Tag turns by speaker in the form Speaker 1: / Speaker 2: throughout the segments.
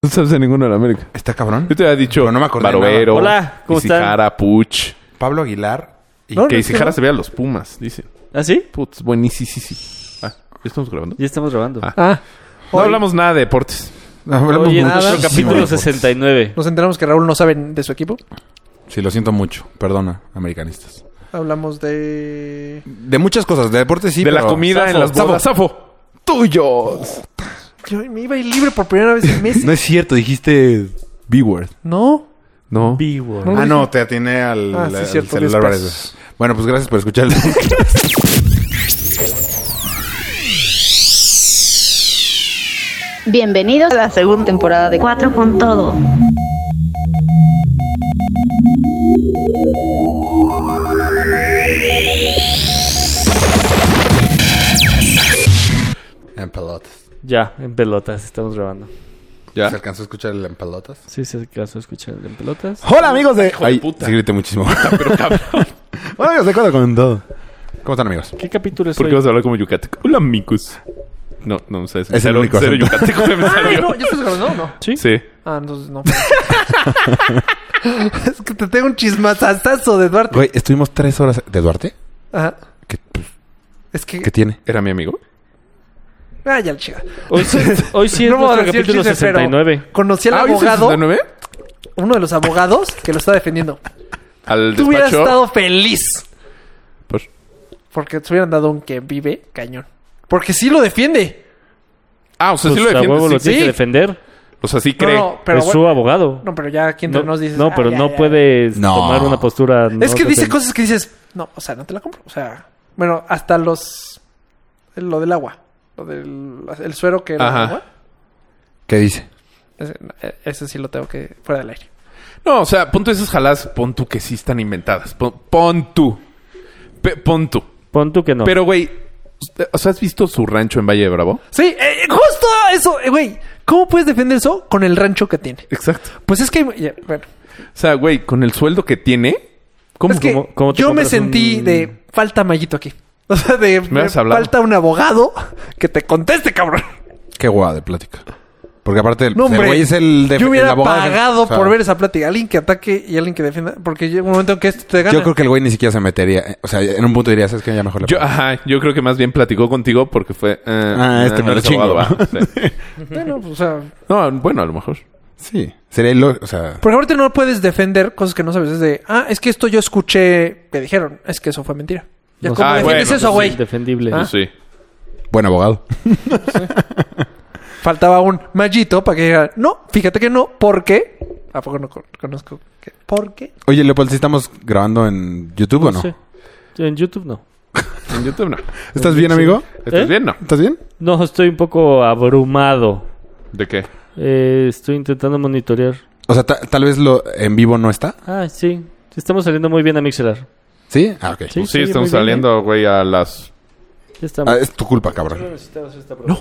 Speaker 1: No sabes de ninguno de la América.
Speaker 2: Está cabrón.
Speaker 1: Yo te había dicho
Speaker 2: Pero no me acordé de nada.
Speaker 1: Barovero,
Speaker 3: Hola, ¿cómo están?
Speaker 1: Isijara, Puch.
Speaker 2: Pablo Aguilar. Y
Speaker 3: No,
Speaker 1: que
Speaker 3: no,
Speaker 1: Isijara
Speaker 3: no.
Speaker 1: se vea los Pumas, dice.
Speaker 3: ¿Ah, sí?
Speaker 1: Putz, buenísimo. Ah, ¿ya estamos grabando?
Speaker 3: Ya estamos grabando.
Speaker 1: Ah.
Speaker 4: Ah,
Speaker 1: No hablamos nada de deportes.
Speaker 2: hablamos
Speaker 3: Oye,
Speaker 4: nada.
Speaker 3: nuestro
Speaker 2: muchísimo
Speaker 3: capítulo
Speaker 2: de deportes.
Speaker 3: 69.
Speaker 4: nos enteramos que Raúl no sabe de su equipo.
Speaker 2: Sí, lo siento mucho. Perdona, americanistas.
Speaker 4: Hablamos de.
Speaker 2: De muchas cosas. De deportes sí,
Speaker 1: de la
Speaker 2: pero-
Speaker 1: comida
Speaker 2: Zafo,
Speaker 1: en las bodas.
Speaker 2: Zafo.
Speaker 1: ¡Zafo! ¡Tuyos!
Speaker 4: Yo me iba a ir libre por primera vez en meses.
Speaker 2: No es cierto. Dijiste B-word.
Speaker 4: No.
Speaker 1: No.
Speaker 3: B-Word.
Speaker 4: No lo
Speaker 2: Ah, no. Te atiné al,
Speaker 4: Ah, sí,
Speaker 2: al
Speaker 4: cierto,
Speaker 2: celular
Speaker 4: 10
Speaker 2: varias
Speaker 4: pesos.
Speaker 2: veces. Bueno, pues gracias por escuchar el podcast.
Speaker 5: Bienvenidos a la segunda temporada de Cuatro con Todo.
Speaker 2: En pelotas.
Speaker 3: Ya, en pelotas estamos grabando.
Speaker 2: ¿Se alcanzó a escuchar el en pelotas?
Speaker 3: Sí, se alcanzó a escuchar en pelotas.
Speaker 2: Hola, amigos de...
Speaker 1: de
Speaker 2: Ay,
Speaker 1: puta.
Speaker 2: se grité muchísimo.
Speaker 1: Pero cabrón,
Speaker 2: Hola, amigos de Cuatro con Todo. ¿Cómo están, amigos?
Speaker 3: ¿Qué capítulo es
Speaker 1: ¿por
Speaker 3: hoy?
Speaker 1: qué vas a hablar como yucateco? Hola, amigos. No, no, no sabes.
Speaker 2: Es el
Speaker 1: Cero-
Speaker 2: único
Speaker 1: cero
Speaker 2: acento.
Speaker 1: yucateco que me
Speaker 4: Ay,
Speaker 1: salió.
Speaker 4: no, ¿ya estás grabando? No.
Speaker 3: ¿Sí?
Speaker 1: Sí.
Speaker 4: Ah, entonces no. es que te tengo un chismazazazo de Duarte.
Speaker 2: Güey, estuvimos tres horas... ¿De Duarte?
Speaker 4: Ajá.
Speaker 2: ¿Qué,
Speaker 4: Es que.
Speaker 2: qué tiene?
Speaker 1: ¿Era mi amigo?
Speaker 4: Ah, ya la chica.
Speaker 3: Hoy sí, hoy sí es
Speaker 4: No me voy a
Speaker 3: nuestro
Speaker 4: decir
Speaker 3: capítulo
Speaker 4: chisme, pero
Speaker 3: 69.
Speaker 4: Conocí al
Speaker 1: ¿hoy Ah, es el
Speaker 4: abogado,
Speaker 1: 69?
Speaker 4: uno de los abogados que lo está defendiendo.
Speaker 1: Al
Speaker 4: Tú hubieras
Speaker 1: despacho.
Speaker 4: estado feliz.
Speaker 1: Pues,
Speaker 4: Porque te hubieran dado un que vive cañón. Porque sí lo defiende.
Speaker 1: Ah, o sea,
Speaker 3: Pues
Speaker 1: sí lo
Speaker 3: a huevo
Speaker 1: defiende.
Speaker 3: lo
Speaker 1: sí.
Speaker 3: tiene que
Speaker 4: Sí.
Speaker 3: defender.
Speaker 1: O sea, sí
Speaker 4: No,
Speaker 1: cree.
Speaker 4: no, pero
Speaker 3: es
Speaker 4: bueno.
Speaker 3: su abogado.
Speaker 4: No, pero ya aquí entre nos dices.
Speaker 3: no,
Speaker 4: ah,
Speaker 3: pero
Speaker 4: ya,
Speaker 3: no
Speaker 4: ya,
Speaker 3: puedes
Speaker 2: No.
Speaker 3: tomar una postura. no
Speaker 4: Es que dice
Speaker 3: defend-
Speaker 4: cosas que dices, no, o sea, no te la compro. O sea, bueno, hasta los. Lo del agua. Lo del el suero que era
Speaker 1: Ajá.
Speaker 4: agua.
Speaker 2: ¿Qué dice?
Speaker 4: Ese, ese sí lo tengo que. fuera del aire.
Speaker 1: No, o sea, pon tú esas jaladas, pon tú que sí están inventadas. Pon, pon tú. Pe- pon tú.
Speaker 3: Pon tú que no.
Speaker 1: Pero, güey, usted- o sea, ¿has visto su rancho en Valle de Bravo?
Speaker 4: Sí, eh, justo eso, eh, güey. ¿Cómo puedes defender eso con el rancho que tiene?
Speaker 1: Exacto.
Speaker 4: Pues es que. ya, bueno,
Speaker 1: O sea, güey, con el sueldo que tiene,
Speaker 3: ¿Cómo-
Speaker 4: es que
Speaker 3: cómo- cómo te
Speaker 4: yo me
Speaker 3: compras
Speaker 4: sentí
Speaker 3: un-
Speaker 4: de. Falta Mayito aquí. O sea, de.
Speaker 1: Me has
Speaker 4: de-
Speaker 1: hablado.
Speaker 4: falta un abogado que te conteste, cabrón.
Speaker 2: Qué guada de plática. Porque aparte, el,
Speaker 4: No,
Speaker 2: el
Speaker 4: hombre.
Speaker 2: güey es el, de,
Speaker 4: yo hubiera
Speaker 2: el abogado.
Speaker 4: pagado
Speaker 2: O sea,
Speaker 4: por ver esa plática. Alguien que ataque y alguien que defienda. Porque llega un momento en que esto te gana.
Speaker 2: Yo creo que el güey ni siquiera se metería. eh, O sea, en un punto diría, ¿sabes qué? Ya mejor le
Speaker 1: yo,
Speaker 2: pago".
Speaker 1: ajá, yo creo que más bien platicó contigo porque fue. eh,
Speaker 2: Ah, este me lo
Speaker 1: eres
Speaker 2: chingo.
Speaker 1: abogado, va. Sí.
Speaker 4: Bueno, pues, o sea,
Speaker 1: No, bueno, a lo mejor.
Speaker 2: Sí. Sería el... O sea...
Speaker 4: porque ahorita no puedes defender cosas que no sabes. Es de, ah, es que esto yo escuché que dijeron. Es que eso fue mentira. Ya,
Speaker 3: No
Speaker 4: ¿Cómo
Speaker 1: sé. Ah,
Speaker 4: defiendes
Speaker 1: bueno,
Speaker 4: eso, güey? Ah.
Speaker 3: Defendible.
Speaker 1: Pues sí.
Speaker 2: Buen abogado.
Speaker 4: Faltaba un mallito para que diga, no, fíjate que no, porque... ¿A poco no con- conozco? Que, ¿Por qué?
Speaker 2: Oye, Leopold, ¿sí estamos grabando en YouTube o no?
Speaker 3: Sí. En YouTube no.
Speaker 1: En YouTube no.
Speaker 2: ¿Estás bien, amigo?
Speaker 1: ¿Estás
Speaker 3: ¿Eh?
Speaker 1: bien? No.
Speaker 2: ¿Estás bien?
Speaker 3: No, estoy un poco abrumado.
Speaker 1: ¿De qué?
Speaker 3: Eh, estoy intentando monitorear.
Speaker 2: O sea, ta- tal vez lo en vivo no está.
Speaker 3: Ah, sí. Estamos saliendo muy bien a Mixelar.
Speaker 2: ¿Sí? Ah, ok.
Speaker 3: Sí,
Speaker 1: Pues sí,
Speaker 3: sí,
Speaker 1: estamos
Speaker 3: muy bien,
Speaker 1: saliendo, güey, a las.
Speaker 3: Ya estamos.
Speaker 2: Ah, es tu culpa, cabrón.
Speaker 3: No.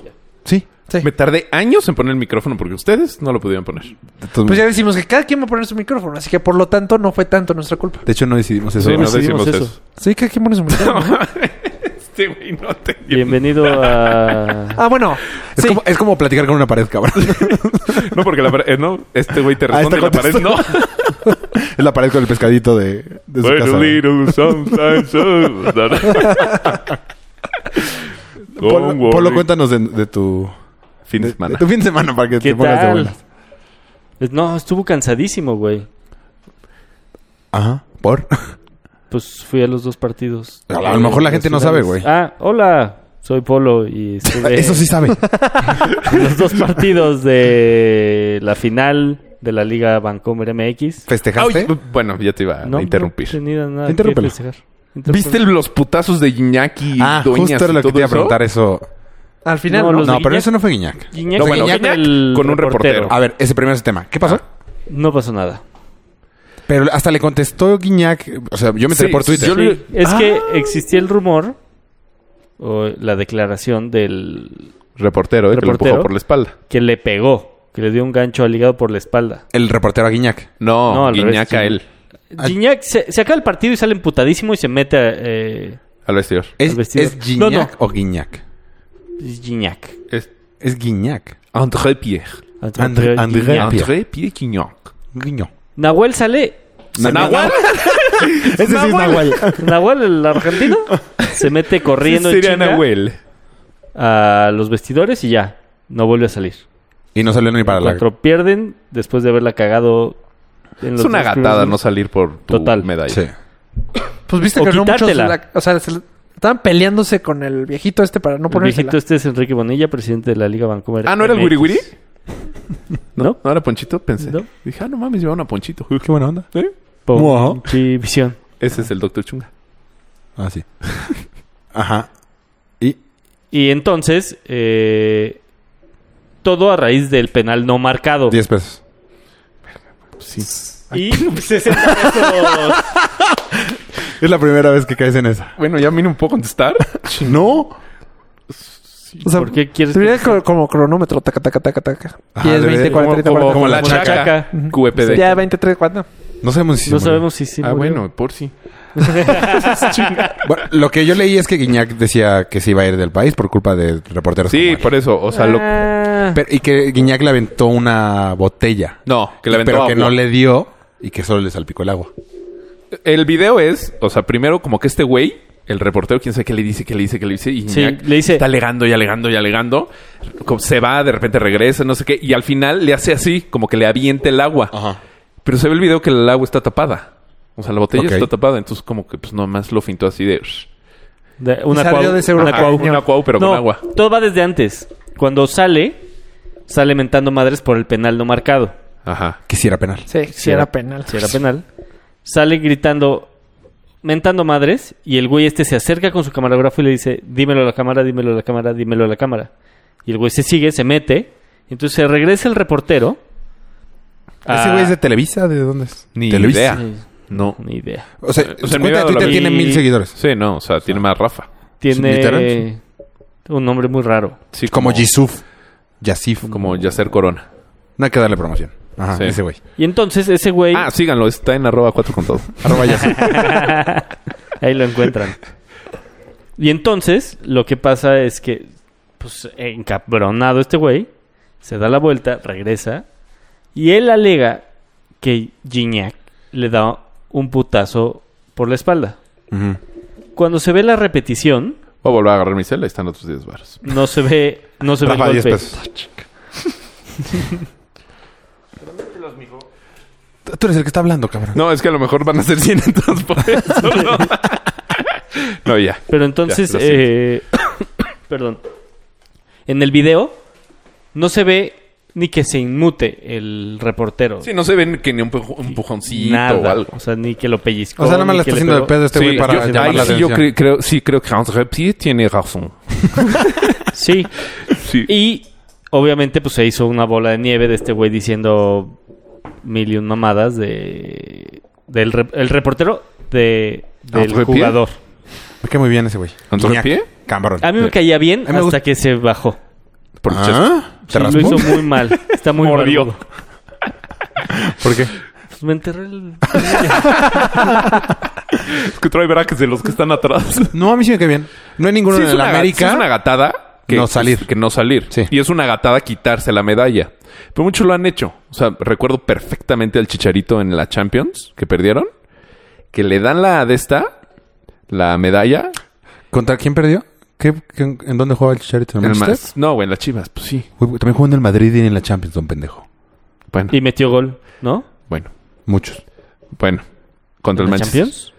Speaker 2: Sí.
Speaker 4: Sí.
Speaker 1: Me tardé años en poner el micrófono porque ustedes no lo pudieron poner.
Speaker 2: De, todos
Speaker 4: Pues ya
Speaker 2: modos.
Speaker 4: decimos que cada quien va a poner su micrófono, así que por lo tanto no fue tanto nuestra culpa.
Speaker 2: De hecho, no decidimos eso.
Speaker 3: Sí,
Speaker 2: ¿no?
Speaker 1: no
Speaker 3: decidimos
Speaker 1: decimos
Speaker 3: eso.
Speaker 1: eso.
Speaker 4: Sí, cada quien pone su micrófono.
Speaker 1: Este güey no te dio.
Speaker 3: Bienvenido a...
Speaker 4: ah, bueno.
Speaker 2: Es,
Speaker 4: sí.
Speaker 2: como, es como platicar con una pared, cabrón.
Speaker 1: No, porque la pared, eh, no, este güey te
Speaker 2: Ah, está
Speaker 1: responde y la pared no.
Speaker 2: es la pared con el pescadito de, de su
Speaker 1: Wait
Speaker 2: casa.
Speaker 1: a little sometimes. oh, no, no. Don't
Speaker 2: Polo,
Speaker 1: worry.
Speaker 2: Polo, cuéntanos de, de tu...
Speaker 1: Fin de
Speaker 2: de-
Speaker 1: semana.
Speaker 2: de tu fin de semana para que
Speaker 3: ¿Qué
Speaker 2: te pongas de
Speaker 3: tal?
Speaker 2: buenas.
Speaker 3: Es- No, estuvo cansadísimo, güey.
Speaker 2: Ajá. ¿Por?
Speaker 3: Pues fui a los dos partidos.
Speaker 2: A lo mejor la
Speaker 3: Eh,
Speaker 2: gente
Speaker 3: los
Speaker 2: no sabe,
Speaker 3: finales.
Speaker 2: güey.
Speaker 3: Ah, hola. Soy Polo y estuve
Speaker 2: Eso sí sabe.
Speaker 3: en los dos partidos de la final de la Liga Vancomer MX.
Speaker 1: Ah,
Speaker 2: ¿Festejaste?
Speaker 1: oye, bueno, ya te iba a interrumpir.
Speaker 3: No tenía nada
Speaker 2: Interrúmpelo.
Speaker 3: que festejar.
Speaker 1: ¿Viste el- los putazos de Iñaki y
Speaker 2: ah,
Speaker 1: Dueñas
Speaker 2: justo era
Speaker 1: y
Speaker 2: lo que
Speaker 1: todo
Speaker 2: te iba a
Speaker 1: eso?
Speaker 2: preguntar eso.
Speaker 4: Al final,
Speaker 3: No,
Speaker 4: ¿no?
Speaker 3: los-
Speaker 2: No,
Speaker 3: de
Speaker 2: pero
Speaker 3: Guiñac?
Speaker 2: eso no fue Guiñac.
Speaker 3: Guiñac,
Speaker 1: No, bueno,
Speaker 3: Guiñac Ah.
Speaker 1: Guiñac
Speaker 3: el
Speaker 1: con un reportero.
Speaker 2: A ver, ese primero ese tema. ¿Qué pasó?
Speaker 3: No pasó nada.
Speaker 2: Pero hasta le contestó Guiñac. O sea, yo me enteré
Speaker 1: Sí,
Speaker 2: por Twitter.
Speaker 1: yo le-
Speaker 3: Sí, es que existía el rumor o la declaración del
Speaker 1: Reportero, eh, que lo
Speaker 3: Reportero.
Speaker 1: empujó por la espalda.
Speaker 3: que le pegó, que le dio un gancho al hígado por la espalda.
Speaker 2: El reportero a Guiñac.
Speaker 1: No,
Speaker 3: No, al
Speaker 1: Iñaki
Speaker 3: revés,
Speaker 1: a
Speaker 3: sí.
Speaker 1: él,
Speaker 2: Ah.
Speaker 3: Gignac se, se acaba el partido y sale emputadísimo y se mete a eh,
Speaker 1: al vestidor.
Speaker 2: ¿Es,
Speaker 3: Al vestidor.
Speaker 2: es Guiñac
Speaker 3: No,
Speaker 2: o Guiñac?
Speaker 3: Gignac.
Speaker 1: Es
Speaker 2: Es Guiñac.
Speaker 1: André Pierre.
Speaker 3: André-
Speaker 2: André-
Speaker 3: Guignac.
Speaker 2: André-
Speaker 1: André Pierre Guignac.
Speaker 2: Guiño.
Speaker 3: Nahuel sale.
Speaker 1: ¿Nahuel?
Speaker 2: Ese sí es Nahuel.
Speaker 3: Nahuel, el argentino, se mete corriendo en
Speaker 1: Sería
Speaker 3: chinga
Speaker 1: Nahuel.
Speaker 3: a los vestidores y ya. No vuelve a salir.
Speaker 2: Y no salió ni para la...
Speaker 3: Cuatro pierden después de haberla cagado. en los
Speaker 1: Es una
Speaker 3: dos primeros
Speaker 1: gatada no
Speaker 3: minutos.
Speaker 1: salir por tu
Speaker 3: Total.
Speaker 1: medalla.
Speaker 2: Sí.
Speaker 4: Pues viste
Speaker 3: O
Speaker 4: que no muchos.
Speaker 3: quitártela.
Speaker 4: la- o sea, se le- estaban peleándose con el viejito este para no
Speaker 3: El
Speaker 4: ponérsela.
Speaker 3: viejito este es Enrique Bonilla, presidente de la Liga Vancouver.
Speaker 1: Ah, ¿no era el
Speaker 3: MX.
Speaker 1: Wiri Wiri?
Speaker 3: ¿No?
Speaker 1: ¿No era Ponchito? Pensé.
Speaker 3: No.
Speaker 1: Dije, ah, no mames, llevaron a Ponchito.
Speaker 2: Qué buena onda. Wow.
Speaker 3: Pinche visión.
Speaker 1: Ese es el Doctor Chunga.
Speaker 2: Ah, sí. Ajá. Y...
Speaker 3: Y entonces, eh, todo a raíz del penal no marcado.
Speaker 2: 10 pesos.
Speaker 1: Sí.
Speaker 3: Y pues, 60 pesos.
Speaker 2: Es la primera vez que caes en esa.
Speaker 1: Bueno, ya mínimo puedo contestar.
Speaker 2: No.
Speaker 4: O sea,
Speaker 3: ¿Por qué quieres
Speaker 4: Tuviera co- como cronómetro, taca, taca, taca, taca.
Speaker 2: Ajá,
Speaker 4: 10,
Speaker 2: debe-
Speaker 4: 20, 40, 30,
Speaker 1: como,
Speaker 4: 40.
Speaker 1: como la
Speaker 3: Como la
Speaker 1: chaca. E
Speaker 3: chaca.
Speaker 1: Ujú. QPD.
Speaker 3: Pues
Speaker 4: Ya 20, 30, 40.
Speaker 2: No sabemos si se
Speaker 3: No
Speaker 2: murió.
Speaker 3: sabemos si sí.
Speaker 1: ah,
Speaker 3: murió.
Speaker 1: bueno, por si.
Speaker 2: Bueno, lo que yo leí es que Guiñac decía que se iba a ir del país por culpa de reporteros.
Speaker 1: Sí,
Speaker 2: Pues como él.
Speaker 1: por eso. O sea, lo...
Speaker 3: Ah.
Speaker 2: Pero- y que Guiñac le aventó una botella.
Speaker 1: No, que le aventó
Speaker 2: Pero que
Speaker 1: agua.
Speaker 2: no le dio y que solo le salpicó el agua.
Speaker 1: El video es, o sea, primero como que este güey, el reportero, quién sabe qué le dice, qué le dice, qué le dice. Y
Speaker 3: Sí,
Speaker 1: Iñak
Speaker 3: le dice-
Speaker 1: Está alegando y alegando y alegando. Como Se va, de repente regresa, no sé qué. Y al final le hace así, como que le avienta el agua.
Speaker 2: Ajá.
Speaker 1: Pero se ve el video que el agua está tapada. O sea, la botella
Speaker 2: Ok.
Speaker 1: está tapada. Entonces como que pues nomás lo fintó así de...
Speaker 3: De- una
Speaker 4: salió
Speaker 3: cuau-
Speaker 4: de seguro
Speaker 3: una
Speaker 4: con
Speaker 3: cuau.
Speaker 1: Una cuau, pero
Speaker 3: No,
Speaker 1: con agua.
Speaker 3: Todo va desde antes. Cuando sale, sale mentando madres por el penal no marcado.
Speaker 1: Ajá.
Speaker 2: Que si era penal.
Speaker 4: Sí, sí,
Speaker 3: Sí,
Speaker 4: era
Speaker 3: era-
Speaker 4: penal.
Speaker 3: Si era penal. Sale gritando, mentando madres. Y el güey este se acerca con su camarógrafo y le dice: Dímelo a la cámara, dímelo a la cámara, dímelo a la cámara. Y el güey se sigue, se mete. Entonces se regresa el reportero.
Speaker 2: ¿Ese güey es de Televisa? ¿De dónde es?
Speaker 1: Ah. Ni
Speaker 2: Televisa.
Speaker 1: idea.
Speaker 3: Sí,
Speaker 1: No.
Speaker 3: Ni idea.
Speaker 2: O sea,
Speaker 1: sea,
Speaker 2: su
Speaker 1: en mi
Speaker 2: cuenta de
Speaker 1: vida lo
Speaker 2: Twitter
Speaker 1: vi.
Speaker 2: tiene mil seguidores.
Speaker 1: Sí, no. O sea, tiene más Rafa.
Speaker 3: Tiene
Speaker 2: ¿Literal? Sí.
Speaker 3: un nombre muy raro.
Speaker 1: Sí,
Speaker 2: Como Yisuf. Yasif.
Speaker 1: Como Yacer Corona.
Speaker 2: No hay que darle promoción. Ajá,
Speaker 1: Sí.
Speaker 2: ese güey.
Speaker 3: Y entonces ese güey.
Speaker 1: Ah, síganlo. Está en arroba 4 con todo.
Speaker 2: Arroba Yasif.
Speaker 3: Ahí lo encuentran. Y entonces, lo que pasa es que, pues, encabronado este güey, se da la vuelta, regresa, y él alega que Gignac le da un putazo por la espalda.
Speaker 2: Ujú.
Speaker 3: Cuando se ve la repetición,
Speaker 1: Voy a volver a agarrar mi cel. Ahí están otros 10 baros.
Speaker 3: no se ve, no se ve el
Speaker 2: Rafa, 10
Speaker 3: golpe.
Speaker 2: pesos. Tú eres el que está hablando, cabrón.
Speaker 1: No, es que a lo mejor van a ser 100 entonces por eso. No, No, ya.
Speaker 3: Pero entonces,
Speaker 1: Ya, lo siento.
Speaker 3: eh, perdón. En el video no se ve ni que se inmute el reportero.
Speaker 1: Sí, no se ven que ni un empuj- un empujoncito
Speaker 3: nada.
Speaker 1: o algo.
Speaker 3: sea, ni que lo pellizcó.
Speaker 2: O sea, nada más
Speaker 3: ni
Speaker 2: le
Speaker 3: que
Speaker 2: está haciendo el
Speaker 3: pegó.
Speaker 2: pedo a este güey
Speaker 1: Sí,
Speaker 2: para
Speaker 1: yo-
Speaker 2: llamar
Speaker 1: ahí
Speaker 2: la
Speaker 1: sí
Speaker 2: atención.
Speaker 1: yo cre- creo, sí creo que Hans Repsi tiene razón.
Speaker 3: Sí.
Speaker 1: Sí.
Speaker 3: Y obviamente, pues se hizo una bola de nieve de este güey diciendo mil y un mamadas de. Del rep- el reportero de, del
Speaker 1: ¿Entrepié?
Speaker 3: jugador.
Speaker 2: Me cae muy bien ese güey.
Speaker 1: ¿Antonio Pie?
Speaker 2: Cabrón.
Speaker 3: A mí me caía bien
Speaker 2: A mí me
Speaker 3: hasta
Speaker 2: gusta-
Speaker 3: que se bajó.
Speaker 1: Por
Speaker 2: Ah,
Speaker 1: muchas-
Speaker 2: ¿Te
Speaker 3: Sí, lo
Speaker 2: raspó?
Speaker 3: hizo muy mal. Está muy
Speaker 1: Mordió.
Speaker 3: barbudo.
Speaker 2: ¿Por qué?
Speaker 3: Pues me enterré el.
Speaker 1: Es que trae brackets de los que están atrás.
Speaker 2: No, a mí sí me cae bien. No hay ninguno
Speaker 1: Sí,
Speaker 2: en
Speaker 1: es
Speaker 2: el
Speaker 1: una- sí
Speaker 2: América.
Speaker 1: es una gatada. Que,
Speaker 2: No salir.
Speaker 1: Que no salir.
Speaker 2: Sí.
Speaker 1: Y es una gatada quitarse la medalla. Pero muchos lo han hecho. O sea, recuerdo perfectamente al Chicharito en la Champions que perdieron. Que le dan la de esta, la medalla.
Speaker 2: ¿Contra quién perdió? ¿Qué, qué- en dónde jugaba el Chicharito? ¿En el
Speaker 1: el
Speaker 2: Manchester?
Speaker 1: más- No, güey, en las chivas. Pues sí.
Speaker 2: Uy, También jugó en el Madrid y en la Champions, don pendejo.
Speaker 1: Bueno,
Speaker 3: Y metió gol, ¿no?
Speaker 1: bueno,
Speaker 2: Muchos.
Speaker 1: bueno. Contra el
Speaker 3: ¿En la
Speaker 1: Manchester.
Speaker 3: Champions?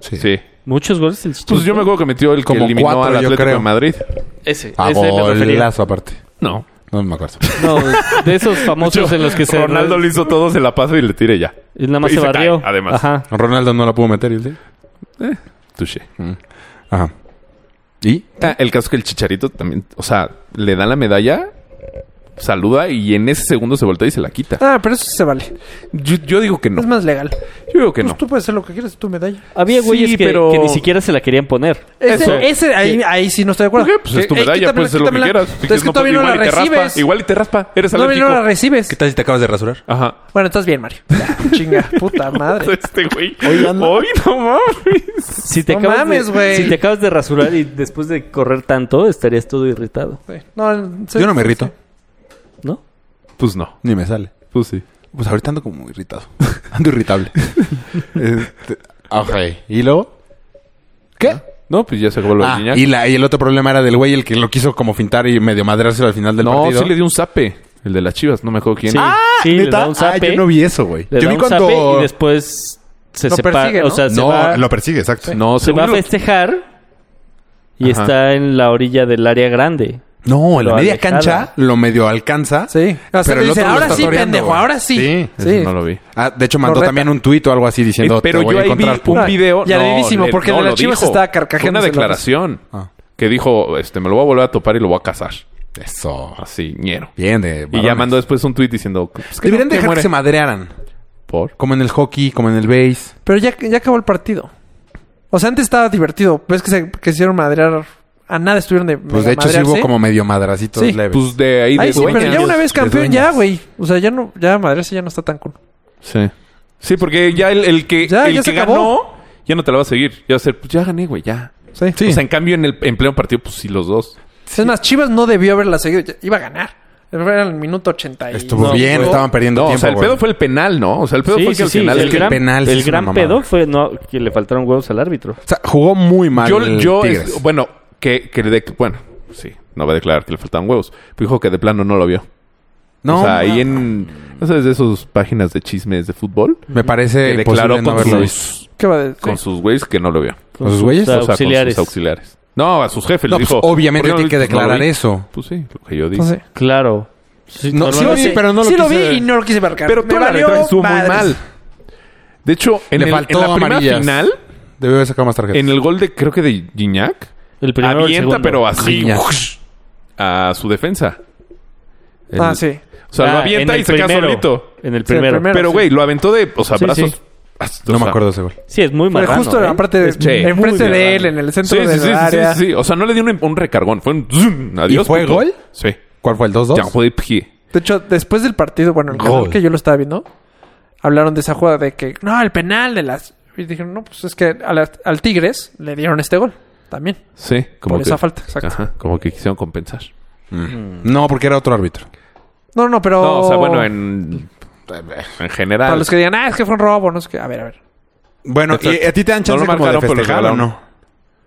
Speaker 2: Sí.
Speaker 1: Sí.
Speaker 3: Muchos goles el
Speaker 1: Pues yo me acuerdo que metió el que
Speaker 2: Como
Speaker 1: eliminó
Speaker 2: cuatro,
Speaker 1: al
Speaker 2: yo
Speaker 1: Atlético
Speaker 2: creo.
Speaker 1: de Madrid.
Speaker 3: Ese,
Speaker 1: Ah,
Speaker 2: A
Speaker 3: ese me refería.
Speaker 2: golazo aparte.
Speaker 1: No.
Speaker 2: No me acuerdo.
Speaker 3: No, de esos famosos
Speaker 1: Yo-
Speaker 3: en los que se.
Speaker 1: Ronaldo le hizo todo, se la pasa y le tire ya.
Speaker 3: y nada más
Speaker 1: y
Speaker 3: se
Speaker 1: se
Speaker 3: barrió.
Speaker 1: cae, además.
Speaker 3: Ajá.
Speaker 2: Ronaldo no la pudo meter, ¿y sí?
Speaker 1: Touché. Mm.
Speaker 2: Ajá. ¿Y?
Speaker 1: Ah, el caso es que el chicharito también, o sea, le dan la medalla, saluda y en ese segundo se voltea y se la quita.
Speaker 4: Ah, pero eso sí se vale.
Speaker 1: Yo, yo digo que no.
Speaker 4: Es más legal.
Speaker 1: Yo digo que
Speaker 4: pues
Speaker 1: no.
Speaker 4: tú puedes hacer lo que quieras, tu medalla.
Speaker 3: Había
Speaker 1: Sí,
Speaker 3: güeyes que,
Speaker 1: pero-
Speaker 3: que ni siquiera se la querían poner.
Speaker 4: Ese,
Speaker 1: Eso.
Speaker 4: ese ahí, ahí sí no estoy de acuerdo.
Speaker 1: ¿Por qué? Pues es tu
Speaker 4: Eh,
Speaker 1: medalla,
Speaker 4: quítamela,
Speaker 1: puedes hacer lo que
Speaker 4: quítamela.
Speaker 1: quieras. Si
Speaker 4: Entonces,
Speaker 1: quieres,
Speaker 4: que todavía no
Speaker 1: pues
Speaker 4: la
Speaker 1: igual y te
Speaker 4: recibes.
Speaker 1: raspa. Igual y te raspa. Eres
Speaker 4: No,
Speaker 1: alérgico.
Speaker 4: no la recibes.
Speaker 2: tal si te acabas de rasurar?
Speaker 1: Ajá.
Speaker 4: Bueno, estás bien, Mario. Ya, chinga, puta madre.
Speaker 1: Este güey.
Speaker 2: Oigan.
Speaker 1: Hoy no mames.
Speaker 3: Si te
Speaker 4: No
Speaker 3: acabas
Speaker 4: mames,
Speaker 3: de-
Speaker 4: güey.
Speaker 3: Si te acabas de rasurar y después de correr tanto, estarías todo irritado,
Speaker 4: Sí. No, sí,
Speaker 2: Yo no me
Speaker 4: sí,
Speaker 2: irrito.
Speaker 4: sí.
Speaker 3: ¿no?
Speaker 1: Pues no.
Speaker 2: Ni me sale.
Speaker 1: Pues sí.
Speaker 2: Pues ahorita ando como irritado. Ando irritable. Este, ok. ¿Y luego? ¿Qué?
Speaker 1: No, pues ya se acabó lo de
Speaker 2: Ah,
Speaker 1: Guiñac.
Speaker 2: y, la, y el otro problema era del güey, el que lo quiso como fintar y medio madreárselo al final del
Speaker 1: no,
Speaker 2: partido.
Speaker 1: sí le dio un zape. El de las chivas, no me acuerdo quién. Ah,
Speaker 3: Sí, sí, le da un zape.
Speaker 2: Ah, yo no vi eso, güey.
Speaker 3: Le
Speaker 2: Yo
Speaker 3: da
Speaker 2: vi
Speaker 3: un zape
Speaker 2: cuando...
Speaker 3: y después se
Speaker 4: Lo
Speaker 3: separa.
Speaker 4: persigue,
Speaker 3: O sea, se
Speaker 2: no,
Speaker 3: va,
Speaker 2: lo persigue, exacto.
Speaker 1: No,
Speaker 3: se va a
Speaker 1: según lo-
Speaker 3: festejar y
Speaker 1: Ajá.
Speaker 3: está en la orilla del área grande.
Speaker 2: No, en la
Speaker 3: Lo
Speaker 2: media
Speaker 3: alejada.
Speaker 2: cancha lo medio alcanza.
Speaker 4: Sí. O sea,
Speaker 2: Pero
Speaker 4: le
Speaker 2: el
Speaker 4: dicen,
Speaker 2: otro lo
Speaker 4: ahora
Speaker 2: está
Speaker 4: sí,
Speaker 2: toreando,
Speaker 4: pendejo,
Speaker 2: güey".
Speaker 4: ahora sí.
Speaker 2: Sí,
Speaker 1: Ese
Speaker 4: Sí.
Speaker 1: no lo vi.
Speaker 2: Ah, de hecho, mandó
Speaker 4: reta.
Speaker 2: también un tuit o algo así diciendo,
Speaker 1: Eh, pero
Speaker 2: te voy
Speaker 1: yo
Speaker 2: a
Speaker 1: ahí vi
Speaker 2: encontrar.
Speaker 1: un
Speaker 4: Ah,
Speaker 1: video.
Speaker 4: llamarísimo,
Speaker 1: le-
Speaker 4: porque de las
Speaker 1: lo
Speaker 4: Chivas
Speaker 1: dijo.
Speaker 4: estaba
Speaker 1: Una
Speaker 4: carcajeándose en la
Speaker 1: declaración
Speaker 2: Ah.
Speaker 1: que dijo: este, Me lo voy a volver a topar y lo voy a casar.
Speaker 2: Eso.
Speaker 1: Así, ñero.
Speaker 2: Bien de
Speaker 1: Y
Speaker 2: varones.
Speaker 1: ya mandó después un tuit diciendo: pues, que
Speaker 2: Deberían
Speaker 1: no, que
Speaker 2: dejar
Speaker 1: muere.
Speaker 2: que se madrearan.
Speaker 1: Por.
Speaker 2: Como en el hockey, como en el base.
Speaker 4: Pero ya, ya acabó el partido. O sea, antes estaba divertido. Ves que se que hicieron madrear. A nada estuvieron de.
Speaker 2: Pues de
Speaker 4: mega
Speaker 2: hecho sí
Speaker 4: madrearse.
Speaker 2: hubo como medio madracitos
Speaker 4: Sí.
Speaker 2: leves.
Speaker 1: Pues de ahí de
Speaker 4: Ay, sí, pero
Speaker 1: dueñas.
Speaker 4: ya una vez
Speaker 2: de
Speaker 4: campeón,
Speaker 2: dueñas.
Speaker 4: ya, güey. O sea, ya no, ya madrearse ya no está tan cool.
Speaker 1: Sí. Sí, porque ya el, el que,
Speaker 4: Ya,
Speaker 1: el
Speaker 4: ya se
Speaker 1: que
Speaker 4: acabó.
Speaker 1: ganó, ya no te la va a seguir. Ya va a ser, pues ya gané, güey, ya.
Speaker 4: Sí.
Speaker 1: O sea, en cambio, en el en pleno partido, pues sí, los dos.
Speaker 4: Es más, Chivas no debió haberla seguido. Ya- Iba a ganar. Era el minuto 80. y-
Speaker 2: Estuvo
Speaker 3: No,
Speaker 2: bien,
Speaker 3: güey.
Speaker 2: estaban perdiendo
Speaker 1: No,
Speaker 2: tiempo.
Speaker 1: o sea, el
Speaker 2: güey.
Speaker 1: pedo fue el penal, ¿no? O sea, el pedo
Speaker 3: Sí,
Speaker 1: fue que
Speaker 3: sí,
Speaker 1: al
Speaker 3: sí,
Speaker 1: final.
Speaker 3: El
Speaker 1: el-
Speaker 3: gran,
Speaker 2: penal sí
Speaker 3: el
Speaker 2: es una
Speaker 3: gran
Speaker 2: mamada.
Speaker 3: pedo fue no, que le faltaron huevos al árbitro.
Speaker 2: O sea, jugó muy mal
Speaker 1: Yo,
Speaker 2: el
Speaker 1: yo
Speaker 2: Tigres.
Speaker 1: es- bueno, que, que le de- bueno, sí, no va a declarar que le faltaban huevos. Pero dijo que de plano no lo vio.
Speaker 2: no,
Speaker 1: o sea, ahí en. No sabes de esas páginas de chismes de fútbol.
Speaker 2: me parece
Speaker 1: Que declaró
Speaker 2: imposible pues, no
Speaker 1: con
Speaker 2: haberlo visto.
Speaker 1: sus,
Speaker 4: ¿Qué va a decir?
Speaker 1: con sus güeyes que no lo vio.
Speaker 2: ¿Con sus güeyes?
Speaker 1: O sea,
Speaker 3: auxiliares.
Speaker 1: con sus auxiliares. No, a sus jefes.
Speaker 2: No,
Speaker 1: le
Speaker 2: pues,
Speaker 1: dijo,
Speaker 2: obviamente
Speaker 1: "¿Por qué no
Speaker 2: tiene
Speaker 1: lo
Speaker 2: que
Speaker 1: viste?" Pues, no lo
Speaker 2: declarar
Speaker 1: vi.
Speaker 2: eso.
Speaker 1: Pues sí, lo que yo dije.
Speaker 4: Entonces,
Speaker 3: Claro.
Speaker 2: No, sí
Speaker 3: Sí,
Speaker 2: lo
Speaker 3: normalmente-
Speaker 2: vi, pero no lo
Speaker 4: sí lo vi
Speaker 2: quise-
Speaker 4: y no lo quise marcar.
Speaker 1: Pero
Speaker 4: Me
Speaker 1: todo el
Speaker 4: valió
Speaker 1: arbitraje estuvo muy
Speaker 4: madres.
Speaker 1: mal. De hecho, en,
Speaker 2: Le
Speaker 1: el- en
Speaker 2: faltó
Speaker 1: la primera
Speaker 2: amarillas.
Speaker 1: final,
Speaker 2: Debió haber sacado más tarjetas.
Speaker 1: en el gol de, creo que de Gignac,
Speaker 3: El primero o el
Speaker 1: avienta,
Speaker 3: segundo.
Speaker 1: pero así,
Speaker 2: Gignac.
Speaker 1: ¡ush! a su defensa. El-
Speaker 4: Ah, sí.
Speaker 1: O sea, lo
Speaker 3: Ah, en
Speaker 1: avienta
Speaker 3: el
Speaker 1: y se queda
Speaker 3: primero.
Speaker 1: solito.
Speaker 3: En el
Speaker 4: Sí, el
Speaker 3: primero.
Speaker 4: primero.
Speaker 1: Pero,
Speaker 4: sí.
Speaker 1: güey, lo aventó de, o sea,
Speaker 3: Sí,
Speaker 1: brazos.
Speaker 3: sí.
Speaker 1: hasta-
Speaker 2: No
Speaker 1: o
Speaker 2: me
Speaker 1: sea,
Speaker 2: acuerdo ese gol.
Speaker 3: Sí, es muy
Speaker 4: Fue
Speaker 3: marrano,
Speaker 4: justo
Speaker 3: ¿eh?
Speaker 4: aparte de,
Speaker 3: Es muy
Speaker 4: enfrente
Speaker 3: marrano.
Speaker 4: de él, en el
Speaker 1: Sí,
Speaker 4: centro
Speaker 1: sí,
Speaker 4: de
Speaker 1: sí,
Speaker 4: la
Speaker 1: sí,
Speaker 4: área.
Speaker 1: sí, sí. O sea, no le dio un, un recargón. Fue un zoom. Adiós.
Speaker 2: fue gol?
Speaker 1: Sí.
Speaker 2: ¿Cuál fue el 2-2?
Speaker 1: Jean Jude Pie.
Speaker 4: De hecho, después del partido, bueno, el
Speaker 2: Gol.
Speaker 4: canal que yo lo estaba viendo, hablaron de esa jugada de que, no, el penal de las... Y dijeron, no, pues es que al, al Tigres le dieron este gol también.
Speaker 1: Sí. Como
Speaker 4: Por
Speaker 1: que,
Speaker 4: esa falta, exacto.
Speaker 1: Ajá, como que quisieron compensar.
Speaker 2: No, porque era otro árbitro.
Speaker 4: No, no, pero...
Speaker 1: No, o sea, bueno, en, en general.
Speaker 4: Oh. Para los que digan, ah, es que fue un robo, no sé qué. A ver, a ver.
Speaker 2: Bueno, ¿y
Speaker 1: Exacto.
Speaker 2: a ti te dan chance
Speaker 1: No lo
Speaker 2: como de
Speaker 1: marcaron, pero lo
Speaker 2: festejar o
Speaker 1: regalaron.
Speaker 2: no?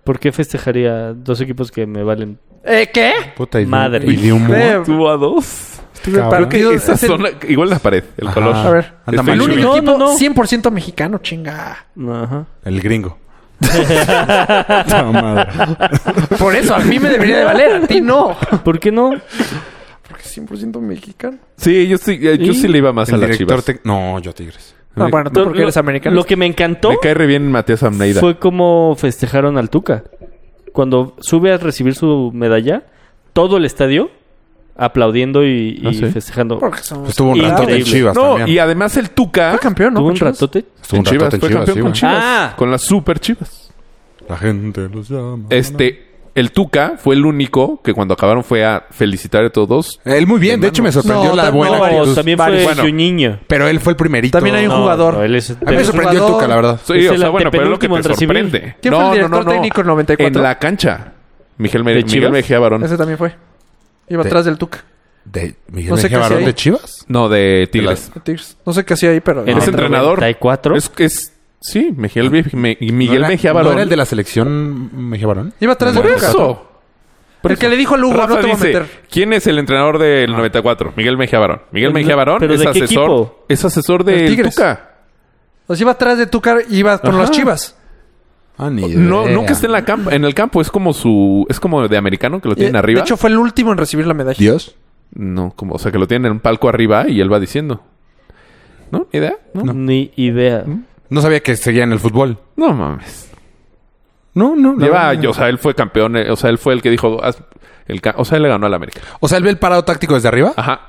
Speaker 3: ¿Por qué festejaría dos equipos que me valen?
Speaker 4: ¿Eh, ¿Qué?
Speaker 2: Puta, y de-
Speaker 3: Madre.
Speaker 2: Y de humor.
Speaker 4: Eh,
Speaker 1: Tú a dos.
Speaker 4: estuve
Speaker 2: cabrón.
Speaker 4: partido-
Speaker 1: Que esa
Speaker 4: es el-
Speaker 1: zona, igual la pared, el
Speaker 2: Ajá.
Speaker 1: color.
Speaker 4: A ver.
Speaker 2: Anda
Speaker 1: Es
Speaker 2: mal
Speaker 4: El único
Speaker 2: chulo.
Speaker 3: No,
Speaker 4: equipo
Speaker 3: no, no.
Speaker 4: 100% mexicano, chinga.
Speaker 3: Ajá.
Speaker 2: El gringo. Puta madre.
Speaker 4: Por eso, a mí me debería de valer, a ti no.
Speaker 3: ¿Por qué no?
Speaker 4: Porque 100% mexicano.
Speaker 1: Sí, yo sí, eh, yo
Speaker 3: ¿Y?
Speaker 1: sí le iba más
Speaker 2: El
Speaker 1: a las
Speaker 2: director
Speaker 1: chivas.
Speaker 2: te- No, yo Tigres.
Speaker 4: No, Ah, bueno, tú porque
Speaker 3: Lo-
Speaker 4: eres americano.
Speaker 3: Lo que me encantó
Speaker 1: Me cae re bien Matías Amneida.
Speaker 3: fue como festejaron al Tuca. Cuando sube a recibir su medalla, todo el estadio aplaudiendo y, y
Speaker 1: Ah, ¿sí?
Speaker 3: festejando.
Speaker 4: Porque somos-
Speaker 2: Estuvo un rato en
Speaker 3: Increíble.
Speaker 2: Chivas
Speaker 1: no,
Speaker 2: también.
Speaker 1: y además el Tuca
Speaker 4: Fue campeón, ¿no?
Speaker 3: Pues, Tuvo un
Speaker 4: con Chivas?
Speaker 3: ratote.
Speaker 2: Estuvo un
Speaker 1: en Chivas,
Speaker 2: rato en
Speaker 1: fue
Speaker 2: Chivas,
Speaker 1: campeón
Speaker 2: sí,
Speaker 1: con
Speaker 2: güey.
Speaker 1: Chivas.
Speaker 3: Ah.
Speaker 1: Con las super Chivas.
Speaker 2: La gente los llama.
Speaker 1: Este, el Tuca fue el único que cuando acabaron fue a felicitar a todos.
Speaker 2: Él muy bien. De hecho, me sorprendió
Speaker 4: No,
Speaker 2: la
Speaker 4: tan-
Speaker 2: buena
Speaker 4: no,
Speaker 2: actitud.
Speaker 4: varios.
Speaker 3: también
Speaker 4: Varios.
Speaker 3: fue
Speaker 1: Bueno.
Speaker 3: su niño.
Speaker 2: Pero él fue el primerito.
Speaker 4: También hay un jugador.
Speaker 3: él es-
Speaker 2: A mí me
Speaker 4: Pero
Speaker 2: sorprendió el
Speaker 4: jugador-
Speaker 2: Tuca, la verdad.
Speaker 1: Sí,
Speaker 3: Es
Speaker 1: o
Speaker 3: el
Speaker 1: sea, bueno, pero es lo que
Speaker 3: antepenúltimo
Speaker 1: te
Speaker 3: en recibir.
Speaker 1: sorprende.
Speaker 4: ¿Quién fue el director técnico en 94?
Speaker 1: En la cancha. Miguel, Mere-
Speaker 3: ¿De
Speaker 1: Miguel
Speaker 3: Chivas?
Speaker 1: Mejía Barón.
Speaker 4: Ese también fue. Iba
Speaker 2: Sí.
Speaker 4: atrás del Tuca.
Speaker 2: ¿De Miguel
Speaker 4: No sé
Speaker 2: Mejía
Speaker 4: qué hacía
Speaker 2: Barón
Speaker 4: ahí.
Speaker 2: de Chivas?
Speaker 1: No, de Tigres.
Speaker 4: de Tigres. No sé qué hacía ahí, pero...
Speaker 1: En
Speaker 3: En
Speaker 1: Es
Speaker 3: el
Speaker 1: entrenador.
Speaker 3: 94.
Speaker 1: Es, es, sí, Miguel, Me-
Speaker 2: ¿No
Speaker 1: Miguel
Speaker 2: era-
Speaker 1: Mejía
Speaker 2: ¿No
Speaker 1: Barón.
Speaker 2: era el de la selección Mejía Barón?
Speaker 4: Iba atrás del
Speaker 1: Por
Speaker 4: Tuca.
Speaker 1: eso.
Speaker 4: El que le dijo al Hugo,
Speaker 1: Rafa
Speaker 4: no te voy a
Speaker 1: dice,
Speaker 4: meter.
Speaker 1: ¿Quién es el entrenador del 94? Miguel Mejía Barón. Miguel
Speaker 3: Pero-
Speaker 1: Mejía Barón
Speaker 3: ¿pero
Speaker 1: es
Speaker 3: de qué
Speaker 1: asesor.
Speaker 3: equipo?
Speaker 1: Es asesor
Speaker 4: Del
Speaker 1: de
Speaker 4: Tigres.
Speaker 1: Tuca.
Speaker 4: O sea, iba atrás de Tuca y iba con
Speaker 1: Ajá.
Speaker 4: las Chivas.
Speaker 2: Ah, ni idea.
Speaker 1: No, nunca está en la camp- en el campo, es como su es como de americano que lo
Speaker 4: Y,
Speaker 1: tienen arriba.
Speaker 4: Eh, De hecho, fue el último en recibir la medalla.
Speaker 2: Dios.
Speaker 1: no, como o sea que lo tienen en un palco arriba y él va diciendo. ¿No? ¿Ni idea? No, no,
Speaker 3: Ni idea.
Speaker 4: ¿Mm?
Speaker 2: No sabía que seguía en el fútbol.
Speaker 1: mames.
Speaker 2: No, no. la
Speaker 1: Lleva,
Speaker 2: verdad.
Speaker 1: o sea, él fue campeón, eh, o sea, él fue el que dijo, "Haz el ca-". o sea, él le ganó al América.
Speaker 2: O sea, él ve el parado táctico desde arriba.
Speaker 1: Ajá.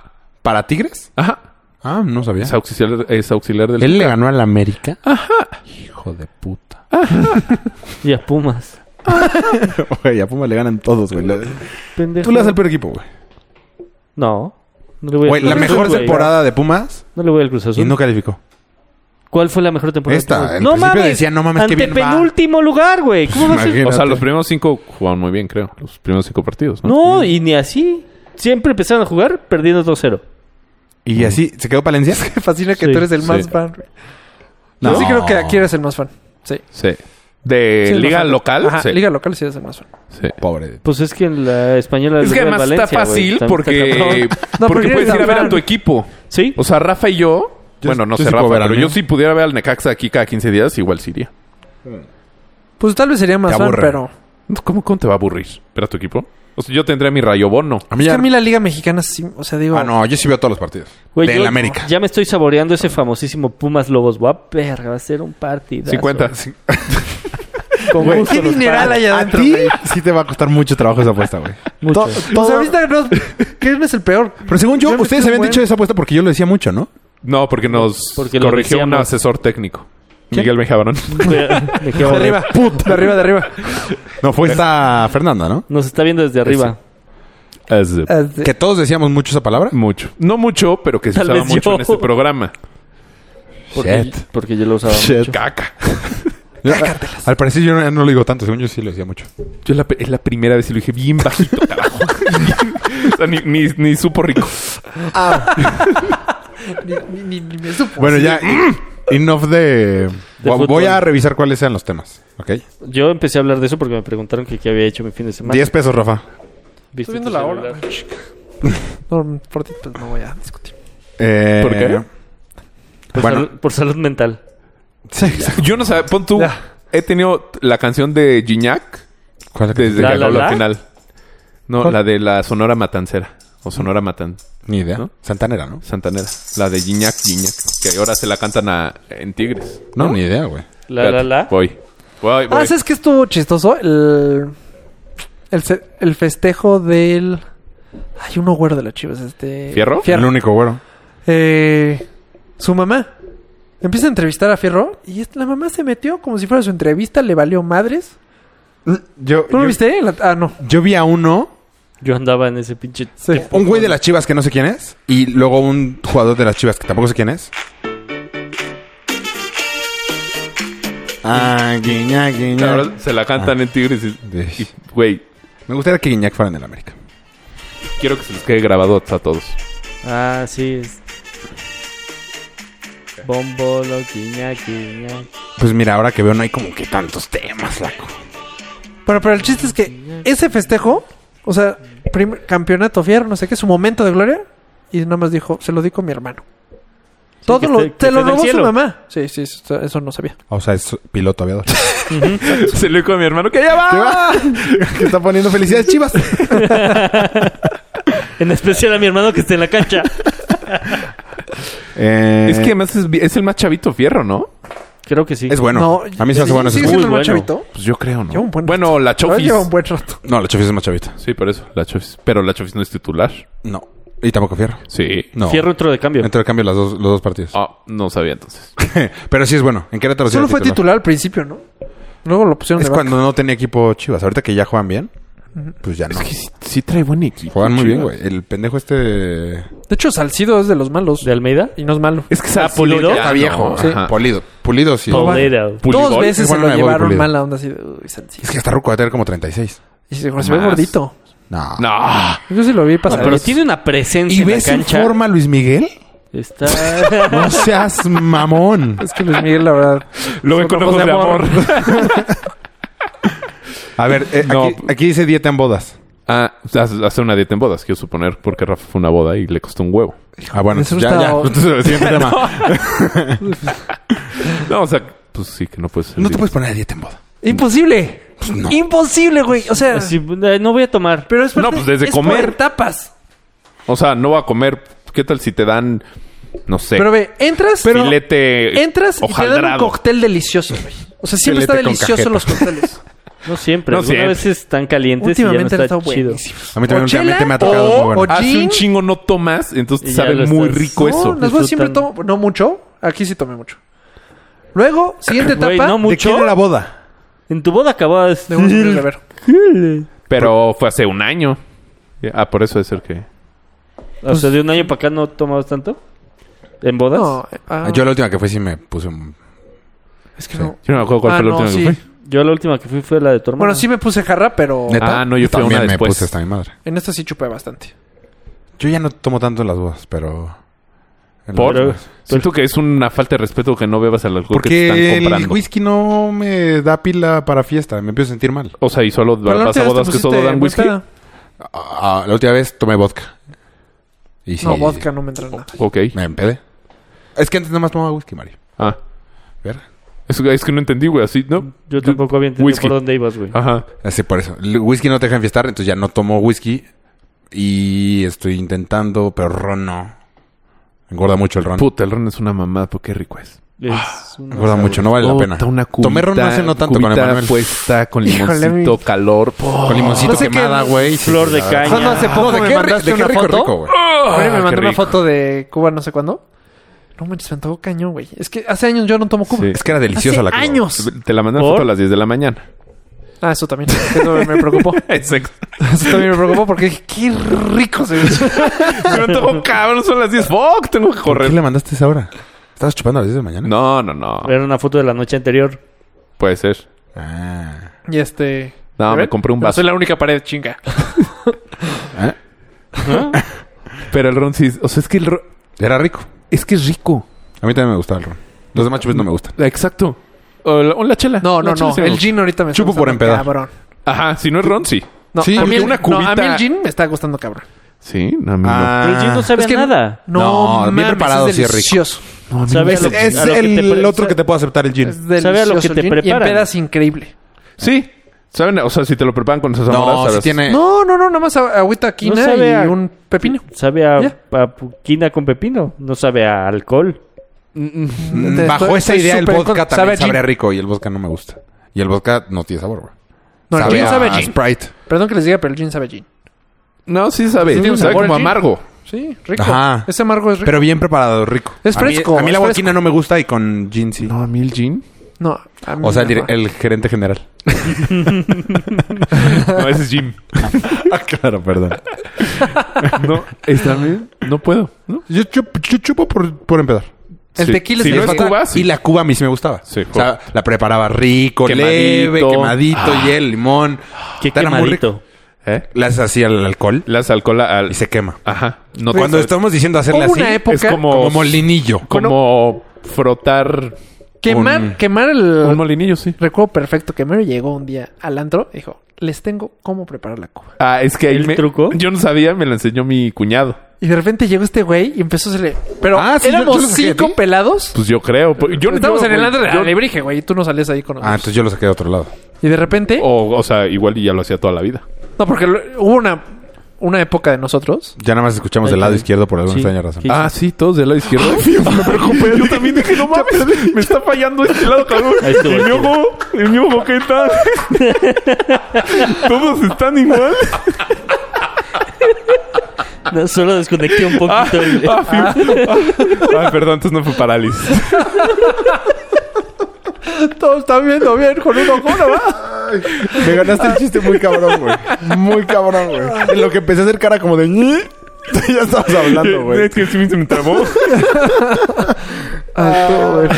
Speaker 2: ¿Para Tigres?
Speaker 1: Ajá.
Speaker 2: Ah, no sabía.
Speaker 1: Es auxiliar, es auxiliar del
Speaker 2: Él le ganó al América. Ajá. Hijo de puta.
Speaker 3: Y a Pumas.
Speaker 2: Güey, a Puma le ganan todos, güey.
Speaker 3: Pendejo.
Speaker 2: Tú le das el peor equipo, güey.
Speaker 3: No. No le voy
Speaker 2: Güey,
Speaker 3: al
Speaker 2: la
Speaker 3: Cruz
Speaker 2: mejor
Speaker 3: Azul, güey.
Speaker 2: temporada de Pumas
Speaker 3: No le voy al Cruz Azul.
Speaker 2: y no calificó.
Speaker 3: ¿Cuál fue la mejor temporada?
Speaker 2: Esta,
Speaker 3: de Pumas?
Speaker 2: al principio decía, no mames, qué bien va.
Speaker 3: penúltimo lugar, güey. ¿Cómo va a ser?
Speaker 2: Imagínate.
Speaker 1: O sea, los primeros cinco jugaron muy bien, creo. Los primeros cinco partidos, ¿no?
Speaker 3: No, y ni así. Siempre empezaron a jugar perdiendo 2-0.
Speaker 2: Y así, ¿se quedó Palencia?
Speaker 4: Me fascina que
Speaker 3: Sí,
Speaker 4: tú eres el más
Speaker 1: sí.
Speaker 4: fan. Yo sí creo que aquí eres el más fan. Sí.
Speaker 1: Sí. ¿De
Speaker 4: Sí, el
Speaker 1: liga
Speaker 4: más fan.
Speaker 1: local?
Speaker 4: Ajá,
Speaker 1: sí.
Speaker 4: Liga local sí eres el más fan.
Speaker 1: Sí.
Speaker 2: Pobre.
Speaker 3: Pues es que en la española
Speaker 1: Es que
Speaker 3: juega en
Speaker 1: además
Speaker 3: Valencia,
Speaker 1: está
Speaker 3: güey.
Speaker 1: fácil
Speaker 3: Está- está
Speaker 1: porque,
Speaker 3: cabrón.
Speaker 1: porque
Speaker 4: No, porque
Speaker 1: puedes
Speaker 4: eres
Speaker 1: ir a ver a
Speaker 4: fan.
Speaker 1: tu equipo.
Speaker 3: Sí.
Speaker 1: O sea, Rafa y yo...
Speaker 2: Yo-
Speaker 1: bueno, no
Speaker 2: yo
Speaker 1: sé
Speaker 2: sí
Speaker 1: Rafa,
Speaker 2: puedo ver al
Speaker 1: pero
Speaker 2: mío.
Speaker 1: yo si pudiera ver al Necaxa aquí cada 15 días, igual sí iría.
Speaker 4: Pues tal vez sería más
Speaker 2: Te
Speaker 4: fan,
Speaker 2: aburre.
Speaker 4: pero.
Speaker 1: ¿Cómo, cómo te va a aburrir ver a tu equipo? O sea, yo tendría mi rayobono.
Speaker 2: A mí
Speaker 4: Es que
Speaker 2: ya...
Speaker 4: a mí la Liga Mexicana sí. O sea, digo.
Speaker 2: Ah, no, yo sí veo todos los partidos.
Speaker 3: Güey,
Speaker 2: Del
Speaker 3: yo
Speaker 2: América.
Speaker 3: Ya me estoy saboreando ese famosísimo Pumas Lobos. Voy a, verga, va a ser un partido.
Speaker 1: 50.
Speaker 3: Con
Speaker 2: Güey,
Speaker 3: gusto
Speaker 4: ¿Qué
Speaker 3: los
Speaker 4: dineral
Speaker 3: pago.
Speaker 4: hay
Speaker 2: A
Speaker 4: adentro?
Speaker 2: ti
Speaker 4: güey?
Speaker 2: sí te va a costar mucho trabajo esa apuesta, güey.
Speaker 3: Mucho.
Speaker 2: To-
Speaker 4: Pues
Speaker 2: todo-
Speaker 4: ahorita no. ¿Quién es el peor?
Speaker 2: Pero según yo,
Speaker 4: Yo me
Speaker 2: ustedes
Speaker 4: fui
Speaker 2: habían
Speaker 4: buen-
Speaker 2: dicho esa apuesta porque yo lo decía mucho, ¿no?
Speaker 1: No, porque nos
Speaker 3: Porque lo
Speaker 1: corrigió un
Speaker 3: decíamos.
Speaker 1: asesor técnico. Miguel Mejabarón.
Speaker 3: Me quedo horrible.
Speaker 4: De arriba. De arriba, de arriba.
Speaker 2: No, fue esta Fernanda, ¿no?
Speaker 3: Nos está viendo desde arriba.
Speaker 4: Eh, de-
Speaker 2: Que todos decíamos mucho esa palabra.
Speaker 1: Mucho. No mucho, pero que se
Speaker 3: Tal
Speaker 1: usaba
Speaker 3: vez
Speaker 1: mucho
Speaker 3: yo.
Speaker 1: en este programa.
Speaker 3: Porque,
Speaker 2: Shit.
Speaker 3: porque yo lo usaba.
Speaker 1: Caca.
Speaker 2: Yo- al parecer yo no, no lo digo tanto, según yo sí lo decía mucho.
Speaker 1: Yo la, es la primera vez que lo dije bien bajito, carajo. o sea, ni, ni, ni supo rico.
Speaker 4: ni, ni- ni- ni me supo.
Speaker 2: Bueno, ya. Enough de.
Speaker 3: fútbol.
Speaker 2: voy a revisar cuáles sean los temas. ¿Ok?
Speaker 3: Yo empecé a hablar de eso porque me preguntaron que qué había hecho mi fin de semana.
Speaker 2: 10 pesos, Rafa.
Speaker 3: ¿Viste
Speaker 4: Estoy viendo
Speaker 3: tu
Speaker 4: la
Speaker 3: celular?
Speaker 4: hora. No, por ti, pues no voy a discutir.
Speaker 2: Eh,
Speaker 1: ¿Por qué?
Speaker 3: Por,
Speaker 2: Bueno.
Speaker 3: salud, por salud mental.
Speaker 2: Sí, exacto.
Speaker 1: Yo no sabía. Pon tú.
Speaker 4: Ya.
Speaker 1: He tenido la canción de Gignac
Speaker 2: ¿Cuál
Speaker 1: desde
Speaker 3: ¿La,
Speaker 1: que
Speaker 3: la,
Speaker 1: acabó la
Speaker 3: la?
Speaker 1: final. No,
Speaker 2: ¿Cuál?
Speaker 1: la de la Sonora Matancera. O Sonora Matan
Speaker 2: Ni idea.
Speaker 1: ¿No?
Speaker 2: Santanera, ¿no?
Speaker 1: Santanera. La de Gignac, Gignac. Que ahora se la cantan a, en Tigres.
Speaker 2: No, ni idea, güey.
Speaker 3: La, la,
Speaker 1: Espérate,
Speaker 3: la.
Speaker 1: Voy. Voy, voy.
Speaker 4: Ah, ¿sabes qué estuvo chistoso? El, el, ce- el festejo del... Hay uno güero de las chivas, este...
Speaker 1: ¿Fierro?
Speaker 2: El único güero.
Speaker 4: Eh, su mamá. Empieza a entrevistar a Fierro y esta- la mamá se metió como si fuera su entrevista, le valió madres.
Speaker 2: Yo,
Speaker 4: ¿Tú lo
Speaker 2: yo-
Speaker 4: viste? La- ah, no.
Speaker 2: yo vi a uno,
Speaker 3: Yo andaba en ese pinche.
Speaker 4: Sí.
Speaker 2: un güey de las chivas que no sé quién es, y luego un jugador de las chivas que tampoco sé quién es. Ah, Guiñac,
Speaker 1: Ahora se
Speaker 4: Ah.
Speaker 1: la cantan en Tigres. y- y,
Speaker 2: Me
Speaker 1: Güey,
Speaker 2: gustaría que Guiñac fuera en el América.
Speaker 1: quiero que se les quede grabado a todos.
Speaker 3: Ah, sí. Es... Bombo, loquiña, quiña.
Speaker 2: Pues mira, ahora que veo, no hay como que tantos temas, laco.
Speaker 4: Pero, pero el chiste es que ese festejo, o sea, prim- campeonato Fierro, no sé qué, su momento de gloria, y nada más dijo, se lo dijo a mi hermano. Todo
Speaker 3: que
Speaker 4: lo,
Speaker 3: esté- que
Speaker 4: te
Speaker 3: esté
Speaker 4: lo
Speaker 3: en el
Speaker 4: robó su
Speaker 3: cielo.
Speaker 4: mamá. Sí, sí, eso, eso no sabía.
Speaker 2: O sea, es piloto aviador.
Speaker 1: Se lo dijo a mi hermano
Speaker 4: Eh.
Speaker 1: que ya va.
Speaker 2: que está poniendo felicidades, chivas.
Speaker 3: En especial a mi hermano que está en la cancha.
Speaker 2: Eh,
Speaker 1: Es que además es, es el más chavito fierro, ¿no?
Speaker 3: Creo que sí.
Speaker 2: es bueno. a mí se me hace
Speaker 4: sí,
Speaker 2: bueno ese
Speaker 4: ¿Sigue
Speaker 2: juego.
Speaker 4: siendo
Speaker 3: Muy bueno.
Speaker 4: más chavito?
Speaker 1: Pues yo creo, ¿no?
Speaker 4: Lleva un buen
Speaker 1: bueno, la
Speaker 4: Ahora
Speaker 1: Chofis.
Speaker 4: Lleva un buen rato.
Speaker 2: No, la Chofis es más chavita.
Speaker 1: Sí, por eso, la Chofis. Pero la Chofis no es titular.
Speaker 2: No. Y tampoco Fierro.
Speaker 1: Sí.
Speaker 2: No.
Speaker 3: Fierro entró de cambio.
Speaker 2: Entró de cambio las dos, los dos partidos.
Speaker 1: Ah, no sabía entonces.
Speaker 2: Pero sí es bueno. En Querétaro sí
Speaker 4: Solo
Speaker 2: era
Speaker 4: fue titular al principio, ¿no? Luego lo pusieron
Speaker 2: Es
Speaker 4: de banca.
Speaker 2: cuando no tenía equipo Chivas. Ahorita que ya juegan bien, pues ya no.
Speaker 1: sí, trae buen equipo.
Speaker 2: Juegan muy bien, güey. El pendejo este...
Speaker 4: De hecho, Salcido es de los malos.
Speaker 3: ¿De Almeida?
Speaker 4: Y no es malo.
Speaker 2: Eh,
Speaker 1: Es que
Speaker 3: Ah, Pulido.
Speaker 1: ya
Speaker 2: Está
Speaker 1: no,
Speaker 2: viejo.
Speaker 1: ajá.
Speaker 2: Pulido. Pulido sí.
Speaker 3: Toledo.
Speaker 1: Pulibol.
Speaker 4: Dos veces
Speaker 2: Igual no
Speaker 4: se lo
Speaker 2: me voy
Speaker 4: llevaron
Speaker 2: pulido.
Speaker 4: mal la onda así de... Uy, Salcido.
Speaker 2: Es que hasta Ruco va a tener como 36.
Speaker 4: Y se, se ve
Speaker 1: Más.
Speaker 4: gordito.
Speaker 2: No.
Speaker 1: No.
Speaker 4: Yo sí lo vi pasar.
Speaker 3: pero tiene una presencia
Speaker 2: ¿Y
Speaker 3: en la
Speaker 2: ves en
Speaker 3: cancha.
Speaker 2: forma Luis Miguel?
Speaker 3: Está.
Speaker 2: No seas mamón.
Speaker 4: Es que Luis Miguel, la verdad...
Speaker 1: Lo ven con ojos de amor.
Speaker 2: A ver, eh,
Speaker 1: No.
Speaker 2: aquí, aquí dice dieta en bodas.
Speaker 1: ah, hace hace una dieta en bodas, quiero suponer, porque Rafa fue a una boda y le costó un huevo.
Speaker 2: Ah, bueno.
Speaker 4: Eso
Speaker 2: ya,
Speaker 4: está-
Speaker 2: ya. Entonces, siguiente tema.
Speaker 1: No, o sea, pues sí que no puede ser.
Speaker 2: No te puedes poner a dieta en boda.
Speaker 4: ¡Imposible!
Speaker 2: Pues no.
Speaker 4: ¡Imposible, güey! O sea...
Speaker 3: Así, eh, no voy a tomar.
Speaker 4: Pero es
Speaker 1: No,
Speaker 4: parte-
Speaker 1: pues desde
Speaker 4: es
Speaker 1: comer.
Speaker 4: por etapas.
Speaker 1: O sea, no va a comer. ¿Qué tal si te dan, no sé,
Speaker 4: Pero ve, entras...
Speaker 1: filete
Speaker 4: entras y te dan un
Speaker 1: hojaldrado?
Speaker 4: cóctel delicioso, güey. O sea, siempre
Speaker 2: Filete
Speaker 4: está
Speaker 2: con
Speaker 4: delicioso
Speaker 2: cajeta.
Speaker 4: los cócteles.
Speaker 3: No siempre.
Speaker 1: No
Speaker 3: Algunas
Speaker 1: siempre.
Speaker 3: veces están calientes y ya no
Speaker 4: Últimamente
Speaker 3: está,
Speaker 4: han estado
Speaker 3: chido.
Speaker 4: buenísimos.
Speaker 2: A mí también
Speaker 4: O chela,
Speaker 2: últimamente me ha tocado muy bueno.
Speaker 4: o
Speaker 1: Hace
Speaker 4: gin.
Speaker 1: un chingo no tomas, entonces
Speaker 3: Y
Speaker 1: te
Speaker 3: ya
Speaker 1: sabe
Speaker 3: lo
Speaker 1: muy
Speaker 3: estás-
Speaker 1: rico
Speaker 4: No,
Speaker 1: eso.
Speaker 4: las bodas siempre
Speaker 3: Disfrutan.
Speaker 4: tomo... No mucho. Aquí sí tomé mucho. Luego, siguiente etapa...
Speaker 3: Güey, no
Speaker 2: ¿De quién
Speaker 3: mucho.
Speaker 2: era la boda?
Speaker 3: En tu boda Este, acabas.
Speaker 4: de unos amigos de ver.
Speaker 1: Pero fue hace un año. Ah, por eso de ser que.
Speaker 3: O sea, de un año para acá no tomabas tanto. ¿En bodas?
Speaker 4: No, ah,
Speaker 2: Yo la última que fue sí me puse un...
Speaker 4: es que no.
Speaker 1: Yo no me acuerdo cuál
Speaker 4: Ah,
Speaker 1: fue la
Speaker 4: no,
Speaker 1: última
Speaker 4: sí.
Speaker 1: que fui.
Speaker 3: Yo la última que fui fue la de tu hermano.
Speaker 4: Bueno, sí me puse jarra, pero
Speaker 1: Ah, no, yo fui a
Speaker 2: también
Speaker 1: una
Speaker 2: me
Speaker 1: después.
Speaker 2: puse hasta mi madre.
Speaker 4: en esta sí chupé bastante.
Speaker 2: Yo ya no tomo tanto en las bodas, pero... El
Speaker 1: ¿Por?
Speaker 2: Old Spice.
Speaker 1: Siento que es una falta de respeto que no bebas al alcohol que te
Speaker 2: Porque
Speaker 1: están
Speaker 2: el
Speaker 1: comprando.
Speaker 2: whisky no me da pila para fiesta. Me empiezo a sentir mal.
Speaker 1: O sea, y solo
Speaker 4: la
Speaker 1: vas a
Speaker 4: última vez pues, te
Speaker 1: bodas que solo
Speaker 4: pusiste
Speaker 1: dan
Speaker 4: buen
Speaker 1: whisky.
Speaker 4: pedo.
Speaker 2: Ah, la última vez tomé vodka. Y sí,
Speaker 4: No, vodka no me entra nada.
Speaker 1: Ok.
Speaker 2: Me empedé. Es que antes nada más tomaba whisky, Mario.
Speaker 1: Ah.
Speaker 2: Verga.
Speaker 1: Es, es que no entendí, güey. Así, ¿no?
Speaker 3: Yo tampoco había entendido
Speaker 1: Whisky. Ah.
Speaker 3: por dónde ibas, güey.
Speaker 1: Ajá.
Speaker 2: Así por eso. El whisky no te deja enfiestar, entonces ya no tomo whisky. Y estoy intentando, pero ron no. Engorda mucho el ron.
Speaker 1: Puta, el ron es una mamada, pero qué rico es.
Speaker 3: Es una
Speaker 2: Engorda
Speaker 3: sabrosura.
Speaker 2: mucho, no vale la
Speaker 1: Puta,
Speaker 2: pena.
Speaker 1: Una cubita,
Speaker 2: Tomé ron hace no tanto con
Speaker 1: cubita
Speaker 2: Emanuel.
Speaker 1: puesta, con
Speaker 4: Híjole,
Speaker 1: limoncito,
Speaker 4: mi-
Speaker 1: calor. po.
Speaker 2: Con limoncito
Speaker 4: No sé qué-
Speaker 2: quemada, güey. Sí,
Speaker 3: Flor de
Speaker 2: la-
Speaker 3: caña.
Speaker 4: ¿Cuándo hace poco
Speaker 2: Ah, No, ¿de
Speaker 4: me
Speaker 2: qué, ri-
Speaker 4: mandaste
Speaker 2: de qué
Speaker 4: una
Speaker 2: rico,
Speaker 4: foto?
Speaker 2: rico, güey.
Speaker 4: Oye,
Speaker 1: Ah,
Speaker 4: me mandó
Speaker 1: qué
Speaker 4: una
Speaker 1: rico.
Speaker 4: foto de Cuba no sé cuándo. No manches, me antojó cañón, güey. Es que hace años yo no tomo Cuba.
Speaker 1: Sí.
Speaker 2: Es que era deliciosa
Speaker 4: Hace
Speaker 2: la Cuba.
Speaker 4: años.
Speaker 1: Te la mandé la
Speaker 3: ¿Por?
Speaker 1: foto a las 10 de la mañana.
Speaker 4: Ah, eso también. Eso me preocupó.
Speaker 1: Exacto.
Speaker 4: Eso también me preocupó porque dije, qué rico se ve.
Speaker 1: Me antojo, cabrón, son las 10. Fuck, tengo que
Speaker 2: ¿Por qué
Speaker 1: correr.
Speaker 2: le mandaste esa hora? ¿Estabas chupando a las 10 de la mañana?
Speaker 1: No, no, no.
Speaker 3: Era una foto de la noche anterior.
Speaker 1: Puede ser.
Speaker 2: Ah.
Speaker 4: Y este...
Speaker 1: No,
Speaker 4: ¿Ya
Speaker 1: me
Speaker 4: ven?
Speaker 1: compré un
Speaker 4: Pero
Speaker 1: vaso.
Speaker 4: Soy la única pared, chinga.
Speaker 2: ¿Eh?
Speaker 1: Pero el ron sí. O sea, es que el ron.
Speaker 2: Era rico.
Speaker 1: Es que es rico.
Speaker 2: A mí también me gustaba el ron. Los demás chupes no me gustan.
Speaker 1: Exacto. O la, o la chela.
Speaker 4: No,
Speaker 1: La
Speaker 4: no,
Speaker 1: chela
Speaker 4: no.
Speaker 1: sí me
Speaker 4: El
Speaker 1: gusta.
Speaker 4: gin ahorita me
Speaker 2: Chupo
Speaker 4: está
Speaker 2: por
Speaker 4: gustando
Speaker 2: empedar.
Speaker 4: Cabrón.
Speaker 1: Ajá, si no es ron, sí.
Speaker 4: No,
Speaker 2: Sí,
Speaker 4: a mí
Speaker 2: porque
Speaker 4: el,
Speaker 2: una
Speaker 4: no, a mí el
Speaker 2: cubita-
Speaker 4: gin me está gustando cabrón.
Speaker 1: Sí, no, a mí no.
Speaker 4: Ah.
Speaker 2: Ah.
Speaker 3: Pero el gin no sabe
Speaker 4: es que
Speaker 3: a nada.
Speaker 2: No,
Speaker 4: No,
Speaker 2: bien
Speaker 4: mames,
Speaker 2: preparado
Speaker 4: es
Speaker 2: sí es rico.
Speaker 4: delicioso.
Speaker 1: No, a mí
Speaker 3: ¿Sabes
Speaker 1: no.
Speaker 3: lo que- a lo que te pre-
Speaker 2: te puedo aceptar el
Speaker 4: Es delicioso.
Speaker 3: Sabe a lo que te
Speaker 4: el gin
Speaker 3: preparan.
Speaker 4: Y en pedas increíble.
Speaker 1: Sí. ¿Saben? O sea, si te lo preparan con esas amoras,
Speaker 2: No, sí
Speaker 1: sabes.
Speaker 2: tiene...
Speaker 4: No, no, no. Nada más agü- agüita quina
Speaker 3: sabe
Speaker 4: y
Speaker 3: a-
Speaker 4: un pepino.
Speaker 3: Sabe a,
Speaker 4: Ya.
Speaker 3: a pu- quina con pepino. No sabe a alcohol.
Speaker 2: Mm,
Speaker 4: Te-
Speaker 2: Bajo
Speaker 4: estoy-
Speaker 2: esa
Speaker 4: estoy
Speaker 2: idea el
Speaker 4: súper
Speaker 2: vodka también
Speaker 4: con- sabe a gin.
Speaker 2: sabría rico y el vodka no me gusta. Y el vodka no tiene sabor, güey.
Speaker 4: No, el
Speaker 2: sabe
Speaker 4: gin
Speaker 2: a,
Speaker 4: sabe a
Speaker 2: a
Speaker 4: gin.
Speaker 2: Sprite.
Speaker 4: Perdón que les diga, pero el gin sabe a gin.
Speaker 1: No, sí sabe.
Speaker 4: Sí tiene un
Speaker 1: sabe
Speaker 4: sabor
Speaker 1: como
Speaker 4: el gin.
Speaker 1: amargo.
Speaker 4: Sí, rico.
Speaker 2: Ajá.
Speaker 4: Ese amargo es rico.
Speaker 2: Pero bien preparado, rico.
Speaker 4: Es
Speaker 2: A mí-
Speaker 4: fresco,
Speaker 2: A mí,
Speaker 4: es
Speaker 2: la
Speaker 4: fresco.
Speaker 2: vodka no me gusta y con gin sí.
Speaker 1: No, a mí el gin.
Speaker 4: no, a mí
Speaker 2: O sea, el,
Speaker 4: no.
Speaker 2: dire- el gerente general.
Speaker 1: No, ese es gin.
Speaker 2: ah, claro, perdón.
Speaker 1: No, es también. No puedo. ¿no?
Speaker 2: Yo, chup- yo chupo por, por empezar.
Speaker 4: El
Speaker 1: Sí.
Speaker 4: tequila
Speaker 1: Si
Speaker 4: es
Speaker 1: no
Speaker 4: el
Speaker 1: es
Speaker 4: vodka.
Speaker 1: Cuba, sí.
Speaker 2: Y la Cuba a mí sí me gustaba.
Speaker 1: Sí,
Speaker 2: o sea, la preparaba rico,
Speaker 1: Quemadito. Ah.
Speaker 2: leve, quemadito, hiel, limón.
Speaker 4: Ah,
Speaker 3: Qué
Speaker 2: Tan
Speaker 3: quemadito.
Speaker 1: ¿Eh?
Speaker 2: Las hacía el alcohol
Speaker 1: Las alcohola...
Speaker 2: y se quema.
Speaker 1: Ajá. No
Speaker 2: Cuando
Speaker 1: sabe-
Speaker 2: estamos diciendo hacerla
Speaker 4: Hubo
Speaker 2: así,
Speaker 4: una época
Speaker 1: es como-
Speaker 2: como molinillo.
Speaker 1: Como frotar
Speaker 4: quemar,
Speaker 2: un-
Speaker 4: quemar el
Speaker 1: un molinillo, sí.
Speaker 4: recuerdo perfecto que Mero llegó un día al antro y dijo, les tengo cómo preparar la cuba.
Speaker 1: Ah, es que ahí
Speaker 3: ¿El
Speaker 1: me-
Speaker 3: truco?
Speaker 1: Yo no sabía, me lo enseñó mi cuñado.
Speaker 4: Y de repente llegó este güey y empezó a hacerle... Pero
Speaker 2: Ah, sí, yo-
Speaker 4: éramos
Speaker 2: yo lo saqué de
Speaker 4: cinco
Speaker 2: ti.
Speaker 4: pelados.
Speaker 1: Pues yo creo. pues Yo,
Speaker 4: Estamos
Speaker 1: yo-
Speaker 4: en el antro de
Speaker 1: yo-
Speaker 4: la Lebrige, güey. Y tú no salías ahí con
Speaker 2: Ah,
Speaker 4: nosotros.
Speaker 2: entonces yo lo saqué de otro lado.
Speaker 4: y de repente...
Speaker 1: o, o sea, igual y ya lo hacía toda la vida.
Speaker 4: No, porque lo- hubo una, una época de nosotros.
Speaker 2: Ya nada más escuchamos del lado izquierdo por alguna
Speaker 3: Sí.
Speaker 2: extraña razón.
Speaker 3: Sí.
Speaker 1: Ah, sí, todos del lado izquierdo. me preocupé. Yo también dije, no mames, me está fallando este lado, cabrón.
Speaker 3: Ahí estuvo,
Speaker 1: Y mi
Speaker 3: estuvo.
Speaker 1: ojo, y mi ojo, ¿qué tal? todos están igual.
Speaker 3: No, solo desconecté un poquito. el-
Speaker 4: Ah,
Speaker 1: Ay, Ah, perdón, entonces no fue parálisis.
Speaker 4: Todos están viendo bien con un ojo, ¿no va?
Speaker 2: Me ganaste el chiste muy cabrón, güey. Muy cabrón, güey. En lo que empecé a hacer cara como de... ya estabas hablando,
Speaker 1: Es que sí me se me trabó.
Speaker 4: Ah, todo, güey.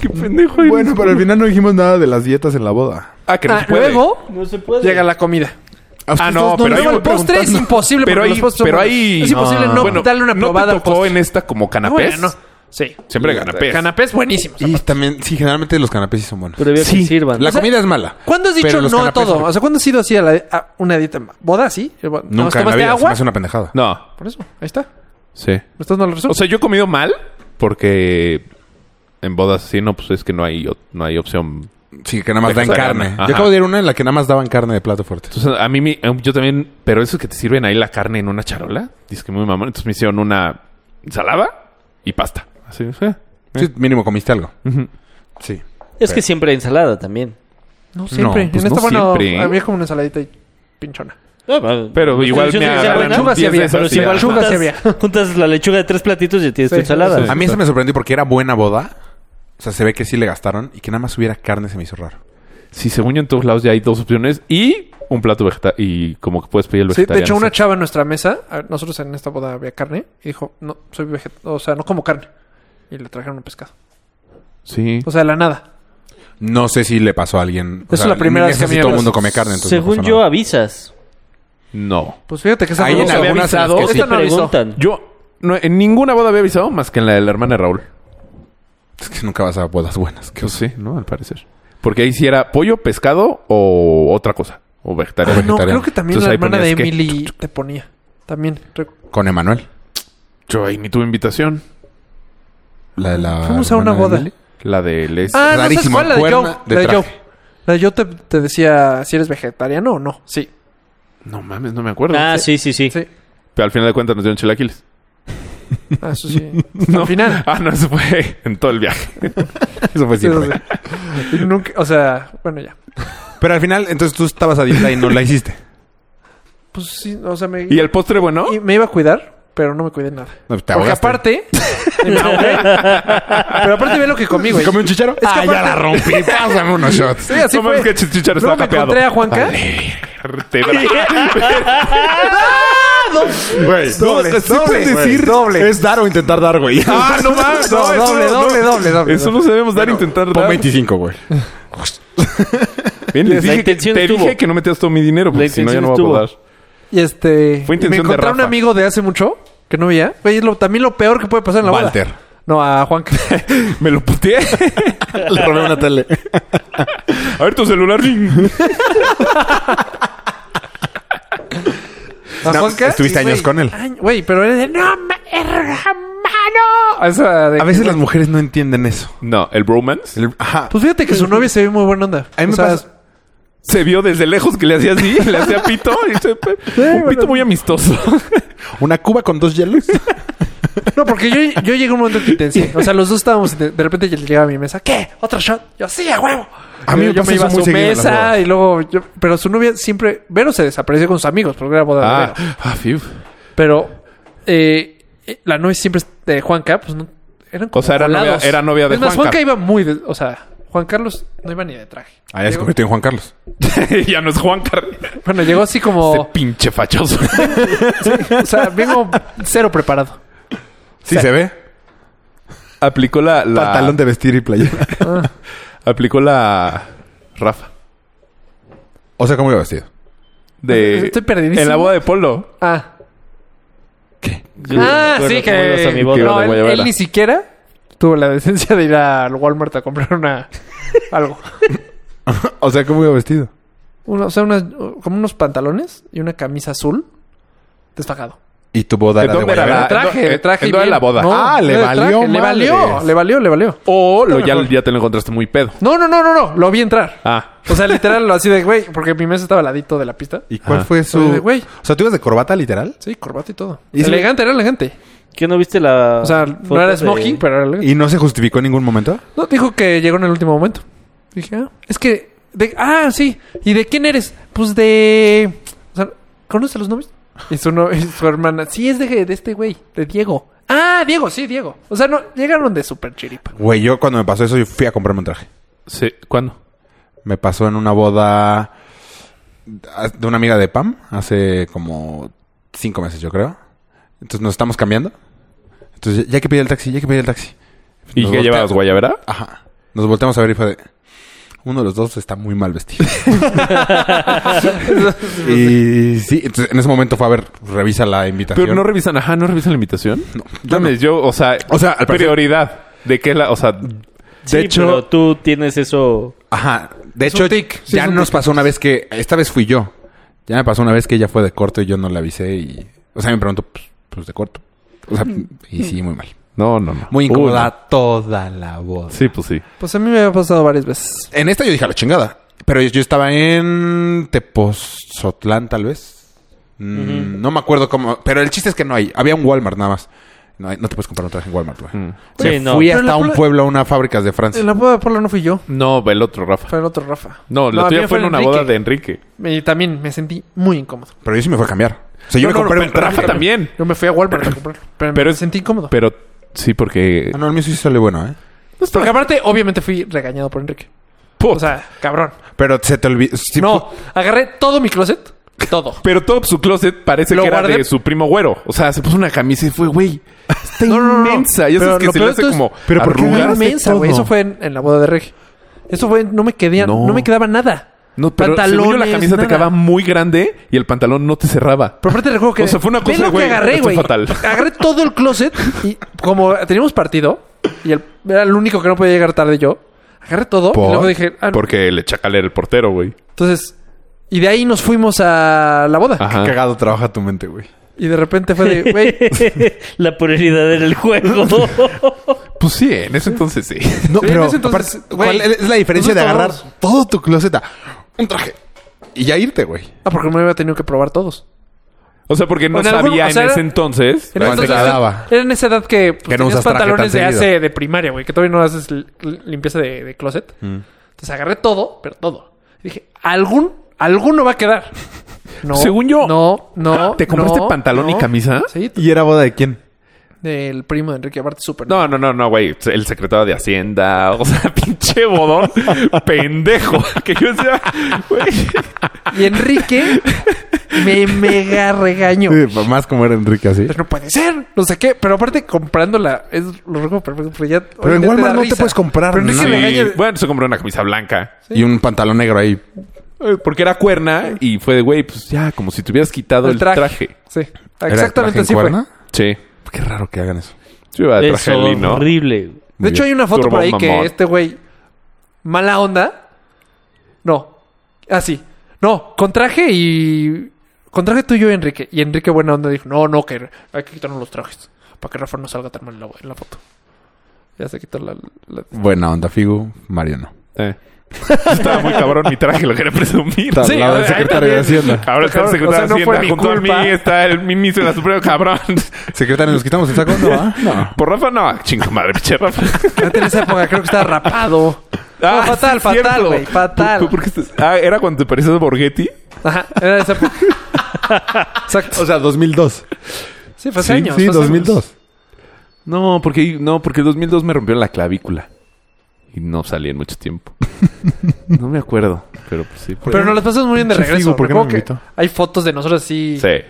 Speaker 1: Qué pendejo. eres.
Speaker 2: Bueno, pero al final no dijimos nada de las dietas en la boda.
Speaker 1: Ah, que no
Speaker 4: Ah,
Speaker 1: se puede.
Speaker 4: luego
Speaker 3: No se puede.
Speaker 4: llega la comida.
Speaker 1: Ah, no,
Speaker 4: Pero
Speaker 1: pero ahí
Speaker 4: luego el
Speaker 1: voy
Speaker 4: postre es imposible
Speaker 1: Pero
Speaker 4: porque
Speaker 1: ahí,
Speaker 4: los postres son
Speaker 1: pero
Speaker 4: buenos.
Speaker 1: ahí...
Speaker 4: Es imposible no,
Speaker 1: Bueno,
Speaker 4: darle una
Speaker 1: ¿no
Speaker 4: probada
Speaker 1: te
Speaker 4: al
Speaker 1: tocó
Speaker 4: postre.
Speaker 1: en esta como canapés?
Speaker 4: Bueno, sí.
Speaker 1: Siempre canapés.
Speaker 4: Canapés buenísimos.
Speaker 2: Y también, sí, generalmente los canapés sí son buenos.
Speaker 3: Pero veo que
Speaker 1: Sí.
Speaker 3: sirvan.
Speaker 2: La comida es mala.
Speaker 4: ¿Cuándo has dicho
Speaker 2: pero los
Speaker 4: no a
Speaker 2: canapés
Speaker 4: todo?
Speaker 2: son-
Speaker 4: O sea, ¿cuándo has ido así a, la, a una dieta? ¿Boda así?
Speaker 2: Nunca en la
Speaker 4: tomaste
Speaker 2: vida, se
Speaker 4: agua?
Speaker 2: me hace una pendejada.
Speaker 1: No,
Speaker 4: Por eso, ahí está.
Speaker 1: sí.
Speaker 4: Estás no lo
Speaker 1: O
Speaker 4: resuelves.
Speaker 1: sea, yo he comido mal porque en bodas así no, pues es que no hay, o- no hay opción.
Speaker 2: Sí, que nada más dan
Speaker 1: Vegetariana.
Speaker 2: carne.
Speaker 1: Ajá.
Speaker 2: Yo acabo de ir a una en la que nada más daban carne de plato fuerte.
Speaker 1: Entonces, a mí, mi- yo también, pero eso que te sirven ahí la carne en una charola, dice que muy mamón. Entonces me hicieron una ensalada y pasta. Así, o sea,
Speaker 2: Sí, mínimo comiste algo.
Speaker 1: ujú.
Speaker 2: Sí.
Speaker 3: Es que siempre hay ensalada también.
Speaker 4: no, siempre.
Speaker 2: no, pues
Speaker 4: en esta,
Speaker 1: no
Speaker 4: bueno,
Speaker 1: siempre, ¿eh?
Speaker 4: había como una ensaladita y pinchona.
Speaker 1: Pero igual me agarran
Speaker 4: buena. Pues Lechuga sí
Speaker 1: diez de
Speaker 4: había,
Speaker 1: esas
Speaker 4: pero
Speaker 1: y
Speaker 4: sí,
Speaker 1: ya.
Speaker 4: igual- Lechuga sí había.
Speaker 3: Juntas la lechuga de tres platitos y ya tienes tu
Speaker 4: Sí,
Speaker 3: ensalada.
Speaker 4: sí.
Speaker 2: A mí eso me sorprendió porque era buena boda. O sea, se ve que sí le gastaron y que nada más hubiera carne se me hizo raro.
Speaker 1: Sí, según yo en todos lados ya hay dos opciones y un plato vegetal y como que puedes pedir el
Speaker 4: Sí, de
Speaker 1: vegetariano.
Speaker 4: hecho, una chava en nuestra mesa, a- nosotros en esta boda había carne, y dijo, no, soy vegetariano, o sea, no como carne. Y le trajeron un pescado.
Speaker 1: Sí.
Speaker 4: O sea, de la nada.
Speaker 2: No sé si le pasó a alguien.
Speaker 4: Es la primera vez que
Speaker 2: que
Speaker 4: a mí me
Speaker 2: todo el
Speaker 4: pasó.
Speaker 2: mundo come carne. Entonces no
Speaker 3: Según
Speaker 2: pasó
Speaker 3: yo
Speaker 2: nada.
Speaker 3: avisas.
Speaker 1: No.
Speaker 4: Pues fíjate que esa
Speaker 2: Ahí
Speaker 4: no
Speaker 2: en
Speaker 4: lo sabía.
Speaker 2: algunas en las
Speaker 1: avisado.
Speaker 2: que
Speaker 3: O
Speaker 2: sí.
Speaker 3: te
Speaker 4: Esta no avisó.
Speaker 3: preguntan.
Speaker 1: Yo no, en ninguna boda había avisado más que en la de la hermana de Raúl.
Speaker 2: Es que nunca vas a bodas buenas.
Speaker 1: Pues sí, ¿no? Al parecer. Porque ahí sí era pollo, pescado o otra cosa. O vegetariano.
Speaker 2: Ah,
Speaker 4: No,
Speaker 2: vegetariano.
Speaker 4: creo que también
Speaker 1: Entonces
Speaker 4: la
Speaker 1: ahí
Speaker 4: hermana de
Speaker 1: ponías que-
Speaker 4: Emily te ponía. También. Rec-
Speaker 2: Con Emanuel.
Speaker 1: Yo ahí ni tuve invitación.
Speaker 2: La de Ah, la...
Speaker 4: Fuimos a una
Speaker 2: hermana de
Speaker 4: boda.
Speaker 2: Emily.
Speaker 1: La de Les.
Speaker 4: Ah, no sabes
Speaker 2: rarísimo,
Speaker 4: cuál, la de Joe.
Speaker 2: cuerna de
Speaker 4: La de Joe.
Speaker 2: traje.
Speaker 4: La de Joe te, te decía si eres vegetariano o no. Sí.
Speaker 1: No mames, no me acuerdo.
Speaker 3: Ah, sí, sí, sí.
Speaker 4: Sí.
Speaker 1: Pero al final de cuentas nos dieron chilaquiles.
Speaker 4: Ah, eso sí.
Speaker 1: No.
Speaker 4: Al final.
Speaker 1: Ah, pues no, eso fue en todo el viaje.
Speaker 2: Eso fue
Speaker 4: Sí,
Speaker 2: siempre.
Speaker 4: sí. Y nunca, o sea, bueno, ya.
Speaker 2: Pero al final, entonces tú estabas a dieta y no la hiciste.
Speaker 4: Pues sí, o sea, me,
Speaker 1: ¿Y el postre bueno?
Speaker 4: y me iba a cuidar, pero no me cuidé nada.
Speaker 2: No, te
Speaker 4: Porque
Speaker 2: ahogaste.
Speaker 4: aparte. me ahogué. pero aparte ve lo que comí, güey.
Speaker 2: ¿Se comió un chicharo?
Speaker 4: que
Speaker 2: ah, ya
Speaker 4: aparte-
Speaker 2: la rompí. Pásame unos shots.
Speaker 4: Sí, así
Speaker 1: no
Speaker 4: fue.
Speaker 1: mames, que Chicharo
Speaker 4: Luego
Speaker 1: está
Speaker 4: me
Speaker 1: capeado.
Speaker 4: encontré a Juanca.
Speaker 1: Te
Speaker 2: Güey.
Speaker 4: Doble,
Speaker 2: es que sí
Speaker 4: doble,
Speaker 2: puedes
Speaker 4: güey, doble.
Speaker 2: Es dar o intentar dar, güey.
Speaker 1: Ah, no mames. No, eso
Speaker 4: doble,
Speaker 1: no, no.
Speaker 4: doble, doble, doble.
Speaker 1: Eso no debemos dar intentar
Speaker 2: Pon
Speaker 1: dar.
Speaker 2: 25, güey.
Speaker 1: Bien, les
Speaker 3: La
Speaker 1: dije que,
Speaker 3: intención
Speaker 1: te
Speaker 3: estuvo.
Speaker 1: dije que no metías todo mi dinero, porque
Speaker 3: La
Speaker 1: si no ya
Speaker 3: intención
Speaker 1: no va a
Speaker 3: estuvo.
Speaker 1: poder.
Speaker 4: Y este.
Speaker 1: Fue intención
Speaker 4: me
Speaker 1: de
Speaker 4: encontré a un
Speaker 1: Rafa.
Speaker 4: amigo de hace mucho que no veía. Güey, es lo- también lo peor que puede pasar en la boda.
Speaker 2: Walter.
Speaker 4: No, a Juanca.
Speaker 1: Me lo puteé.
Speaker 2: Le robé una tele.
Speaker 1: A ver tu celular.
Speaker 4: ¿A Juanca?
Speaker 2: estuviste
Speaker 4: Sí,
Speaker 2: años
Speaker 4: güey.
Speaker 2: con él.
Speaker 4: Ay, Güey, pero era de. ¡No, ma- hermano! Esa de-
Speaker 2: A veces las mujeres no entienden eso.
Speaker 1: No, el bromance.
Speaker 2: El- Ajá.
Speaker 4: Pues fíjate que su novia se ve muy buena onda.
Speaker 2: A mí me
Speaker 4: O sea,
Speaker 2: pasa-
Speaker 1: Se vio desde lejos que le hacía así, le hacía pito. y se- un pito muy amistoso.
Speaker 2: Una cuba con dos hielos.
Speaker 4: No, porque yo, yo llegué a un momento que intenté. O sea, los dos estábamos. De, de repente llegaba a mi mesa. ¿Qué? ¿Otro shot? Yo, sí, a huevo.
Speaker 2: A mí me
Speaker 4: yo
Speaker 2: pasa
Speaker 4: me
Speaker 2: eso
Speaker 4: iba a
Speaker 2: muy
Speaker 4: su
Speaker 2: seguido en las
Speaker 4: mesa
Speaker 2: bodas.
Speaker 4: y luego. yo- pero su novia siempre. Vero se desapareció con sus amigos porque era boda de
Speaker 1: Ah,
Speaker 4: Vero.
Speaker 1: ah, fiu.
Speaker 4: Pero eh, eh, la novia siempre de Juanca, pues no. Eran como
Speaker 1: O sea, era
Speaker 4: volados.
Speaker 1: novia- era novia de
Speaker 4: Es más,
Speaker 1: Juanca.
Speaker 4: Juanca iba muy. de- o sea, Juan Carlos no iba ni de traje.
Speaker 2: Ah, ya se convirtió en Juan Carlos.
Speaker 1: ya no es Juan Carlos.
Speaker 4: Bueno, llegó así
Speaker 1: Ese
Speaker 4: como.
Speaker 1: pinche fachoso.
Speaker 4: o sea, vengo cero preparado.
Speaker 2: Sí, se ve.
Speaker 1: Aplicó la, la-
Speaker 2: Pantalón de vestir y playera.
Speaker 1: Aplicó la Rafa.
Speaker 2: O sea, ¿cómo iba vestido?
Speaker 1: De,
Speaker 4: Estoy perdidísimo.
Speaker 1: En la boda de Polo.
Speaker 4: Ah.
Speaker 3: Yo no me
Speaker 4: ah,
Speaker 3: acuerdo
Speaker 4: sí,
Speaker 3: cómo ibas a mi
Speaker 4: que.
Speaker 3: boda.
Speaker 1: que iba
Speaker 4: No,
Speaker 1: de
Speaker 4: él,
Speaker 1: guayabera.
Speaker 4: él ni siquiera tuvo la decencia de ir al Walmart a comprar una. Algo.
Speaker 2: O sea, ¿cómo iba vestido?
Speaker 4: Uno- o sea, unas, como unos pantalones y una camisa azul. Desfajado.
Speaker 2: ¿Y tu
Speaker 1: ¿En
Speaker 2: boda era de
Speaker 1: dónde era la-
Speaker 2: guayabera?
Speaker 4: De traje,
Speaker 1: no,
Speaker 4: de traje.
Speaker 1: en toda
Speaker 4: bien.
Speaker 1: la boda.
Speaker 2: Ah, le
Speaker 4: de
Speaker 2: valió
Speaker 4: traje, Le
Speaker 2: madres.
Speaker 4: valió, le valió, le valió.
Speaker 1: O lo, ya, ya te lo encontraste muy pedo.
Speaker 4: No, no, no, no, no. Lo vi entrar.
Speaker 1: Ah.
Speaker 4: O sea, literal, lo así de, güey, porque mi mesa estaba al ladito de la pista.
Speaker 2: ¿Y cuál
Speaker 1: Ajá.
Speaker 2: fue su...?
Speaker 4: Oye, güey.
Speaker 2: O sea, ¿tú ibas de corbata, literal?
Speaker 4: Sí, corbata y todo.
Speaker 2: ¿Y si-
Speaker 4: elegante, era elegante.
Speaker 3: ¿Qué no viste la.?
Speaker 4: O sea, no
Speaker 3: foto
Speaker 4: era
Speaker 3: Ah, de-
Speaker 4: smoking, pero era elegante.
Speaker 2: ¿Y no se justificó en ningún momento?
Speaker 4: No, dijo que llegó en el último momento. Dije, ah, es que. de- ah, sí. ¿Y de quién eres? Pues de. O sea, ¿conoces a los novios? Y su, no- y su hermana, sí, es de, de este güey, de Diego. Ah, Diego, sí, Diego. O sea, no, llegaron de super chiripa.
Speaker 2: Güey, yo cuando me pasó eso, yo fui a comprarme un traje.
Speaker 1: Sí. ¿Cuándo?
Speaker 2: Me pasó en una boda ah, de una amiga de Pam hace como cinco meses, yo creo. Entonces nos estamos cambiando. Entonces, ya que pedí el taxi, ya que pedí el taxi.
Speaker 1: ¿Y
Speaker 2: Nos
Speaker 1: qué
Speaker 2: voltea-
Speaker 1: llevabas? ¿Guayabera?
Speaker 2: Ajá. Nos volteamos a ver y fue de... Uno de los dos está muy mal vestido. y sí, entonces en ese momento fue a ver, revisa la invitación.
Speaker 1: Pero no revisan, ajá, no revisan la invitación. No, yo, o sea,
Speaker 2: O sea, al parecer-
Speaker 1: prioridad. ¿De qué la, o sea,
Speaker 3: Sí,
Speaker 2: de hecho-
Speaker 3: Pero tú tienes eso.
Speaker 2: Ajá. De
Speaker 4: Es
Speaker 2: hecho,
Speaker 4: un tic. Sí,
Speaker 2: ya
Speaker 4: es un
Speaker 2: nos
Speaker 4: tic.
Speaker 2: pasó una vez que... Esta vez fui yo. Ya me pasó una vez que ella fue de corto y yo no le avisé y... O sea, me preguntó, pues, pues, de corto. O sea, y sí, muy mal.
Speaker 1: no, no, no.
Speaker 2: Muy incómoda
Speaker 1: incómoda.
Speaker 2: toda la voz.
Speaker 1: Sí, pues sí.
Speaker 4: Pues a mí me había pasado varias veces.
Speaker 2: En esta yo dije a la chingada. Pero yo- yo estaba en Tepozotlán, tal vez. Mm, No me acuerdo cómo. Pero el chiste es que no hay. Había un Walmart nada más. No, hay- no te puedes comprar un traje en Walmart, güey. Me
Speaker 3: Sí, no.
Speaker 2: Mm. Fui
Speaker 4: Pero
Speaker 2: hasta
Speaker 4: la
Speaker 2: un
Speaker 4: pla-
Speaker 2: pueblo, a una fábrica de Francia.
Speaker 4: En la boda de Polo no fui yo,
Speaker 1: No, el otro, Rafa.
Speaker 4: fue el otro Rafa.
Speaker 1: No, la
Speaker 4: a mí
Speaker 1: tuya
Speaker 4: me
Speaker 1: fue en una
Speaker 4: Enrique.
Speaker 1: boda de Enrique.
Speaker 4: Y también me sentí muy incómodo.
Speaker 2: Pero yo sí me fue a cambiar. O sea, yo
Speaker 1: No,
Speaker 2: me
Speaker 1: no,
Speaker 2: compré
Speaker 1: no,
Speaker 2: un
Speaker 1: pero
Speaker 2: traje.
Speaker 1: Rafa también.
Speaker 4: Yo me fui a Walmart a comprar, pero,
Speaker 1: Pero
Speaker 4: me
Speaker 1: es-
Speaker 4: sentí incómodo.
Speaker 1: Pero sí, porque...
Speaker 2: Ah, no, el mío sí sale bueno, ¿eh?
Speaker 4: Porque aparte, obviamente fui regañado por Enrique. O sea, cabrón.
Speaker 2: Pero se te olvidó. sí
Speaker 4: no, agarré todo mi closet, todo.
Speaker 1: Pero todo su closet parece
Speaker 4: Lo
Speaker 1: que era
Speaker 4: guardé.
Speaker 1: de su primo güero. O sea, se puso una camisa y fue, güey, está
Speaker 4: No, no, no, no.
Speaker 1: inmensa. Y eso
Speaker 4: Pero
Speaker 1: es que
Speaker 4: lo
Speaker 1: se le
Speaker 4: peor
Speaker 1: hace
Speaker 4: de todo es-
Speaker 1: como
Speaker 2: pero ¿por qué
Speaker 1: arrugas.
Speaker 4: Era inmensa, güey. Eso fue en, en la boda de Reg. Eso fue, no me quedía,
Speaker 1: No.
Speaker 4: no, me quedaba nada.
Speaker 1: No, pero según yo, la
Speaker 4: Pantalones,
Speaker 1: camisa te
Speaker 4: nada.
Speaker 1: quedaba muy grande y el pantalón no te cerraba.
Speaker 4: Pero aparte recuerdo que...
Speaker 1: O sea, fue una cosa
Speaker 4: Ve
Speaker 1: de,
Speaker 4: lo
Speaker 1: güey,
Speaker 4: que agarré,
Speaker 1: esto es
Speaker 4: güey.
Speaker 1: fatal.
Speaker 4: Agarré todo el closet y como teníamos partido y el- era el único que no podía llegar tarde yo, agarré todo y
Speaker 1: ¿Por?
Speaker 4: luego dije... ah, no.
Speaker 1: Porque le chacalé el portero, güey.
Speaker 4: Entonces... Y de ahí nos fuimos a la boda.
Speaker 1: Ajá.
Speaker 2: Cagado trabaja tu mente, güey.
Speaker 4: Y de repente fue de, güey,
Speaker 3: la prioridad era el juego.
Speaker 1: Pues sí, en ese entonces sí.
Speaker 2: No,
Speaker 4: Sí, en
Speaker 2: pero
Speaker 4: ese entonces,
Speaker 2: aparte, ¿cuál
Speaker 4: güey,
Speaker 2: es la diferencia de agarrar
Speaker 4: nosotros
Speaker 2: todo tu closet a un traje y ya irte, güey?
Speaker 4: Ah, porque me había tenido que probar todos.
Speaker 1: O sea, porque no
Speaker 4: O sea,
Speaker 1: sabía
Speaker 4: algún- o sea,
Speaker 1: en ese entonces.
Speaker 4: Era,
Speaker 2: Cuando te
Speaker 4: entonces-
Speaker 2: quedaba.
Speaker 4: era en esa edad que, pues,
Speaker 2: Que no
Speaker 4: tenías
Speaker 2: usas traje
Speaker 4: pantalones
Speaker 2: tan
Speaker 4: de
Speaker 2: seguido.
Speaker 4: hace de primaria, güey, que todavía no haces li- limpieza de, de closet.
Speaker 2: Mm.
Speaker 4: Entonces agarré todo, pero todo. Y dije, algún, alguno va a quedar. No,
Speaker 1: Según yo-
Speaker 4: No, no.
Speaker 1: ¿Te compraste
Speaker 4: no,
Speaker 1: pantalón y
Speaker 4: no.
Speaker 1: camisa?
Speaker 4: Sí,
Speaker 2: ¿Y era boda de quién?
Speaker 4: del primo de Enrique Abarte, súper.
Speaker 1: No, no, no, no, güey. El secretario de Hacienda. O sea, pinche bodón pendejo. Que yo decía, güey.
Speaker 4: Y Enrique me mega regañó.
Speaker 2: Sí, más como era Enrique así.
Speaker 4: Pero no puede ser. No sé qué. Pero aparte, comprándola, es lo recuerdo perfecto. Pero, ya,
Speaker 2: Pero en
Speaker 4: ya te
Speaker 2: Walmart
Speaker 4: da
Speaker 2: no te
Speaker 4: risa.
Speaker 2: puedes comprar
Speaker 4: Pero Enrique
Speaker 2: nada.
Speaker 4: me regaña.
Speaker 1: Sí. Bueno, se compró una camisa blanca.
Speaker 2: Y un pantalón negro ahí.
Speaker 1: Eh, Porque era cuerna y fue de, güey, pues ya, como si te hubieras quitado el, traje.
Speaker 4: Sí.
Speaker 2: ¿Era traje
Speaker 4: Exactamente
Speaker 2: en
Speaker 4: así fue.
Speaker 2: cuerna?
Speaker 1: Sí.
Speaker 2: Qué raro que hagan eso.
Speaker 1: Yo iba de
Speaker 3: es
Speaker 1: traje de lino.
Speaker 3: horrible.
Speaker 4: De hecho, hay una foto
Speaker 1: Turbo
Speaker 4: por ahí
Speaker 1: mamón.
Speaker 4: que este güey, mala onda. No. Así. No, con traje y. Con traje tuyo, Enrique. Y Enrique, buena onda, dijo: No, no, que hay que quitarnos los trajes. Para que Rafa no salga tan mal en la, en la foto. Ya se quitó la. la-
Speaker 2: Buena onda, Figu. Mariano.
Speaker 1: Eh. Estaba muy cabrón mi traje, lo quería presumir.
Speaker 2: Está al lado del
Speaker 1: ahí
Speaker 2: secretario de
Speaker 1: también.
Speaker 2: Hacienda.
Speaker 1: Ahora está el
Speaker 4: Cabrón,
Speaker 1: secretario
Speaker 4: o sea, no
Speaker 1: de
Speaker 4: fue
Speaker 1: Hacienda.
Speaker 4: mi
Speaker 1: Junto a
Speaker 4: culpa.
Speaker 1: mí está el ministro de la Suprema, cabrón.
Speaker 2: Secretario, ¿nos quitamos el saco? No, ¿ah? No.
Speaker 1: Por Rafa, no. Chinga madre, pinche Rafa.
Speaker 4: Antes en esa época creo que estaba rapado.
Speaker 1: Ah,
Speaker 4: No, fatal,
Speaker 1: sí, es
Speaker 4: fatal,
Speaker 1: cierto.
Speaker 4: güey. Fatal.
Speaker 1: ¿Tú- tú por qué estás- Ah, ¿era cuando te parecías Borghetti?
Speaker 4: Ajá, era esa época. Exacto.
Speaker 2: O sea, 2002.
Speaker 4: Sí, fue hace
Speaker 2: Sí,
Speaker 4: años.
Speaker 2: sí,
Speaker 4: fue hace
Speaker 2: 2002.
Speaker 1: No, porque no, porque el 2002 me rompió la clavícula. Y no salí en mucho tiempo. no me acuerdo, pero pues sí.
Speaker 4: Pero nos las pasamos muy bien de
Speaker 2: Pinche
Speaker 4: regreso.
Speaker 2: Figo, ¿por qué no
Speaker 4: Recuerdo
Speaker 2: me
Speaker 4: que
Speaker 2: invitó?
Speaker 4: Hay fotos de nosotros así
Speaker 1: Sí.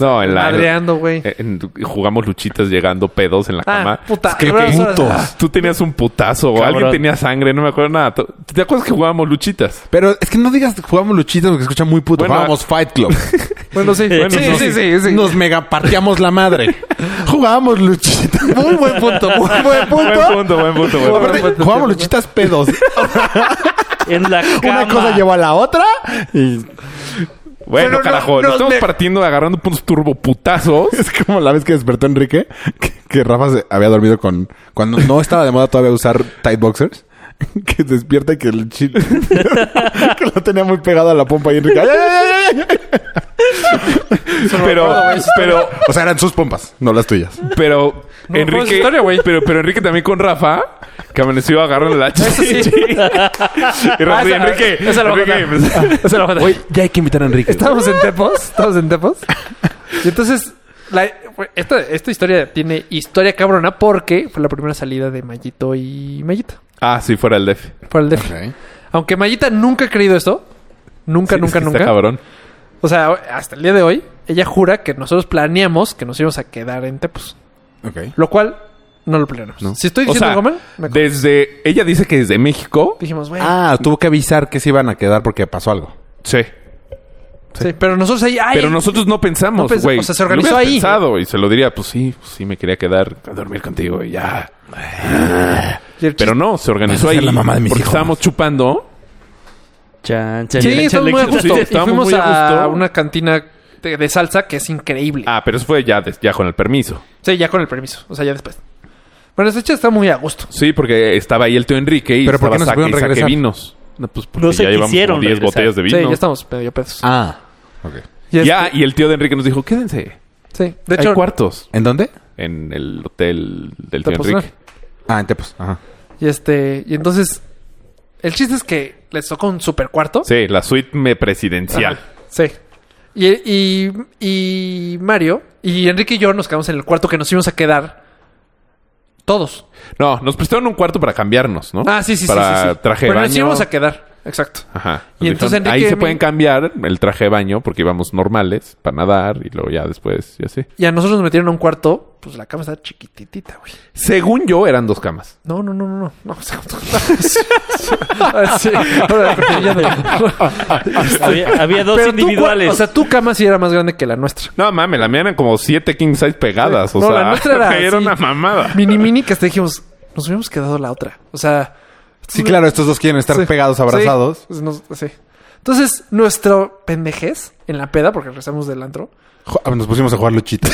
Speaker 1: No, en la...
Speaker 4: madreando, güey.
Speaker 2: Eh,
Speaker 1: en- jugamos luchitas llegando pedos en la
Speaker 4: Ah,
Speaker 1: cama.
Speaker 4: puta.
Speaker 2: qué
Speaker 4: Ahora- ahora-
Speaker 2: putos.
Speaker 4: ah,
Speaker 1: Tú tenías un putazo o
Speaker 3: Cabrón.
Speaker 1: alguien tenía sangre, no me acuerdo nada. ¿Te- ¿Te acuerdas que jugábamos luchitas?
Speaker 2: Pero es que no digas jugamos luchitas porque escucha muy puto.
Speaker 1: Bueno,
Speaker 2: jugábamos Fight Club.
Speaker 4: Bueno, sí.
Speaker 3: Bueno,
Speaker 4: sí,
Speaker 1: no.
Speaker 4: sí, sí, sí.
Speaker 2: Nos megaparteamos la madre. jugábamos luchitas.
Speaker 4: Muy buen punto, muy buen punto.
Speaker 1: Buen punto, buen punto, buen punto.
Speaker 2: Aparte, jugábamos luchitas pedos.
Speaker 3: En la cama.
Speaker 2: Una cosa llevó a la otra y
Speaker 1: Bueno,
Speaker 4: Pero no-
Speaker 1: carajo, nos
Speaker 4: nos
Speaker 1: estamos
Speaker 4: me-
Speaker 1: partiendo agarrando unos turboputazos.
Speaker 2: Es como la vez que despertó Enrique, que, que Rafa se había dormido con... Cuando no estaba de moda todavía usar tight boxers. Que despierta y que el chile... que lo tenía muy pegado a la pompa y Enrique... ¡ay, ay, ay, ay!
Speaker 1: Pero, pero,
Speaker 2: O sea, eran sus pompas, no las tuyas.
Speaker 1: pero,
Speaker 4: me acuerdo de esa
Speaker 1: Enrique,
Speaker 4: historia, güey.
Speaker 1: pero, pero Enrique también con Rafa, que amaneció agarrando la chichi. Y Rafa,
Speaker 4: Ah, esa-
Speaker 1: Enrique,
Speaker 4: esa la voy a
Speaker 1: Enrique,
Speaker 4: contar.
Speaker 1: pues,
Speaker 4: Esa la foto.
Speaker 2: ya hay que invitar a Enrique.
Speaker 4: Estábamos en Tepos, estábamos en Tepos. Y entonces, la- fue- esta, esta historia tiene historia cabrona porque fue la primera salida de Mayito y Mayita.
Speaker 1: Ah, sí, fuera el DF.
Speaker 4: Por el DF. Aunque Mayita nunca ha creído esto. Nunca,
Speaker 1: Sí, es
Speaker 4: nunca,
Speaker 1: que está
Speaker 4: nunca.
Speaker 1: cabrón.
Speaker 4: O sea, hasta el día de hoy, ella jura que nosotros planeamos que nos íbamos a quedar en Tepos. Lo cual no lo planeamos. Si estoy
Speaker 1: O
Speaker 4: diciendo
Speaker 1: sea,
Speaker 4: algo mal, me acuerdo.
Speaker 1: desde... Ella dice que desde México.
Speaker 4: dijimos, güey.
Speaker 2: Ah, tuvo que avisar que se iban a quedar porque pasó algo.
Speaker 1: Sí.
Speaker 4: sí, pero nosotros ahí. ay,
Speaker 1: Pero nosotros no
Speaker 4: No
Speaker 1: pensamos,
Speaker 4: pensé-
Speaker 1: güey.
Speaker 4: o sea, se
Speaker 1: Lo
Speaker 4: organizó
Speaker 1: hubieras
Speaker 4: ahí.
Speaker 1: pensado y se lo diría, pues sí, pues, sí me quería quedar a dormir contigo y ya.
Speaker 4: y el chiste-
Speaker 1: Pero no, se organizó
Speaker 2: Vas a ser
Speaker 1: ahí.
Speaker 2: la mamá de mis
Speaker 1: porque
Speaker 2: hijos.
Speaker 1: estábamos chupando.
Speaker 3: Chan, chan,
Speaker 4: Sí,
Speaker 3: chan,
Speaker 4: estamos
Speaker 3: chan,
Speaker 4: muy a
Speaker 3: chan.
Speaker 4: gusto.
Speaker 1: Sí,
Speaker 4: y
Speaker 1: estábamos
Speaker 4: fuimos
Speaker 1: muy a
Speaker 4: a,
Speaker 1: gusto.
Speaker 4: una cantina de, de salsa que es increíble.
Speaker 1: Ah, pero eso fue ya, des- ya con el permiso.
Speaker 4: Sí, ya con el permiso. O sea, ya después. Bueno, esta chica está muy a gusto.
Speaker 1: Sí, porque estaba ahí el tío Enrique y
Speaker 2: Pero ¿por qué
Speaker 1: estaba
Speaker 2: no se pudieron
Speaker 1: saque y saque
Speaker 2: regresar?
Speaker 1: vinos. No, pues porque
Speaker 3: No se
Speaker 1: ya llevamos
Speaker 3: quisieron
Speaker 1: como 10
Speaker 3: regresar.
Speaker 1: botellas de
Speaker 4: Sí,
Speaker 1: vino.
Speaker 4: ya estamos medio pedos.
Speaker 2: Ah, ok.
Speaker 4: Y este-
Speaker 1: Ya, y el tío de Enrique nos dijo, quédense.
Speaker 4: Sí, de
Speaker 1: Hay
Speaker 4: hecho.
Speaker 1: cuartos
Speaker 2: ¿En dónde?
Speaker 1: en el hotel del
Speaker 4: te
Speaker 1: tío
Speaker 4: puedo
Speaker 1: Enrique.
Speaker 2: Ah, en Tepos. Ajá.
Speaker 4: Y este. Y entonces. El chiste es que les tocó un super cuarto.
Speaker 1: Sí, la suite me presidencial.
Speaker 4: Sí. Y, y, y Mario y Enrique y yo nos quedamos en el cuarto que nos íbamos a quedar todos.
Speaker 1: No, nos prestaron un cuarto para cambiarnos, ¿no?
Speaker 4: Ah, sí, sí, sí,
Speaker 1: Para
Speaker 4: sí, sí.
Speaker 1: traje de
Speaker 4: Pero
Speaker 1: baño.
Speaker 4: nos íbamos a quedar. Exacto.
Speaker 1: Ajá.
Speaker 4: Y entonces
Speaker 1: ahí
Speaker 4: Enrique
Speaker 1: se
Speaker 4: me-
Speaker 1: pueden cambiar el traje de baño porque íbamos normales para nadar y luego ya después y así.
Speaker 4: Y a nosotros nos metieron a un cuarto, pues la cama estaba chiquititita, güey.
Speaker 1: Según yo eran dos camas.
Speaker 4: No, no, no, no, no. No, o sea, Así, ahora, pero ya de-
Speaker 3: Había, había dos
Speaker 4: Pero tú,
Speaker 3: individuales.
Speaker 4: O sea, tu cama sí era más grande que la nuestra.
Speaker 1: No mames, la mía eran como siete king size pegadas. O
Speaker 4: No,
Speaker 1: sea,
Speaker 4: la nuestra era así.
Speaker 1: una mamada.
Speaker 4: Mini, mini, que hasta dijimos, nos hubiéramos quedado la otra. O sea...
Speaker 2: Mm. Sí, claro, estos dos quieren estar
Speaker 4: Sí.
Speaker 2: pegados,
Speaker 4: Sí.
Speaker 2: abrazados.
Speaker 4: Pues nos- sí. Entonces, nuestro pendejez en la peda, porque regresamos del antro,
Speaker 2: Jo- ah, Nos pusimos a jugar luchita.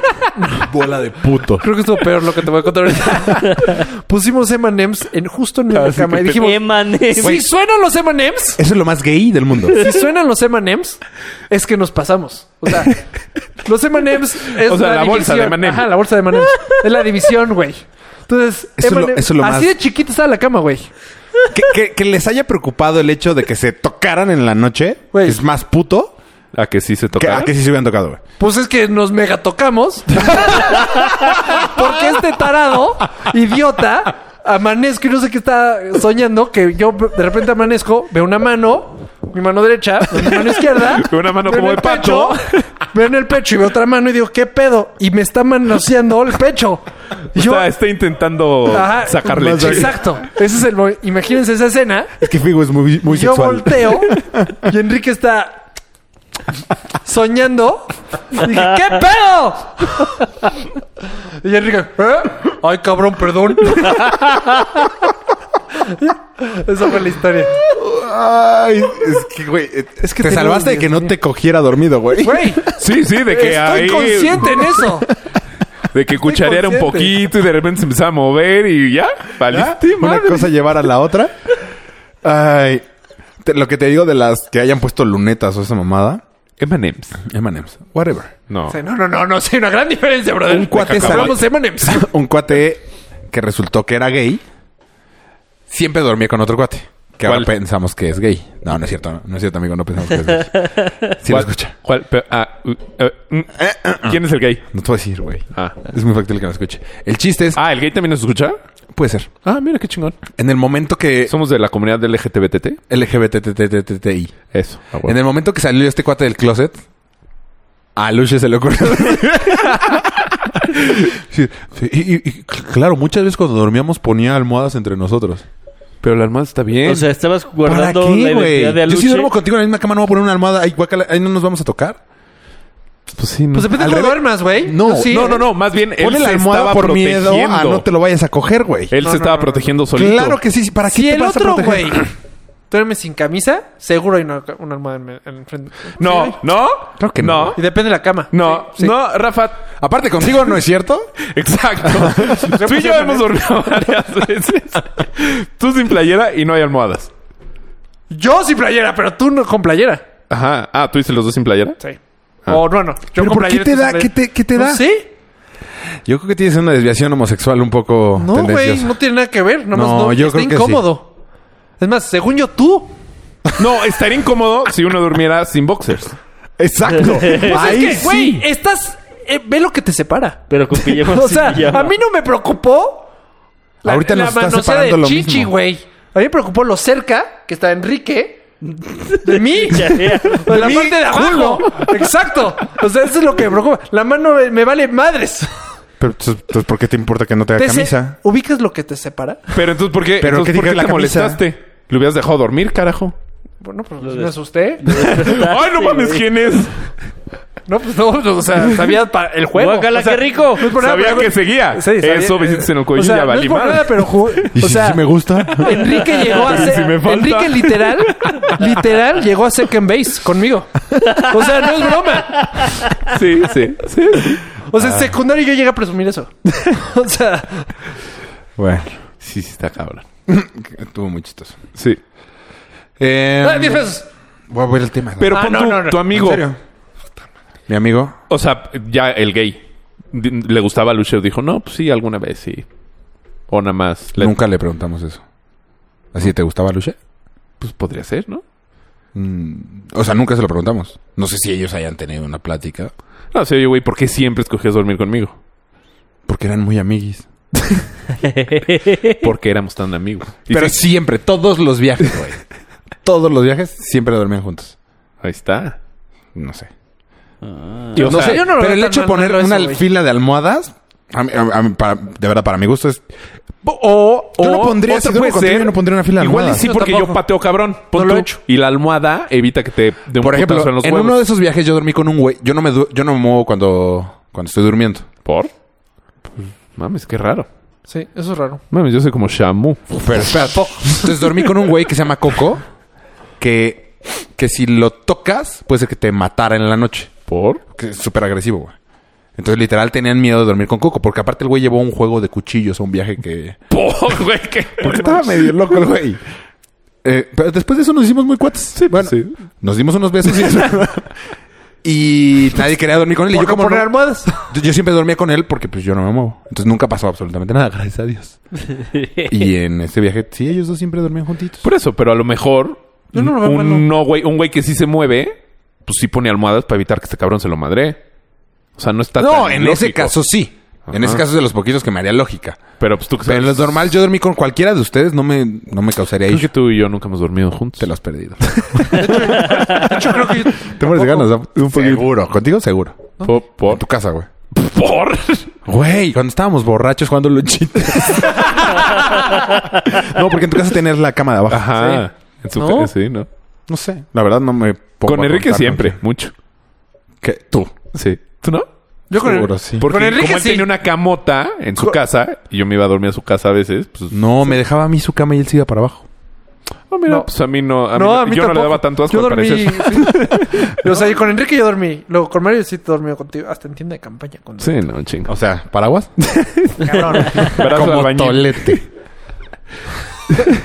Speaker 2: Bola de puto.
Speaker 4: creo que estuvo peor lo que te voy a contar ahorita. Pusimos M&M's en, justo en
Speaker 3: Ah,
Speaker 4: la cama y dijimos,
Speaker 3: Emanem.
Speaker 4: si suenan los M&M's,
Speaker 2: Eso es lo más gay del mundo.
Speaker 4: si suenan los M&M's, es que nos pasamos. O sea, los M&M's es
Speaker 1: O sea, la bolsa de
Speaker 4: división.
Speaker 1: M&M.
Speaker 4: Ajá, la bolsa de M&M's. Es la división, güey. Entonces,
Speaker 2: Eso es lo-
Speaker 4: M&M
Speaker 2: eso es lo
Speaker 4: así
Speaker 2: más-
Speaker 4: de chiquita estaba la cama, güey.
Speaker 2: que, que- que les haya preocupado el hecho de que se tocaran en la noche
Speaker 4: Güey.
Speaker 2: es más puto
Speaker 1: A que sí se
Speaker 2: que a
Speaker 1: tocaron.
Speaker 2: que si se hubieran tocado, güey.
Speaker 4: Pues es que nos mega tocamos. Porque este tarado, idiota, amanezco y no sé qué está soñando. Que yo de repente amanezco, veo una mano, mi mano derecha, mi mano izquierda.
Speaker 1: Veo una mano
Speaker 4: veo
Speaker 1: como
Speaker 4: en
Speaker 1: de
Speaker 4: el
Speaker 1: pato.
Speaker 4: pecho, Veo en el pecho y veo otra mano y digo, ¿qué pedo? Y me está manoseando el pecho. Y yo,
Speaker 1: Está, está intentando
Speaker 4: ajá,
Speaker 1: sacarle.
Speaker 4: Exacto. Ese es el. mo- Imagínense esa escena.
Speaker 2: Es que Figo es muy, muy
Speaker 4: Yo
Speaker 2: sexual.
Speaker 4: volteo y Enrique está soñando. Y dije, ¿qué pedo? Y Enrique, ¿eh? Ay, cabrón, perdón. Esa fue la historia.
Speaker 2: Ay, es que, güey, eh,
Speaker 4: Es que
Speaker 2: te
Speaker 4: tenía
Speaker 2: salvaste de
Speaker 4: un
Speaker 2: que no
Speaker 4: diez,
Speaker 2: te cogiera dormido, güey.
Speaker 4: Güey,
Speaker 1: Sí, sí, de que
Speaker 4: estoy
Speaker 1: ahí-
Speaker 4: consciente en eso.
Speaker 1: De que cuchareara un
Speaker 4: consciente.
Speaker 1: poquito y de repente se empezaba a mover y ya.
Speaker 2: ¿Ya?
Speaker 1: Valiste,
Speaker 2: Una
Speaker 1: madre.
Speaker 2: cosa llevar a la otra. Ay, te- lo que te digo de las que hayan puesto lunetas o esa mamada.
Speaker 1: M&M's.
Speaker 2: M&M's, whatever.
Speaker 1: No.
Speaker 4: O sea, No, no, no, no, sí, una gran diferencia, brother.
Speaker 2: Un cuate
Speaker 4: Deja,
Speaker 2: sal-
Speaker 4: Hablamos de M&M's.
Speaker 2: Un cuate que resultó que era gay siempre dormía con otro cuate. Que ahora
Speaker 1: ¿Cuál?
Speaker 2: pensamos que es gay. No, no es cierto, no es cierto, amigo, no pensamos que es gay. Sí lo
Speaker 1: ¿Cuál-
Speaker 2: escucha.
Speaker 1: cuál- pero- ah, uh, uh, mm.
Speaker 2: Eh,
Speaker 1: ¿Quién es el gay?
Speaker 2: No te voy a decir, güey.
Speaker 1: Ah.
Speaker 2: Es muy factible que no escuche. El chiste es,
Speaker 1: Ah, ¿el gay también nos escucha?
Speaker 2: puede ser.
Speaker 1: Ah, mira qué chingón.
Speaker 2: En el momento que
Speaker 1: Somos de la comunidad del LGTBTT.
Speaker 2: LGBTTTTI.
Speaker 1: Eso. Ah, bueno.
Speaker 2: En el momento que salió este cuate del closet, a Luche se le ocurrió. Sí, sí, y, y- y claro, muchas veces cuando dormíamos ponía almohadas entre nosotros.
Speaker 1: Pero la almohada está bien.
Speaker 3: O sea, estabas
Speaker 2: ¿Para
Speaker 3: guardando la
Speaker 2: qué,
Speaker 3: identidad de
Speaker 2: güey? Yo
Speaker 3: Aluche.
Speaker 2: si duermo contigo en la misma cama, no voy a poner una almohada. Ay, guácala, ahí no nos vamos a tocar.
Speaker 1: pues sí. no.
Speaker 4: Pues depende
Speaker 2: Al
Speaker 4: de cómo
Speaker 2: revés.
Speaker 4: duermas, güey.
Speaker 2: No,
Speaker 4: Tú sí, ¿eh?
Speaker 1: no, no, no. Más bien, él
Speaker 2: Ponle
Speaker 1: se
Speaker 2: la
Speaker 1: estaba
Speaker 2: almohada por miedo
Speaker 1: protegiendo.
Speaker 2: a no te lo vayas a coger, güey.
Speaker 1: Él
Speaker 4: No,
Speaker 1: se
Speaker 4: no,
Speaker 1: estaba
Speaker 4: no, no,
Speaker 1: protegiendo solito.
Speaker 2: Claro que sí. sí, ¿Para qué
Speaker 4: Si
Speaker 2: te
Speaker 4: el
Speaker 2: vas a
Speaker 4: otro, güey,
Speaker 2: proteger?
Speaker 4: duerme sin camisa, seguro hay una, una almohada en, en frente. Sí, ¿eh?
Speaker 1: No, no.
Speaker 2: Claro que no.
Speaker 1: No,
Speaker 4: Y depende de la cama.
Speaker 1: no,
Speaker 4: Sí, sí.
Speaker 1: no, Rafa.
Speaker 2: Aparte, contigo no es cierto.
Speaker 1: Exacto. Tú y yo
Speaker 2: ¿eh?
Speaker 1: hemos dormido varias veces. Tú sin playera y no hay almohadas.
Speaker 4: Yo sin playera, pero tú no con playera.
Speaker 1: Ajá. Ah, ¿tú hiciste los dos sin playera?
Speaker 4: Sí.
Speaker 1: Ah.
Speaker 4: O no, no. Yo
Speaker 2: ¿Pero
Speaker 4: con
Speaker 2: por qué
Speaker 4: playera.
Speaker 2: te
Speaker 4: tú sin
Speaker 2: da?
Speaker 4: playera.
Speaker 2: ¿Qué te, qué te
Speaker 4: No
Speaker 2: da?
Speaker 4: sé.
Speaker 2: Yo creo que tienes una desviación homosexual un poco
Speaker 4: No, güey.
Speaker 2: tendenciosa.
Speaker 4: No tiene nada que ver. Nomás
Speaker 2: No,
Speaker 4: no,
Speaker 2: yo
Speaker 4: está
Speaker 2: creo que sí.
Speaker 4: incómodo. Es más, según yo, tú.
Speaker 1: No, estaría incómodo si uno durmiera sin boxers.
Speaker 2: Exacto. Ahí
Speaker 4: Pues es que, güey,
Speaker 2: sí.
Speaker 4: estás... eh, ve lo que te separa.
Speaker 3: Pero con pijama
Speaker 4: O
Speaker 3: sin
Speaker 4: sea,
Speaker 3: pijama.
Speaker 4: a mí no me preocupó...
Speaker 2: Ahorita nos está
Speaker 4: manosea
Speaker 2: separando
Speaker 4: de
Speaker 2: lo
Speaker 4: chichi,
Speaker 2: mismo.
Speaker 4: güey. A mí me preocupó lo cerca que está Enrique... De mí.
Speaker 3: Ya, ya.
Speaker 4: De la parte de abajo. Exacto. O sea, eso es lo que me preocupa. La mano me, me vale madres.
Speaker 2: Pero entonces, entonces, ¿por qué te importa que no te haga
Speaker 4: Te se-
Speaker 2: camisa?
Speaker 4: ¿Ubicas lo que te separa?
Speaker 1: Pero entonces, ¿por qué,
Speaker 2: Pero
Speaker 1: entonces,
Speaker 2: que
Speaker 1: ¿por qué
Speaker 2: diga
Speaker 1: te
Speaker 2: la camisa.
Speaker 1: molestaste? Lo hubieras dejado dormir, carajo.
Speaker 4: Bueno, pues me asusté.
Speaker 1: Ay, no mames, ¿quién es?
Speaker 4: No, pues no, no, o sea, sabía para el juego.
Speaker 3: Guácala,
Speaker 4: O sea,
Speaker 3: qué rico.
Speaker 4: no es por nada,
Speaker 1: Sabía
Speaker 4: pero-
Speaker 1: que seguía.
Speaker 4: Sí, sabía- eh,
Speaker 1: Eso, besitos en el cuello
Speaker 4: o sea,
Speaker 1: ya valí
Speaker 4: no es por
Speaker 1: madre.
Speaker 4: nada, pero ju-
Speaker 2: ¿Y
Speaker 4: o
Speaker 2: si,
Speaker 4: sea,
Speaker 2: si me gusta?
Speaker 4: Enrique llegó a
Speaker 1: ¿Y
Speaker 4: ser
Speaker 1: si me falta?
Speaker 4: Enrique literal literal llegó a second base conmigo. O sea, no es broma.
Speaker 1: Sí, sí, sí.
Speaker 4: O
Speaker 1: Ah.
Speaker 4: sea, en secundario yo llegué a presumir eso. O sea,
Speaker 2: bueno,
Speaker 1: Sí, sí, está cabrón.
Speaker 2: estuvo muy chistoso.
Speaker 1: Sí.
Speaker 2: Eh,
Speaker 4: ah, 10 pesos.
Speaker 2: voy a ver el tema.
Speaker 1: Pero
Speaker 4: Ah,
Speaker 1: pon
Speaker 4: no,
Speaker 1: tu,
Speaker 4: no, no.
Speaker 1: tu
Speaker 2: amigo.
Speaker 1: amigo.
Speaker 2: Mi amigo.
Speaker 1: O sea, ya el gay. di- Le gustaba a Lucio. Dijo, no, pues sí, alguna vez sí. O nada más. Le-
Speaker 2: Nunca le preguntamos eso. ¿Así te gustaba Luche?
Speaker 1: Pues podría ser, ¿no?
Speaker 2: Mm, o sea, nunca se lo preguntamos. No sé si ellos hayan tenido una plática.
Speaker 1: No sé, oye, güey, ¿por qué siempre escogías dormir conmigo?
Speaker 2: Porque eran muy amiguis.
Speaker 1: Porque éramos tan amigos. Y
Speaker 2: Pero
Speaker 1: sí,
Speaker 2: siempre, todos los viajes, güey. todos los viajes siempre dormían juntos.
Speaker 1: Ahí está.
Speaker 2: No sé.
Speaker 3: Ah.
Speaker 1: Y, o
Speaker 2: no
Speaker 1: sea,
Speaker 2: sé,
Speaker 4: yo no lo
Speaker 2: pero
Speaker 4: veo
Speaker 2: el
Speaker 4: tan
Speaker 2: hecho de
Speaker 4: mal,
Speaker 2: poner
Speaker 4: no lo
Speaker 2: una
Speaker 4: eso, güey.
Speaker 2: fila de almohadas, a mí- a- a mí para- de verdad, para mi gusto es...
Speaker 1: O,
Speaker 2: Yo no
Speaker 1: o-
Speaker 2: pondría,
Speaker 1: otra
Speaker 2: si duermo
Speaker 1: puede
Speaker 2: contigo,
Speaker 1: ser-
Speaker 2: yo no pondría una fila de
Speaker 1: Igual y
Speaker 2: almohadas.
Speaker 1: sí,
Speaker 4: Yo
Speaker 1: porque yo
Speaker 4: tampoco.
Speaker 1: pateo cabrón. Pon
Speaker 4: No lo
Speaker 1: tú.
Speaker 4: he hecho.
Speaker 1: Y la almohada evita que te dé un putazo
Speaker 2: Por ejemplo,
Speaker 1: en los
Speaker 2: en
Speaker 1: huevos.
Speaker 2: uno de esos viajes yo dormí con un güey. Yo no me, du- yo no me muevo cuando, cuando estoy durmiendo.
Speaker 1: ¿Por? Pues, Mames, qué raro.
Speaker 4: Sí, eso es raro.
Speaker 1: Mames, yo soy como Shamu.
Speaker 2: Pero espérate. Entonces dormí con un güey que se llama Coco, que, que si lo tocas, puede ser que te matara en la noche.
Speaker 1: ¿Por?
Speaker 2: Que es súper agresivo, güey. Entonces, literal, tenían miedo de dormir con Coco. Porque aparte el güey llevó un juego de cuchillos a un viaje que...
Speaker 1: ¿Por, güey? ¿Qué?
Speaker 2: Porque estaba medio loco el güey. Eh, pero después de eso nos hicimos muy cuates. Sí, bueno,
Speaker 1: sí.
Speaker 2: Nos dimos unos besos y eso. y nadie quería dormir con él. Y yo
Speaker 4: Por no
Speaker 2: como
Speaker 4: poner
Speaker 2: no-
Speaker 4: almohadas.
Speaker 2: yo, yo siempre dormía con él porque pues yo no me muevo. Entonces nunca pasó absolutamente nada, gracias a Dios. y en este viaje, sí, ellos dos siempre dormían juntitos.
Speaker 1: Por eso, pero a lo mejor
Speaker 4: Yo no lo veo malo.
Speaker 1: un, no, güey, un güey que sí se mueve, pues sí pone almohadas para evitar que este cabrón se lo madre. O sea, no está
Speaker 2: No,
Speaker 1: tan
Speaker 2: en ese
Speaker 1: lógico.
Speaker 2: caso sí. En
Speaker 1: Ajá.
Speaker 2: ese caso es de los poquitos que me haría lógica.
Speaker 1: Pero pues tú que
Speaker 2: Pero en lo
Speaker 1: sabes,
Speaker 2: normal, yo dormí con cualquiera de ustedes, no me, no me causaría
Speaker 1: creo que
Speaker 2: issue.
Speaker 1: tú y yo nunca hemos dormido juntos.
Speaker 2: Te lo has perdido.
Speaker 4: De hecho, creo que yo...
Speaker 2: Te mueres de ganas. ¿no? Seguro. Contigo, seguro.
Speaker 1: ¿Por?
Speaker 2: Por
Speaker 1: ¿Por?
Speaker 2: tu casa, güey.
Speaker 1: ¿Por?
Speaker 2: Güey, cuando estábamos borrachos jugando luchitas. no, porque en tu casa tenías la cama de abajo.
Speaker 1: Ajá. En su
Speaker 4: ¿No?
Speaker 1: ca- Sí, ¿no?
Speaker 2: No sé. La verdad, no me pongo
Speaker 1: Con
Speaker 2: a
Speaker 1: Enrique
Speaker 2: contar
Speaker 1: siempre, mucho.
Speaker 2: Que tú.
Speaker 1: Sí. ¿Tú no?
Speaker 4: Yo con
Speaker 2: Seguro,
Speaker 4: el...
Speaker 2: sí.
Speaker 1: Porque
Speaker 4: Con Enrique
Speaker 1: como él
Speaker 4: sí.
Speaker 1: tenía una camota en su casa y yo me iba a dormir a su casa a veces, pues
Speaker 2: No, me dejaba a mí su cama y él se iba para abajo.
Speaker 1: Ah, mira,
Speaker 4: No.
Speaker 1: pues a mí no. A mí,
Speaker 4: no,
Speaker 1: no-
Speaker 4: a mí
Speaker 1: yo no
Speaker 4: tampoco.
Speaker 1: le daba tanto asco,
Speaker 4: Yo
Speaker 1: al
Speaker 4: dormí...
Speaker 1: parecer.
Speaker 4: sí. O sea, y con Enrique yo dormí. Luego con Mario sí te dormí contigo. Hasta en tienda de campaña. Con...
Speaker 1: Sí, no, chingo.
Speaker 2: O sea, paraguas.
Speaker 4: Cabrón.
Speaker 1: Brazo de
Speaker 2: Como
Speaker 1: albañil.
Speaker 2: tolete.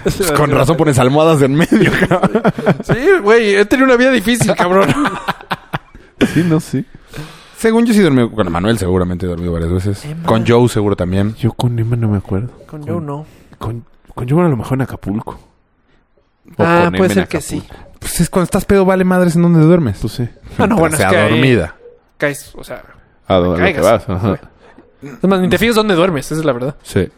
Speaker 2: Pues con razón pones almohadas en medio. cabrón.
Speaker 4: Sí, güey. He tenido una vida difícil, cabrón.
Speaker 1: Sí, no, sí.
Speaker 2: Según yo sí he dormido con Manuel, seguramente he dormido varias veces.
Speaker 4: Emma.
Speaker 2: Con Joe seguro también.
Speaker 1: Yo con Emma no me acuerdo.
Speaker 4: Con yo no.
Speaker 1: Con, con Joe a lo mejor en Acapulco. O
Speaker 4: Ah,
Speaker 1: con
Speaker 4: puede
Speaker 1: Emma en
Speaker 4: ser que sí.
Speaker 1: Acapulco.
Speaker 2: Pues es cuando estás pedo vale madres en donde duermes.
Speaker 1: Pues sí.
Speaker 4: Ah, no, bueno, es
Speaker 2: sea
Speaker 4: que ahí-
Speaker 2: dormida.
Speaker 4: Caes, o sea...
Speaker 1: A dónde
Speaker 4: caigas.
Speaker 1: vas. Ajá.
Speaker 4: Es más, ni te fijas dónde duermes. Esa es la verdad.
Speaker 2: Sí.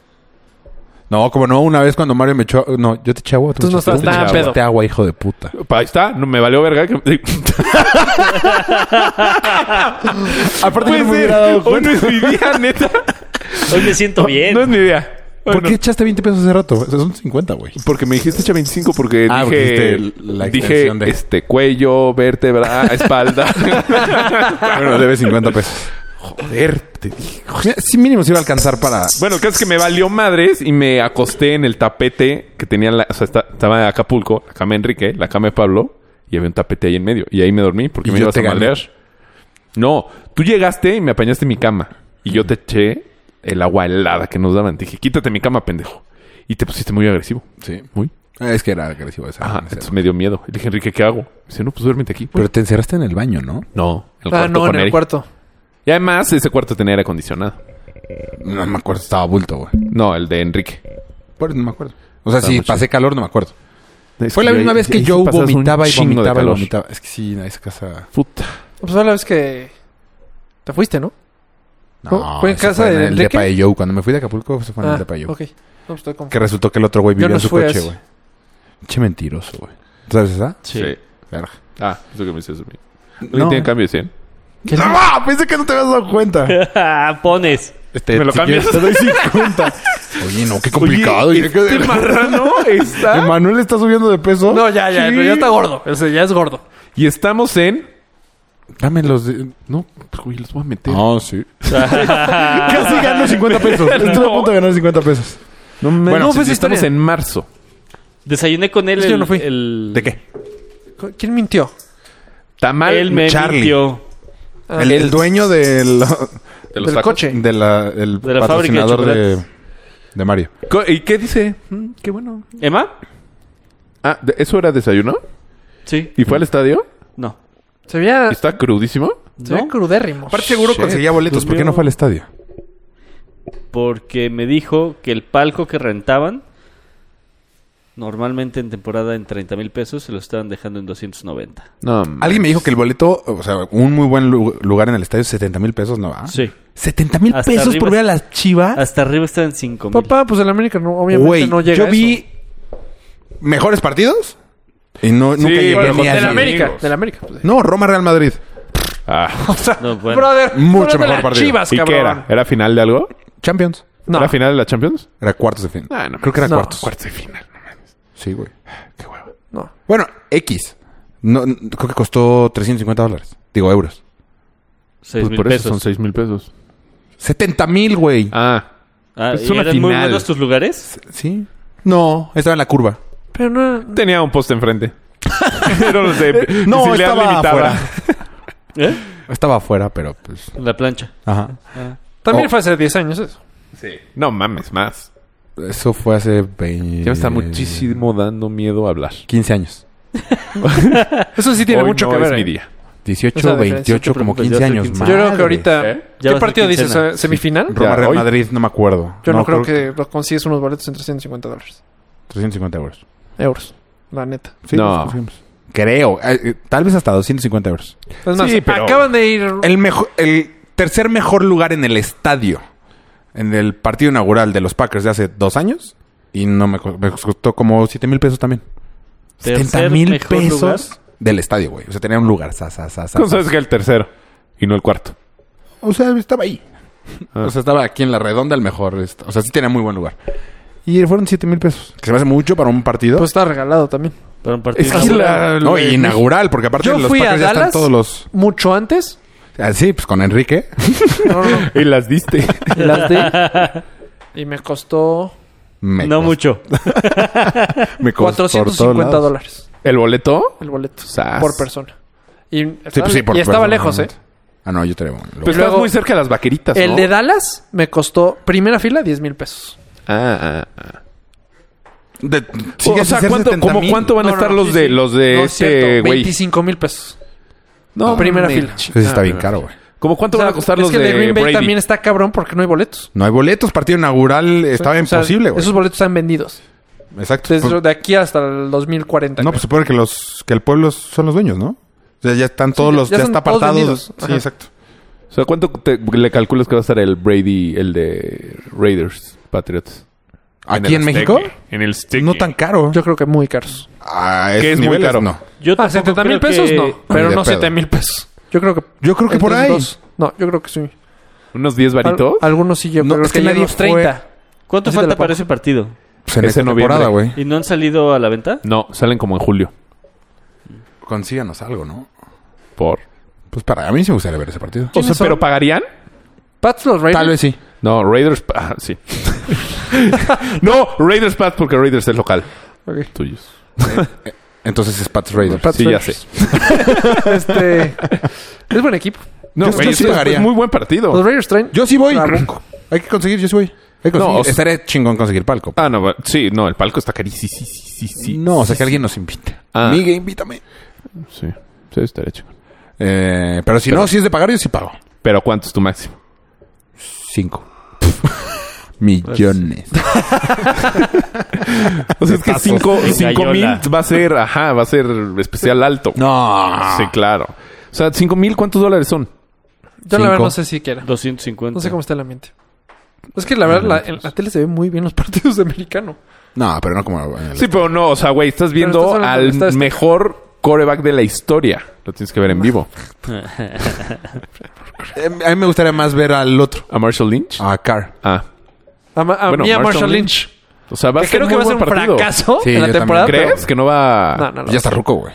Speaker 2: No, como no, una vez cuando Mario me echó... No, yo te eché agua. tú
Speaker 4: Tú
Speaker 2: me
Speaker 4: no
Speaker 2: echaste
Speaker 4: estabas
Speaker 2: agua.
Speaker 1: tan
Speaker 2: Yo te eché
Speaker 4: pedo.
Speaker 2: agua, hijo de puta.
Speaker 1: Pa- Ahí está. No, me valió verga. Que...
Speaker 2: Aparte
Speaker 1: Puede ser. Hoy no es mi día, neta.
Speaker 3: Hoy me siento bien.
Speaker 1: No es mi día.
Speaker 2: ¿Por
Speaker 1: Bueno,
Speaker 2: qué echaste 20 pesos hace rato? Esos son 50, güey.
Speaker 1: Porque me dijiste echa 25 porque
Speaker 2: Ah, porque
Speaker 1: dije...
Speaker 2: dijiste la
Speaker 1: dije
Speaker 2: extensión de-
Speaker 1: este, cuello, vértebra, espalda.
Speaker 2: Bueno, debe 50 pesos. Joder, te dije. Mira, Sí, mínimo se iba a alcanzar para...
Speaker 1: Bueno, el caso es que me valió madres y me acosté en el tapete que tenía, la, o sea, esta- estaba en Acapulco, la cama de Enrique, la cama de Pablo, y había un tapete ahí en medio. Y ahí me dormí porque
Speaker 2: Y
Speaker 1: me
Speaker 2: yo
Speaker 1: ibas
Speaker 2: te
Speaker 1: a
Speaker 2: gané.
Speaker 1: madrear. No, tú llegaste y me apañaste mi cama. Y yo te eché el agua helada que nos daban. Te dije, quítate mi cama, pendejo. Y te pusiste muy agresivo.
Speaker 2: Sí.
Speaker 1: Muy.
Speaker 2: Es que era agresivo esa.
Speaker 1: Ajá,
Speaker 2: esa-
Speaker 1: entonces me dio miedo. Y le dije, Enrique, ¿qué hago? Me dice, no, pues duérmete aquí.
Speaker 2: Ah, Pero te encerraste en el baño, ¿no?
Speaker 1: no, en el
Speaker 4: Ah,
Speaker 1: cuarto
Speaker 4: no,
Speaker 1: con
Speaker 4: en el
Speaker 1: Eric.
Speaker 4: cuarto.
Speaker 1: Y además, ese cuarto tenía aire acondicionado.
Speaker 2: No me acuerdo, estaba bulto, güey.
Speaker 1: No, el de Enrique.
Speaker 2: Por- No me acuerdo. O sea,
Speaker 1: Estaba
Speaker 2: si
Speaker 1: mucho.
Speaker 2: pasé calor, no me acuerdo.
Speaker 1: Es
Speaker 2: Fue la
Speaker 1: yo-
Speaker 2: misma vez que
Speaker 1: ahí sí
Speaker 2: Joe
Speaker 1: pasas un
Speaker 2: vomitaba y
Speaker 1: chingo de
Speaker 2: vomitaba y
Speaker 1: calor.
Speaker 2: vomitaba. Es que sí, en esa casa...
Speaker 1: Puta.
Speaker 4: Pues fue la vez que... Te fuiste, ¿no? No, ¿Fue en
Speaker 2: eso
Speaker 4: casa de
Speaker 2: en el
Speaker 4: Enrique?
Speaker 2: depa de Joe. Cuando me fui de Acapulco, eso fue en
Speaker 4: ah,
Speaker 2: el depa de Joe.
Speaker 4: ok. No, pues estoy con...
Speaker 2: Que resultó que el otro güey
Speaker 4: Yo
Speaker 2: vivió
Speaker 4: no
Speaker 2: en su
Speaker 4: fui a
Speaker 2: coche,
Speaker 4: ese.
Speaker 2: güey. Che mentiroso, güey. ¿Tú ¿Sabes esa?
Speaker 1: Sí.
Speaker 2: Verga.
Speaker 1: Ah, eso que me dices a mí.
Speaker 2: No.
Speaker 1: No. tiene cambio de 100?
Speaker 2: ¡Ah! Pensé que no te habías dado cuenta.
Speaker 3: Ah, Pones.
Speaker 2: Este,
Speaker 1: ¿Me lo
Speaker 2: si
Speaker 1: cambias?
Speaker 2: quieres, Te doy 50. Oye, no, qué complicado.
Speaker 1: Oye,
Speaker 2: Oye,
Speaker 1: este marrano está...
Speaker 2: Manuel está subiendo de peso.
Speaker 4: No, ya, ya.
Speaker 1: Sí.
Speaker 4: Pero ya está gordo. O sea, ya es gordo.
Speaker 1: Y estamos en...
Speaker 2: Dame los de...
Speaker 1: No, pues, güey, los voy a meter.
Speaker 2: Ah, sí. Casi gano 50 pesos. Estuve a punto de ganar 50 pesos.
Speaker 1: No, me...
Speaker 2: Bueno,
Speaker 1: no
Speaker 2: sí,
Speaker 1: pues
Speaker 4: sí,
Speaker 1: estamos
Speaker 4: historia.
Speaker 1: en marzo.
Speaker 3: Desayuné con él
Speaker 4: Es que
Speaker 3: el,
Speaker 4: yo no fui.
Speaker 3: el-
Speaker 2: ¿De qué?
Speaker 4: ¿Quién mintió?
Speaker 1: Tamal
Speaker 3: Él me
Speaker 2: Charlie.
Speaker 3: mintió.
Speaker 4: Ah,
Speaker 2: el, el dueño del...
Speaker 1: de los
Speaker 4: del
Speaker 1: tacos.
Speaker 4: coche.
Speaker 2: De la, el
Speaker 3: De la fábrica de
Speaker 2: patrocinador de, de Mario.
Speaker 1: Co- ¿Y qué dice? Mm, qué bueno.
Speaker 3: ¿Emma?
Speaker 1: Ah, ¿de- ¿eso era desayuno?
Speaker 3: Sí.
Speaker 1: ¿Y fue al estadio?
Speaker 3: No.
Speaker 4: Se veía,
Speaker 1: ¿Y ¿Está crudísimo?
Speaker 4: se veía
Speaker 3: ¿No?
Speaker 4: crudérrimo.
Speaker 2: Aparte seguro conseguía boletos. ¿Por qué no fue al estadio?
Speaker 3: Porque me dijo que el palco que rentaban, normalmente en temporada en 30 mil pesos, se lo estaban dejando en 290.
Speaker 1: No. mm.
Speaker 2: Alguien me dijo que el boleto... O sea, un muy buen lu- lugar en el estadio 70 mil pesos, ¿no
Speaker 4: Ah.
Speaker 2: va?
Speaker 3: Sí.
Speaker 2: 70 mil
Speaker 3: Hasta
Speaker 2: pesos
Speaker 3: arriba
Speaker 2: por ver a
Speaker 3: es-
Speaker 2: las chivas.
Speaker 3: Ah. Hasta arriba están en 5 mil.
Speaker 4: Papá, pues el América no, obviamente
Speaker 2: Güey,
Speaker 4: no llega
Speaker 2: yo
Speaker 4: a eso.
Speaker 2: vi mejores partidos Y no, nunca llegué
Speaker 1: pero
Speaker 2: ni
Speaker 1: con
Speaker 2: a-
Speaker 1: Del
Speaker 4: Del
Speaker 1: América,
Speaker 4: América. Del América. pues.
Speaker 2: No, Roma Real Madrid.
Speaker 1: Ah,
Speaker 4: O sea,
Speaker 3: No, bueno.
Speaker 4: brother.
Speaker 2: Mucho
Speaker 4: fuera de
Speaker 2: mejor
Speaker 4: las
Speaker 2: partido.
Speaker 4: Chivas,
Speaker 1: ¿Y
Speaker 4: cabrón.
Speaker 1: qué era? ¿Era final de algo?
Speaker 2: Champions.
Speaker 4: No.
Speaker 1: ¿Era final de la Champions?
Speaker 2: Era cuartos de final.
Speaker 1: Ah, no
Speaker 2: Creo que era
Speaker 4: No.
Speaker 2: cuartos.
Speaker 1: Cuartos de final. no mames.
Speaker 2: Sí, güey.
Speaker 1: Qué huevo.
Speaker 4: No.
Speaker 2: Bueno, X. No, n- creo que costó 350 dólares. Digo, euros.
Speaker 1: Pues
Speaker 3: 6 mil
Speaker 1: por eso
Speaker 3: pesos.
Speaker 1: son 6 mil pesos.
Speaker 2: 70 mil, güey.
Speaker 1: Ah,
Speaker 3: Ah,
Speaker 1: Es
Speaker 3: ¿y
Speaker 1: una
Speaker 3: eran muy
Speaker 1: final.
Speaker 3: buenos tus lugares?
Speaker 2: ¿Sí? No, estaba en la curva.
Speaker 4: Pero no.
Speaker 1: tenía un poste enfrente. Eh, no lo sé.
Speaker 2: No,
Speaker 1: visibilidad
Speaker 2: estaba
Speaker 1: limitada.
Speaker 2: afuera.
Speaker 3: ¿Eh?
Speaker 2: Estaba afuera, pero pues...
Speaker 3: La plancha.
Speaker 2: Ajá.
Speaker 4: También
Speaker 2: Oh.
Speaker 4: fue hace 10 años eso.
Speaker 1: Sí. No mames, más.
Speaker 2: Eso fue hace 20...
Speaker 1: Ya me está muchísimo dando miedo hablar.
Speaker 2: 15 años.
Speaker 4: Eso sí tiene
Speaker 1: Hoy
Speaker 4: mucho
Speaker 1: no
Speaker 4: que ver.
Speaker 1: Es mi
Speaker 4: ¿eh?
Speaker 1: día.
Speaker 2: 18,
Speaker 4: Esa diferencia,
Speaker 2: 28,
Speaker 3: te
Speaker 2: como 15
Speaker 3: preocupes, ya soy
Speaker 2: años.
Speaker 3: 15.
Speaker 2: más.
Speaker 4: Yo creo que ahorita.
Speaker 1: ¿Eh?
Speaker 3: Ya
Speaker 4: ¿Qué
Speaker 3: va a ser
Speaker 4: partido dices?
Speaker 3: quincena.
Speaker 4: ¿eh? ¿Semifinal?
Speaker 2: Roma
Speaker 1: Ya,
Speaker 2: Real
Speaker 1: hoy.
Speaker 2: Madrid, no me acuerdo.
Speaker 4: Yo no, creo, que lo consigues unos boletos entre 150 dólares.
Speaker 2: 350 euros.
Speaker 4: Euros. La neta.
Speaker 2: Sí,
Speaker 1: No.
Speaker 2: los conseguimos. Creo. Eh, eh, tal vez hasta 250 euros.
Speaker 4: Es más,
Speaker 1: Sí, pero-
Speaker 4: acaban de ir.
Speaker 2: El, mejor, el tercer mejor lugar en el estadio. En el partido inaugural de los Packers de hace dos años. Y no me, co- me costó como 7 mil pesos también.
Speaker 3: Tercer
Speaker 2: 70 mil
Speaker 3: mejor
Speaker 2: pesos
Speaker 3: lugar.
Speaker 2: del estadio, güey. O sea, tenía un lugar. sa, sa, sa, sa,
Speaker 1: ¿Cómo
Speaker 2: sa.
Speaker 1: sabes que el tercero y no el cuarto?
Speaker 2: O sea, estaba ahí.
Speaker 1: Ah.
Speaker 2: O sea, estaba aquí en la redonda el mejor. est- O sea, sí tenía muy buen lugar. Y fueron 7 mil pesos. Que se me hace mucho para un partido.
Speaker 4: Pues está regalado también.
Speaker 3: Para un partido.
Speaker 1: Es que la-
Speaker 2: no, y inaugural, porque aparte
Speaker 4: Yo
Speaker 2: los
Speaker 4: fui a
Speaker 2: Packers ya están
Speaker 4: Dallas.
Speaker 2: todos los...
Speaker 4: Mucho antes.
Speaker 2: Ah, sí, pues con Enrique.
Speaker 4: No, no, no.
Speaker 1: Y las diste.
Speaker 4: Las de- Y me costó
Speaker 2: Me
Speaker 3: no
Speaker 2: costó-
Speaker 3: mucho.
Speaker 2: Me costó por todos
Speaker 4: 450
Speaker 2: lados.
Speaker 4: dólares
Speaker 1: ¿El boleto?
Speaker 4: el boleto.
Speaker 1: Sas.
Speaker 4: Por persona. Y,
Speaker 2: Sí, pues sí, por
Speaker 4: y estaba
Speaker 2: persona,
Speaker 4: lejos, ¿eh?
Speaker 2: obviamente. Ah, no, yo te digo.
Speaker 1: Pues
Speaker 4: luego-
Speaker 1: estás muy cerca de las vaqueritas, ¿no?
Speaker 4: El de Dallas me costó primera fila 10 mil pesos.
Speaker 1: Ah, ah, ah.
Speaker 2: De-
Speaker 1: o sea, ¿cuánto,
Speaker 2: como
Speaker 1: como cuánto van a
Speaker 4: No, no,
Speaker 1: estar los
Speaker 4: sí,
Speaker 1: de
Speaker 4: sí.
Speaker 1: los de
Speaker 4: No, es
Speaker 1: este
Speaker 4: cierto,
Speaker 1: güey?
Speaker 4: 25 mil pesos.
Speaker 1: No,
Speaker 4: primera
Speaker 1: mames.
Speaker 4: fila.
Speaker 2: Eso sí está
Speaker 1: Ah,
Speaker 2: bien
Speaker 1: primera
Speaker 2: caro,
Speaker 1: fila.
Speaker 2: güey.
Speaker 1: ¿Cómo cuánto
Speaker 4: O sea,
Speaker 1: van a costar los
Speaker 4: es que el
Speaker 1: de
Speaker 4: de Green Bay
Speaker 1: Brady?
Speaker 4: también está cabrón porque no hay boletos.
Speaker 2: No hay boletos. Partido inaugural estaba
Speaker 4: O sea,
Speaker 2: imposible, güey.
Speaker 4: Esos boletos están vendidos.
Speaker 2: Exacto.
Speaker 4: Desde
Speaker 2: Pues-
Speaker 4: de aquí hasta el 2040.
Speaker 2: no,
Speaker 4: creo.
Speaker 2: pues supone que los que el pueblo son los dueños, ¿no? O sea, ya están todos
Speaker 4: ya-
Speaker 2: los...
Speaker 4: ya
Speaker 2: Ya,
Speaker 4: son
Speaker 2: está
Speaker 4: todos
Speaker 2: apartados.
Speaker 4: vendidos.
Speaker 2: Sí,
Speaker 4: Ajá.
Speaker 2: exacto.
Speaker 1: O sea, ¿cuánto te- le calculas que va a estar el Brady, el de Raiders, Patriots?
Speaker 2: ¿Aquí en,
Speaker 1: el
Speaker 2: México? Pues,
Speaker 1: Azteca. En el Sticky.
Speaker 2: No tan caro.
Speaker 4: Yo creo que muy caros.
Speaker 2: Ah,
Speaker 1: Que es muy
Speaker 2: niveles,
Speaker 1: caro.
Speaker 2: No.
Speaker 3: Yo
Speaker 4: Ah,
Speaker 3: tampoco
Speaker 4: 70 mil
Speaker 3: creo
Speaker 4: pesos
Speaker 3: que-
Speaker 4: no, pero
Speaker 2: de
Speaker 4: no
Speaker 2: pedo.
Speaker 4: 7 mil pesos. Yo creo que.
Speaker 2: Yo creo que por
Speaker 4: entre
Speaker 2: ahí.
Speaker 4: dos. No, yo creo que sí.
Speaker 1: ¿Unos 10
Speaker 4: Al-
Speaker 1: varitos?
Speaker 4: algunos sí, yo
Speaker 2: No,
Speaker 4: creo
Speaker 2: es que
Speaker 4: ya
Speaker 2: nadie
Speaker 4: unos
Speaker 2: fue.
Speaker 4: 30.
Speaker 3: ¿Cuánto
Speaker 4: Así te la
Speaker 3: falta
Speaker 4: pongo.
Speaker 3: para ese partido?
Speaker 2: Pues en
Speaker 1: Ese
Speaker 2: esta
Speaker 1: noviembre.
Speaker 2: temporada, güey.
Speaker 3: ¿Y no han salido a la venta?
Speaker 1: No, salen como en julio.
Speaker 2: Consíganos algo, ¿no?
Speaker 1: Por.
Speaker 2: Pues para a mí sí me gustaría ver ese partido.
Speaker 1: O sea,
Speaker 4: ¿Quiénes son?
Speaker 1: ¿pero pagarían?
Speaker 4: Pats los Raiders.
Speaker 2: Tal vez sí.
Speaker 1: No, Raiders... pa- ah, sí. no, Raiders Pats porque Raiders es local.
Speaker 4: Ok.
Speaker 1: Tuyos.
Speaker 2: Entonces es Pats Raiders.
Speaker 4: Pats
Speaker 1: sí, ya
Speaker 4: Raiders.
Speaker 1: sé.
Speaker 4: este, es buen equipo.
Speaker 1: No,
Speaker 2: Yo
Speaker 1: güey,
Speaker 2: sí
Speaker 1: es-
Speaker 2: pagaría.
Speaker 1: es muy buen partido.
Speaker 4: Los Raiders traen.
Speaker 2: Yo sí voy.
Speaker 4: Trabuco.
Speaker 2: Hay que conseguir, yo sí voy. Hay que conseguir.
Speaker 1: No, o sea-
Speaker 2: Estaría chingón conseguir palco.
Speaker 1: Ah, no, va- sí, no, el palco está carísimo. Sí, sí, sí, sí.
Speaker 2: no, o sea, que alguien nos invite.
Speaker 1: Ah.
Speaker 2: Migue, invítame.
Speaker 1: Sí, sí, está hecho.
Speaker 2: Eh, pero si no, si es de pagar, yo sí pago.
Speaker 1: Pero ¿cuánto es tu máximo?
Speaker 2: Cinco. Millones.
Speaker 1: O sea, es que
Speaker 2: Tazos.
Speaker 1: 5
Speaker 3: En
Speaker 1: mil
Speaker 3: gallola.
Speaker 1: va a ser, ajá, va a ser especial alto.
Speaker 2: No.
Speaker 1: Sí, claro. O sea, 5 mil, ¿cuántos dólares son?
Speaker 4: Yo la verdad
Speaker 2: Cinco.
Speaker 4: no sé si quiera.
Speaker 3: 250.
Speaker 4: No sé cómo está el ambiente. Es que la verdad, la, en la tele se ve muy bien los partidos de americano.
Speaker 2: No, pero no como. eh, en el-
Speaker 1: Sí, pero no, o sea, güey, estás viendo
Speaker 4: estás hablando
Speaker 1: al
Speaker 4: de estadística.
Speaker 1: mejor coreback de la historia. Lo tienes que ver en vivo.
Speaker 2: Eh, a mí me gustaría más ver al otro.
Speaker 1: A Marshall Lynch.
Speaker 2: A Carr.
Speaker 1: Ah.
Speaker 4: A, ma- a
Speaker 1: Bueno,
Speaker 4: mí a
Speaker 1: Marshall
Speaker 4: Marshall Lynch.
Speaker 1: O sea, va a
Speaker 4: que
Speaker 1: ser
Speaker 4: creo que va a ser un
Speaker 1: partido.
Speaker 4: fracaso
Speaker 2: Sí,
Speaker 4: en
Speaker 2: yo
Speaker 4: la
Speaker 2: también.
Speaker 4: temporada. pero
Speaker 1: ¿Crees que Ah, no va...?
Speaker 4: No, no, no.
Speaker 2: Ya está ruco, güey.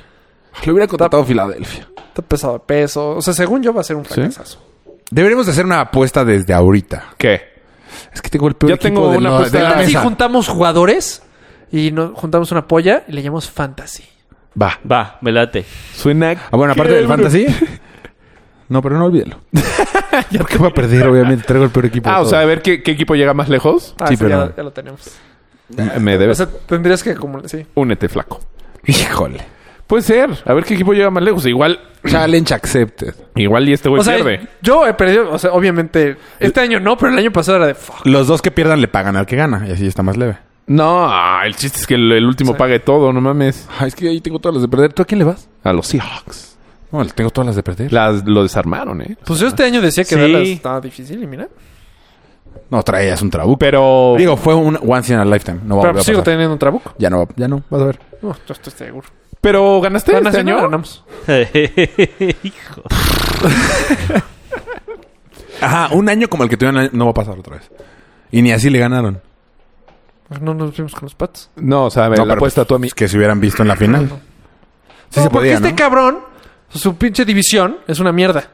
Speaker 2: Lo hubiera contratado Filadelfia.
Speaker 4: Está pesado de peso. O sea, según yo va a ser un fracasazo.
Speaker 2: Deberíamos de hacer una apuesta desde ahorita.
Speaker 1: ¿Qué?
Speaker 2: Es que tengo el peor
Speaker 1: Ya
Speaker 2: equipo
Speaker 1: tengo
Speaker 2: de
Speaker 1: una
Speaker 2: la-
Speaker 1: apuesta.
Speaker 2: de la
Speaker 1: Ah,
Speaker 4: Tal vez si
Speaker 2: mesa.
Speaker 4: juntamos jugadores y nos juntamos una polla y le llamamos fantasy.
Speaker 1: Va.
Speaker 3: Va, me late.
Speaker 1: Suena...
Speaker 2: Ah, bueno, aparte
Speaker 1: ¿Qué?
Speaker 2: del fantasy. No, pero no olvídelo. Porque va a perder, obviamente. Traigo el peor equipo. de
Speaker 1: Ah, o
Speaker 2: todos.
Speaker 1: sea, a ver qué, qué equipo llega más lejos.
Speaker 4: Ah,
Speaker 2: Sí,
Speaker 4: sí,
Speaker 2: pero-
Speaker 4: ya, ya lo tenemos.
Speaker 1: Me
Speaker 4: O
Speaker 1: debes.
Speaker 4: sea, tendrías que acumular. Sí.
Speaker 1: Únete, flaco.
Speaker 2: Híjole.
Speaker 1: Puede ser. A ver qué equipo llega más lejos. Igual,
Speaker 2: Challenge accepted.
Speaker 1: igual y este güey
Speaker 4: O sea,
Speaker 1: pierde.
Speaker 4: yo he perdido. O sea, obviamente, este año no, pero el año pasado era de fuck.
Speaker 2: Los dos que pierdan le pagan al que gana. Y así está más leve.
Speaker 1: No, ah, el chiste es que el, el último pague todo, no mames.
Speaker 2: Ah, es que ahí tengo todas las de perder. ¿Tú a quién le vas?
Speaker 1: A los Seahawks.
Speaker 2: No, le tengo todas las de perder.
Speaker 1: Las, lo desarmaron, ¿eh?
Speaker 4: Pues yo este año decía que
Speaker 3: Sí.
Speaker 4: Dallas estaba difícil y mira.
Speaker 2: No, traías un trabuco.
Speaker 1: Pero...
Speaker 2: Digo, fue un once in a lifetime. No va a
Speaker 4: Pero
Speaker 2: volver a
Speaker 4: sigo
Speaker 2: pasar.
Speaker 4: teniendo un trabuco.
Speaker 2: Ya no, va- ya no. Vas a ver.
Speaker 4: No, yo estoy seguro.
Speaker 1: Pero ganaste
Speaker 4: Bueno,
Speaker 1: este
Speaker 4: si no,
Speaker 1: año.
Speaker 4: ganamos.
Speaker 3: Hijo.
Speaker 2: Ajá, un año como el que tuvieron no va a pasar otra vez. Y ni así le ganaron.
Speaker 4: No nos vimos con los patos.
Speaker 1: No, o sea, me
Speaker 2: No,
Speaker 1: la
Speaker 2: pero pues,
Speaker 1: apuesta tú a mí.
Speaker 2: Es que se hubieran visto en la final. Sí
Speaker 4: No,
Speaker 2: se
Speaker 4: porque
Speaker 2: podía,
Speaker 4: este
Speaker 2: ¿no?
Speaker 4: cabrón, su pinche división es una mierda.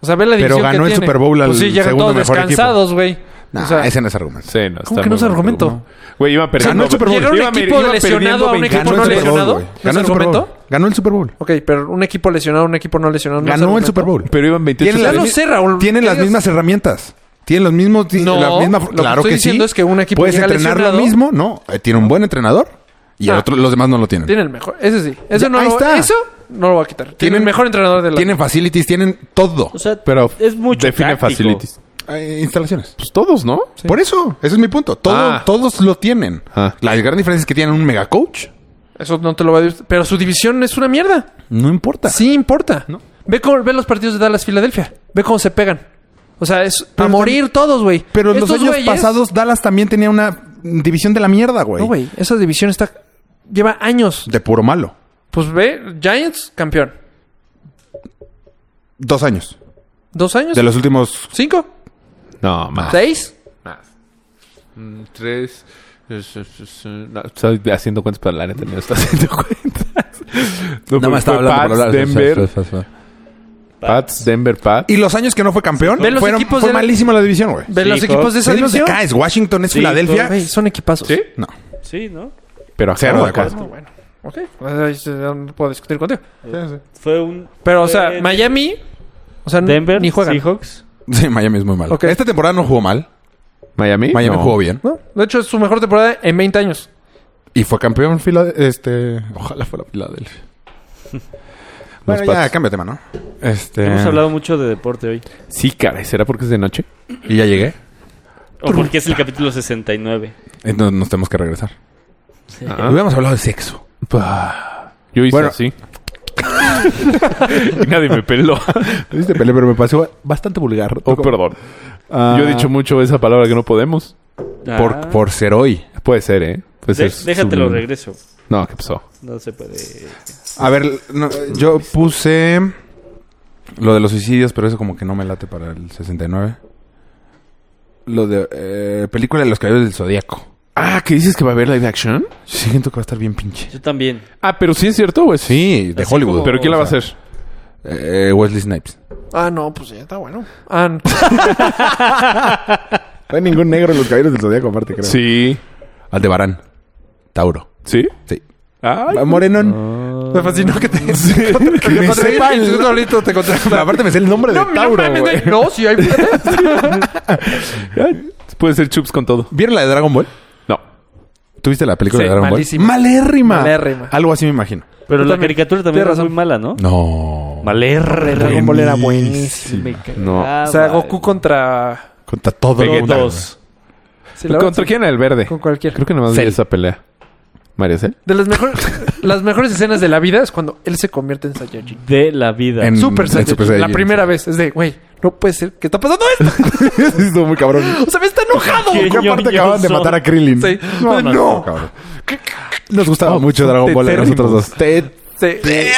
Speaker 4: O sea, ve la
Speaker 2: Pero
Speaker 4: división
Speaker 2: ganó
Speaker 4: que
Speaker 2: el
Speaker 4: tiene.
Speaker 2: Super Bowl al
Speaker 4: Pues sí, llegan
Speaker 2: segundo
Speaker 4: todos
Speaker 2: mejor equipo.
Speaker 4: descansados, güey.
Speaker 2: Nah,
Speaker 4: o sea,
Speaker 2: ese no es argumento.
Speaker 1: Sí, no,
Speaker 4: ¿Cómo que no es argumento?
Speaker 1: Güey, iba perdiendo.
Speaker 2: Ganó el Super Bowl.
Speaker 4: Llegar a un
Speaker 1: Iba-
Speaker 4: equipo
Speaker 1: iba
Speaker 4: lesionado a un
Speaker 1: perdiendo
Speaker 4: equipo no
Speaker 1: 29.
Speaker 4: lesionado.
Speaker 2: güey.
Speaker 4: ¿No es
Speaker 2: Ganó el Super Bowl.
Speaker 4: argumento?
Speaker 2: Ganó el Super Bowl.
Speaker 4: ok, pero un equipo lesionado, un equipo no lesionado. ¿no es
Speaker 2: Ganó el
Speaker 4: argumento?
Speaker 2: Super Bowl.
Speaker 1: Pero iban 28
Speaker 2: Tienen
Speaker 4: Ya
Speaker 2: las
Speaker 4: lo
Speaker 2: mi-
Speaker 4: sé, Raúl.
Speaker 2: Tienen las
Speaker 4: Digas-
Speaker 2: mismas herramientas. Tienen los mismos. ti-
Speaker 4: No,
Speaker 2: la misma-
Speaker 4: lo que
Speaker 2: claro
Speaker 4: estoy
Speaker 2: que, sí.
Speaker 4: diciendo es que un equipo
Speaker 2: Puedes
Speaker 4: llega
Speaker 2: entrenar lo
Speaker 4: lesionado.
Speaker 2: mismo. No, eh, tiene un buen entrenador. Y el
Speaker 4: Ah.
Speaker 2: otro- los demás no lo tienen.
Speaker 4: Tienen el mejor. Ese sí. Eso
Speaker 2: Ya,
Speaker 4: no
Speaker 2: ahí
Speaker 4: lo,
Speaker 2: está.
Speaker 4: Eso no lo va a quitar. Tienen el mejor entrenador de la.
Speaker 2: Tienen facilities, tienen todo.
Speaker 3: O sea,
Speaker 1: Pero
Speaker 3: es mucho
Speaker 1: define
Speaker 3: táctico.
Speaker 1: facilities.
Speaker 2: Eh, instalaciones.
Speaker 1: Pues todos, ¿no?
Speaker 2: Por eso, ese es mi punto. Todo-
Speaker 1: Ah.
Speaker 2: Todos lo tienen.
Speaker 1: Ah.
Speaker 2: La gran diferencia es que tienen un mega coach.
Speaker 4: Eso no te lo va a decir. Pero su división es una mierda.
Speaker 2: No importa.
Speaker 4: Sí importa. Ve, cómo- ve los partidos de Dallas Filadelfia. Ve cómo se pegan. O sea, es a
Speaker 2: Pero
Speaker 4: morir todos, güey.
Speaker 2: Pero en los
Speaker 4: Estos
Speaker 2: años
Speaker 4: güeyes-
Speaker 2: pasados, Dallas también tenía una división de la mierda, güey.
Speaker 4: No, güey. Esa división está. Lleva años.
Speaker 2: De puro malo.
Speaker 4: Pues ve, Giants, campeón.
Speaker 2: Dos años.
Speaker 4: ¿Dos años?
Speaker 2: De los Ah, últimos.
Speaker 4: ¿Cinco?
Speaker 1: No, más.
Speaker 4: ¿Seis?
Speaker 1: Mm, Tres. Es- es- es- eh, no, estoy haciendo cuentas para la neta, no estoy haciendo cuentas. No, fue- fue Pats, Denver, Pats, Denver, Pats.
Speaker 2: Y los años que no fue campeón,
Speaker 4: Ve los
Speaker 2: fueron,
Speaker 4: equipos
Speaker 2: fue
Speaker 4: de la-
Speaker 2: malísima la división, güey.
Speaker 4: Ve
Speaker 3: Sí,
Speaker 4: los
Speaker 3: hijo.
Speaker 4: equipos de esa
Speaker 2: Ahí no te
Speaker 4: división.
Speaker 2: caes. Washington es
Speaker 3: Sí,
Speaker 2: Filadelfia.
Speaker 4: Güey, son equipazos.
Speaker 1: ¿Sí?
Speaker 2: No.
Speaker 3: Sí, ¿no?
Speaker 1: Pero acá,
Speaker 2: Cero de
Speaker 1: acá.
Speaker 2: acuerdo.
Speaker 4: Bueno, ok. pues, Ahí se- No puedo discutir contigo.
Speaker 3: Fue un
Speaker 4: Pero, o sea,
Speaker 3: Eh,
Speaker 4: Miami. O sea,
Speaker 3: Denver,
Speaker 4: ni juegan.
Speaker 3: Seahawks.
Speaker 2: Sí, Miami es muy malo.
Speaker 4: Ok.
Speaker 2: Esta temporada no jugó mal.
Speaker 1: Miami.
Speaker 2: Miami
Speaker 1: No.
Speaker 2: jugó bien.
Speaker 4: ¿no? De hecho, es su mejor temporada en 20 años.
Speaker 2: Y fue campeón Filade- Este. Ojalá fuera Filadelfia.
Speaker 1: Los
Speaker 2: bueno, ya,
Speaker 1: Pats.
Speaker 2: cambia tema, ¿no? Este.
Speaker 3: Hemos hablado mucho de deporte hoy.
Speaker 1: Sí, caray. ¿Será porque es de noche?
Speaker 2: Y ya llegué.
Speaker 3: O porque es el capítulo 69.
Speaker 2: Entonces nos tenemos que regresar.
Speaker 1: Ah.
Speaker 2: Hubiéramos hablado de sexo.
Speaker 1: Bah. Yo hice
Speaker 2: Bueno.
Speaker 1: así. y nadie me peló.
Speaker 2: Te peleé, pero me pareció bastante vulgar.
Speaker 1: Oh, perdón.
Speaker 2: Ah,
Speaker 1: Yo he dicho mucho esa palabra que no podemos.
Speaker 2: por,
Speaker 3: Ah.
Speaker 2: por ser hoy.
Speaker 1: Puede ser, ¿eh? Puede
Speaker 3: De-
Speaker 1: ser.
Speaker 3: déjatelo
Speaker 1: subliminal.
Speaker 3: regreso.
Speaker 1: No, ¿qué pasó?
Speaker 3: No se puede.
Speaker 2: A ver, no, yo puse lo de los suicidios, pero eso como que no me late para el 69. Lo de eh, película de los caballeros del zodiaco.
Speaker 1: Ah, ¿qué dices que va a haber live action?
Speaker 2: Sí, siento que va a estar bien pinche.
Speaker 3: Yo también.
Speaker 1: Ah, pero sí es cierto, güey.
Speaker 2: Sí, de
Speaker 3: Así
Speaker 2: Hollywood.
Speaker 3: como-
Speaker 1: ¿Pero quién la va a hacer?
Speaker 2: Eh, Wesley Snipes.
Speaker 4: Ah, no, pues ya está bueno. Ah, no.
Speaker 2: No hay ningún negro en los caballeros del zodiaco, aparte, creo. Sí.
Speaker 1: Sí.
Speaker 2: Aldebarán. Tauro.
Speaker 1: ¿Sí?
Speaker 2: Sí.
Speaker 1: Ay,
Speaker 2: Morenón.
Speaker 4: me fascinó que te.
Speaker 2: Ah, Que me sepa el- Aparte me sé el nombre de Tauro, güey.
Speaker 4: No, si hay.
Speaker 1: ay, puede ser chups con todo.
Speaker 2: ¿Vieron la de Dragon Ball?
Speaker 1: No.
Speaker 2: ¿Tuviste la película
Speaker 4: Sí,
Speaker 2: de Dragon
Speaker 4: malísima.
Speaker 2: Ball? Malérrima.
Speaker 4: Malérrima.
Speaker 2: Algo así me imagino.
Speaker 3: Pero la
Speaker 4: también.
Speaker 3: caricatura también
Speaker 4: Tienes
Speaker 3: era
Speaker 4: razón.
Speaker 3: muy mala, ¿no?
Speaker 2: No.
Speaker 3: Valer.
Speaker 4: Ball era buenísimo.
Speaker 1: No.
Speaker 4: O sea, Goku contra.
Speaker 2: Contra todo el mundo.
Speaker 3: Dos.
Speaker 4: Sí, la verdad,
Speaker 1: ¿Contra
Speaker 4: sí.
Speaker 1: quién era el verde?
Speaker 4: Con cualquier.
Speaker 1: Creo que nomás vi
Speaker 2: Cell.
Speaker 1: esa pelea. ¿Mario Cell?
Speaker 4: De las mejores, las mejores escenas de la vida es cuando él se convierte en Saiyajin.
Speaker 3: De la vida.
Speaker 2: En-
Speaker 4: Super
Speaker 2: en
Speaker 4: Saiyajin.
Speaker 2: Mm, Super Saiyajin,
Speaker 4: La primera
Speaker 2: sí.
Speaker 4: vez es de, güey, no puede ser. ¿Qué está pasando esto?
Speaker 2: Estuvo muy cabrón.
Speaker 4: O sea, me está enojado.
Speaker 3: ¿Qué?
Speaker 2: Porque
Speaker 3: Ñoñoso.
Speaker 2: aparte acaban de matar a Krillin.
Speaker 4: Sí.
Speaker 2: No, no,
Speaker 4: No.
Speaker 2: cabrón. Nos gustaba mucho Dragon Ball a nosotros dos.
Speaker 4: Sí.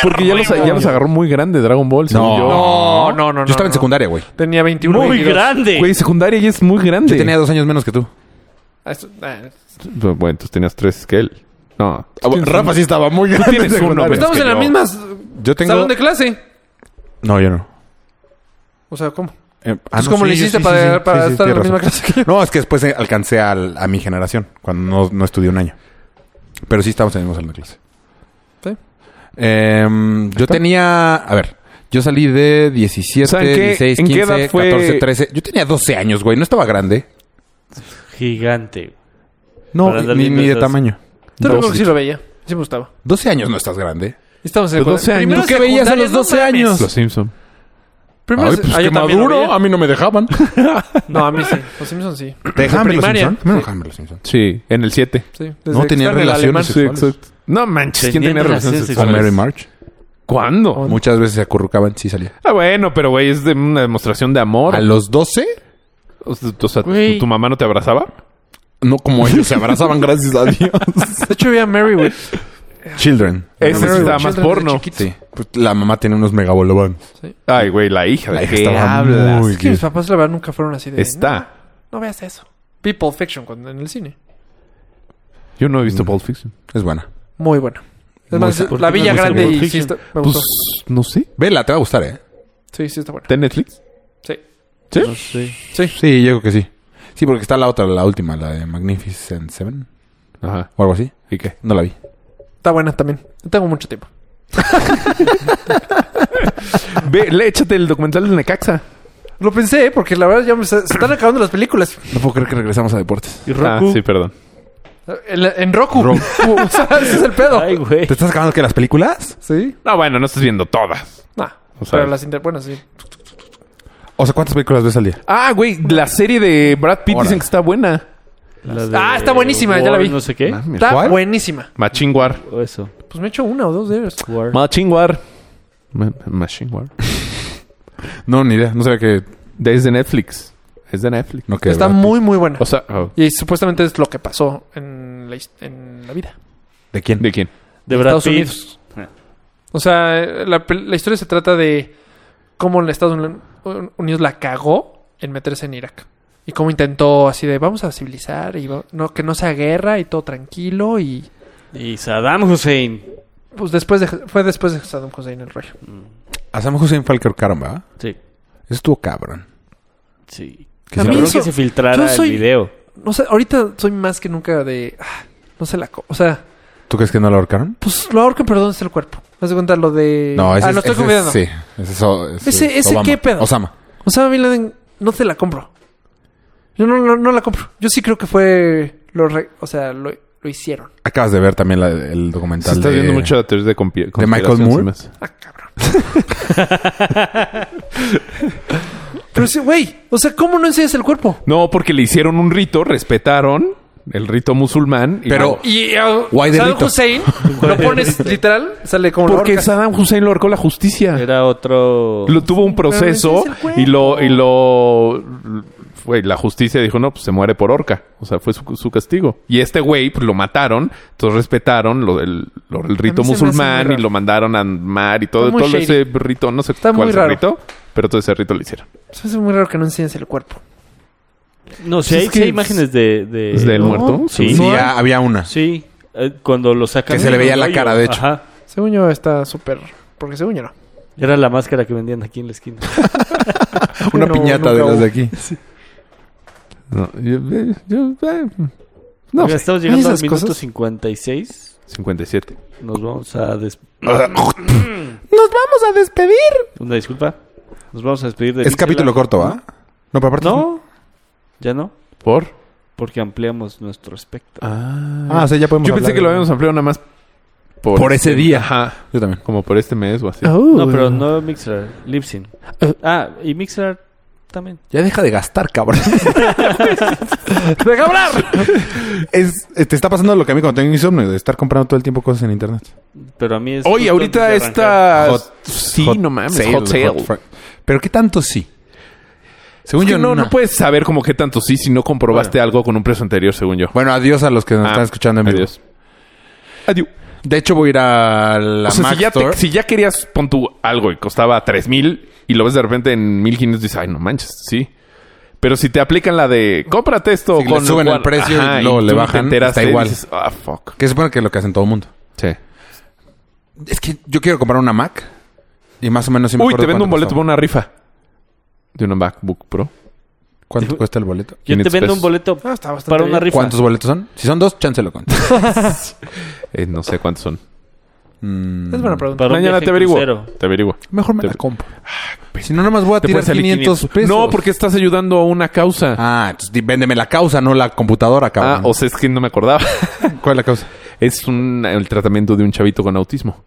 Speaker 1: Porque ya los, ya los agarró muy grande Dragon Ball. según yo.
Speaker 4: No, no, no.
Speaker 2: Yo estaba en
Speaker 4: no.
Speaker 2: secundaria, güey.
Speaker 4: Tenía 21
Speaker 3: Muy
Speaker 4: 22.
Speaker 3: grande.
Speaker 1: Güey, secundaria ya es muy grande.
Speaker 2: Yo tenía dos años menos que tú.
Speaker 4: Ah, eso- ah,
Speaker 1: Bueno, tú tenías tres que él. No.
Speaker 2: Ah, Rafa sí estaba muy grande.
Speaker 1: tienes
Speaker 2: en secundaria.
Speaker 1: uno, pero-
Speaker 4: Estamos
Speaker 1: que
Speaker 4: en la
Speaker 1: yo-
Speaker 4: misma
Speaker 2: Yo tengo...
Speaker 4: salón de clase.
Speaker 2: No, yo no.
Speaker 4: O sea, ¿cómo?
Speaker 2: Eh, ah,
Speaker 4: Pues
Speaker 2: no,
Speaker 4: como
Speaker 2: sí,
Speaker 4: le
Speaker 2: sí,
Speaker 4: hiciste
Speaker 2: sí,
Speaker 4: para,
Speaker 2: sí, sí,
Speaker 4: para
Speaker 2: sí,
Speaker 4: estar en la
Speaker 2: tienes
Speaker 4: misma
Speaker 2: razón.
Speaker 4: clase que yo.
Speaker 2: No, es que después eh, alcancé al- a mi generación, cuando no, no estudié un año. Pero sí estábamos en el mismo salón de clase.
Speaker 4: Sí.
Speaker 2: Em, yo tenía... A ver, yo salí de 17,
Speaker 1: ¿Saben qué?
Speaker 2: 16,
Speaker 1: ¿En qué
Speaker 2: 15,
Speaker 1: edad fue-
Speaker 2: 14, 13... Yo tenía 12 años, güey. No estaba grande.
Speaker 3: Gigante.
Speaker 2: No,
Speaker 3: Para andar
Speaker 2: ni,
Speaker 3: viendo
Speaker 2: ni de
Speaker 3: esas-
Speaker 2: tamaño.
Speaker 4: Yo
Speaker 2: Dos.
Speaker 4: recuerdo que sí lo veía. Sí me gustaba.
Speaker 2: 12 años no estás grande.
Speaker 4: Estamos en
Speaker 1: Pero 12 años.
Speaker 4: Primero
Speaker 1: ¿Tú
Speaker 2: qué veías a
Speaker 4: secundaria,
Speaker 2: los
Speaker 4: no
Speaker 2: 12
Speaker 4: mames.
Speaker 2: años?
Speaker 1: Los Simpson.
Speaker 4: Primero
Speaker 2: Ay,
Speaker 4: se-
Speaker 2: pues
Speaker 4: ah,
Speaker 2: qué
Speaker 4: yo también lo
Speaker 2: maduro.
Speaker 4: veía.
Speaker 2: A mí no me dejaban.
Speaker 4: No, a mí sí. Los Simpsons sí.
Speaker 2: ¿Te dejaban ver los
Speaker 4: primaria.
Speaker 2: Simpson? A mí no me dejaban ver los Simpson.
Speaker 1: Sí, en el 7.
Speaker 4: sí.
Speaker 2: No tenía
Speaker 4: Externo, el
Speaker 2: relaciones
Speaker 4: alemán.
Speaker 2: Sí, sexuales. exacto.
Speaker 1: No manches, ¿quién
Speaker 3: Tenían
Speaker 1: tenía relaciones
Speaker 3: relaciones
Speaker 2: Con
Speaker 1: sexuales?
Speaker 2: Mary March.
Speaker 1: ¿Cuándo?
Speaker 2: Muchas veces se acurrucaban, sí salía.
Speaker 1: Ah, bueno, pero güey, es de una demostración de amor.
Speaker 2: A los 12,
Speaker 1: O sea, o sea,
Speaker 4: Güey.
Speaker 1: ¿tu, tu mamá no te abrazaba?
Speaker 2: no como ellos, se abrazaban, gracias a Dios.
Speaker 4: De hecho, veía Mary, güey.
Speaker 2: Children.
Speaker 1: Ese
Speaker 4: Remember
Speaker 1: está
Speaker 4: the
Speaker 1: más
Speaker 4: Children de
Speaker 1: porno.
Speaker 4: chiquitos.
Speaker 2: Sí. Pues la mamá tiene unos megabolobón.
Speaker 1: Ay, güey, la hija.
Speaker 2: La
Speaker 1: ¿De
Speaker 2: hija
Speaker 1: qué
Speaker 2: estaba
Speaker 1: hablas?
Speaker 2: muy
Speaker 4: Es que mis
Speaker 2: gay.
Speaker 4: papás, la verdad, nunca fueron así de...
Speaker 1: Está.
Speaker 4: No, no veas eso. People Fiction cuando, en el cine.
Speaker 1: Yo no he visto Pulp Fiction.
Speaker 2: Es buena.
Speaker 4: Muy buena. Es
Speaker 2: Muy
Speaker 4: más,
Speaker 2: sa-
Speaker 4: la Villa
Speaker 1: muy
Speaker 4: Grande
Speaker 1: seguro.
Speaker 4: y sí está, me gustó.
Speaker 1: Pues, no sé.
Speaker 2: Vela, te va a gustar, ¿eh?
Speaker 4: Sí, sí está buena.
Speaker 1: ¿Está en Netflix?
Speaker 4: Sí.
Speaker 1: ¿Sí?
Speaker 2: Sí, yo creo que sí. Sí, porque está la otra, la última, la de Magnificent Seven
Speaker 1: Ajá.
Speaker 2: o algo así.
Speaker 1: ¿Y qué?
Speaker 2: No la vi.
Speaker 4: Está buena también. No tengo mucho tiempo.
Speaker 1: Ve, le, échate el documental de Necaxa.
Speaker 4: Lo pensé, ¿eh? porque la verdad ya me se, se están acabando las películas.
Speaker 2: No puedo creer que regresamos a deportes.
Speaker 3: Y
Speaker 1: Ah,
Speaker 3: Roku.
Speaker 1: sí, perdón.
Speaker 4: En, la- en Roku. o sea, ese es el pedo.
Speaker 3: Ay, güey.
Speaker 2: ¿Te estás acabando que las películas?
Speaker 4: Sí.
Speaker 1: No, bueno, no estás viendo todas.
Speaker 4: No.
Speaker 1: O sea-
Speaker 4: pero las inter... Bueno, sí.
Speaker 2: O sea, ¿cuántas películas ves al día?
Speaker 1: Ah, güey, la serie de Brad Pitt dicen que está buena.
Speaker 3: La de
Speaker 4: Ah, está buenísima, ya la vi.
Speaker 3: War, No sé qué.
Speaker 1: Ah,
Speaker 4: Está
Speaker 2: ¿Cuál?
Speaker 4: buenísima.
Speaker 1: Machinguar.
Speaker 3: O eso.
Speaker 4: Pues me echo una o dos de ellas.
Speaker 3: War.
Speaker 1: Machinguar. Ma- Machinguar.
Speaker 2: No, ni idea. No sabía que...
Speaker 1: Es de Netflix. Es de Netflix.
Speaker 2: No, que
Speaker 4: Está
Speaker 2: ¿verdad?
Speaker 4: muy, muy buena.
Speaker 1: O sea, oh,
Speaker 4: Y supuestamente es lo que pasó en la, his- en la vida.
Speaker 2: ¿De quién?
Speaker 1: ¿de quién?
Speaker 3: De Brad
Speaker 4: Estados
Speaker 3: Pitt.
Speaker 4: Unidos.
Speaker 3: Ah.
Speaker 4: O sea, la, pel- la historia se trata de cómo los Estados Uni- Unidos la cagó en meterse en Irak. Y cómo intentó así de vamos a civilizar y va- no, que no sea guerra y todo tranquilo. Y
Speaker 3: Y Saddam Hussein.
Speaker 4: pues después de, fue después de Saddam Hussein el rey.
Speaker 2: A Sam Hussein fue al que ahorcaron, ¿verdad?
Speaker 3: Sí.
Speaker 2: Eso estuvo cabrón.
Speaker 3: Sí.
Speaker 2: Que
Speaker 4: A
Speaker 3: Se
Speaker 4: mí
Speaker 3: logró
Speaker 4: eso-
Speaker 3: que se filtrara
Speaker 4: yo soy-
Speaker 3: el video.
Speaker 4: No sé, ahorita soy más que nunca de... ah, no sé la... co- O sea,
Speaker 2: ¿Tú crees que no lo ahorcaron?
Speaker 4: pues lo ahorcan pero ¿dónde está el cuerpo? ¿Te das cuenta lo de...?
Speaker 2: No, ese
Speaker 4: ah,
Speaker 2: es-
Speaker 4: lo estoy
Speaker 2: ese es-
Speaker 4: confundiendo.
Speaker 2: Sí, ese es O- ese,
Speaker 4: Ese-
Speaker 2: es
Speaker 4: ese
Speaker 2: Obama.
Speaker 4: qué pedo.
Speaker 2: Osama.
Speaker 4: Osama Bin Laden, no te la compro. Yo no, no, no la compro. Yo sí creo que fue... Lo re- o sea, lo, lo hicieron.
Speaker 2: Acabas de ver también la- el
Speaker 1: Se
Speaker 2: documental
Speaker 1: está
Speaker 2: de...
Speaker 1: viendo mucho la teoría de compi-
Speaker 2: Michael
Speaker 1: conspiración,
Speaker 2: Moore?
Speaker 1: se me hace.
Speaker 4: Ah, cabrón. Pero sí, güey. O sea, ¿cómo no enseñas el cuerpo?
Speaker 1: No, porque le hicieron un rito, respetaron el rito musulmán. y-
Speaker 2: Pero-
Speaker 4: Y uh,
Speaker 2: Guay
Speaker 4: Saddam
Speaker 2: delito.
Speaker 4: Hussein, lo pones literal, sale como la
Speaker 1: porque
Speaker 4: horca.
Speaker 1: Saddam Hussein lo ahorcó la justicia.
Speaker 3: Era otro.
Speaker 1: Lo tuvo un
Speaker 4: pero
Speaker 1: proceso
Speaker 4: ese es el cuerpo.
Speaker 1: y lo y lo güey, la justicia dijo, "No, pues se muere por horca." O sea, fue su, su castigo. Y este güey pues, lo mataron, entonces respetaron lo, el, lo- el rito
Speaker 4: A mí se me hace muy
Speaker 1: musulmán y
Speaker 4: raro.
Speaker 1: lo mandaron al mar y todo
Speaker 4: Está muy
Speaker 1: todo
Speaker 4: shady.
Speaker 1: ese rito, no sé
Speaker 4: Está
Speaker 1: cuál
Speaker 4: muy
Speaker 1: es el
Speaker 4: raro.
Speaker 1: rito, pero todo ese rito lo hicieron.
Speaker 4: Se me hace muy raro que no enseñes el cuerpo.
Speaker 3: No, sí,
Speaker 1: Pues
Speaker 3: hay,
Speaker 1: es que
Speaker 3: sí hay imágenes de. de
Speaker 4: Eh,
Speaker 1: ¿Es del
Speaker 3: ¿no?
Speaker 1: muerto?
Speaker 3: Sí.
Speaker 2: Sí, ya había una.
Speaker 3: Sí. Eh, Cuando lo sacan.
Speaker 2: Que se le
Speaker 3: del
Speaker 2: veía la
Speaker 3: hoyo.
Speaker 2: cara, de hecho.
Speaker 3: Ajá.
Speaker 4: Según yo está súper... Porque según yo no.
Speaker 3: Era la máscara que vendían aquí en la esquina.
Speaker 2: Una
Speaker 4: No,
Speaker 2: piñata
Speaker 4: nunca
Speaker 2: de las
Speaker 4: hubo.
Speaker 2: de aquí.
Speaker 1: No, yo, eh, yo, eh, no
Speaker 3: Oiga,
Speaker 1: sé.
Speaker 3: estamos llegando al
Speaker 4: Esas
Speaker 3: minuto
Speaker 4: cosas.
Speaker 3: 56.
Speaker 1: 57.
Speaker 3: Nos vamos a des...
Speaker 4: ¡Nos vamos a despedir!
Speaker 3: Una disculpa. Nos vamos a despedir de
Speaker 2: Es capítulo corto, ¿va? No, pero aparte...
Speaker 3: No. Ya no.
Speaker 1: Por
Speaker 3: Porque ampliamos nuestro espectro.
Speaker 2: Ah, o sea, ya podemos
Speaker 1: Yo pensé
Speaker 2: hablar
Speaker 1: que lo
Speaker 2: de-
Speaker 1: habíamos ampliado nada más este
Speaker 2: Por ese día.
Speaker 1: Ajá.
Speaker 2: Yo también.
Speaker 1: Como por este mes o
Speaker 4: Ah,
Speaker 1: así.
Speaker 3: No, pero no Mixer. Lipsin. Ah, y Mixer también.
Speaker 2: Ya deja de gastar, cabrón.
Speaker 4: ¡Deja hablar!
Speaker 2: Es- eh, te está pasando lo que a mí cuando tengo insomnio, de estar comprando todo el tiempo cosas en internet.
Speaker 3: Pero a mí es.
Speaker 1: Oye,
Speaker 3: justo
Speaker 1: ahorita
Speaker 3: antes de arrancar.
Speaker 1: está
Speaker 2: Hot-
Speaker 1: sí,
Speaker 2: hot
Speaker 1: no mames,
Speaker 2: sale,
Speaker 1: hot sale.
Speaker 2: hot fr- Pero ¿qué tanto sí? Según
Speaker 1: Es que
Speaker 2: yo,
Speaker 1: no, no puedes saber como qué tanto sí si no comprobaste algo con un precio anterior, según yo.
Speaker 2: Bueno, adiós a los que nos
Speaker 1: Ah,
Speaker 2: están escuchando en vivo.
Speaker 1: Adiós. Adiós.
Speaker 2: De hecho, voy a ir a la
Speaker 1: o sea,
Speaker 2: Mac
Speaker 1: si ya, te-
Speaker 2: Store.
Speaker 1: si ya querías, pon tú algo y costaba 3000 y lo ves de repente en 1500, dices, ay, no manches, sí. Pero si te aplican la de cómprate esto,
Speaker 2: Sí, le suben el precio y luego le
Speaker 1: tú no
Speaker 2: bajan,
Speaker 1: enteraste,
Speaker 2: está igual.
Speaker 1: dices, ah, fuck.
Speaker 2: Que se supone que es lo que hacen todo el mundo.
Speaker 1: Sí.
Speaker 2: Es que yo quiero comprar una Mac. Y más o menos... sí me
Speaker 1: Uy,
Speaker 2: acuerdo
Speaker 1: te vendo un
Speaker 2: cuánto
Speaker 1: boleto para
Speaker 2: costaba.
Speaker 1: una rifa de una MacBook Pro.
Speaker 2: ¿Cuánto cuesta el boleto?
Speaker 3: Yo te
Speaker 1: 500
Speaker 3: vendo
Speaker 1: pesos.
Speaker 3: un boleto
Speaker 4: Ah, está bastante
Speaker 3: para una
Speaker 4: bien.
Speaker 3: rifa.
Speaker 2: ¿Cuántos boletos son? Si son dos, chance lo cuento.
Speaker 1: Eh, no sé cuántos son.
Speaker 2: Mm,
Speaker 4: Es buena pregunta.
Speaker 3: Para un
Speaker 1: Mañana
Speaker 3: viaje
Speaker 1: te
Speaker 3: en
Speaker 1: averiguo.
Speaker 3: crucero.
Speaker 1: Te averiguo.
Speaker 2: mejor me
Speaker 1: Te-
Speaker 2: la compro. Si no, nomás voy a
Speaker 1: Te
Speaker 2: tirar
Speaker 1: puede salir
Speaker 2: 500 pesos.
Speaker 1: No, porque estás ayudando a una causa.
Speaker 2: Ah, entonces di- véndeme la causa, no la computadora,
Speaker 1: Ah,
Speaker 2: cabrón.
Speaker 1: o sea, es que no me acordaba.
Speaker 2: ¿Cuál es la causa?
Speaker 1: Es un, el tratamiento de un chavito con autismo.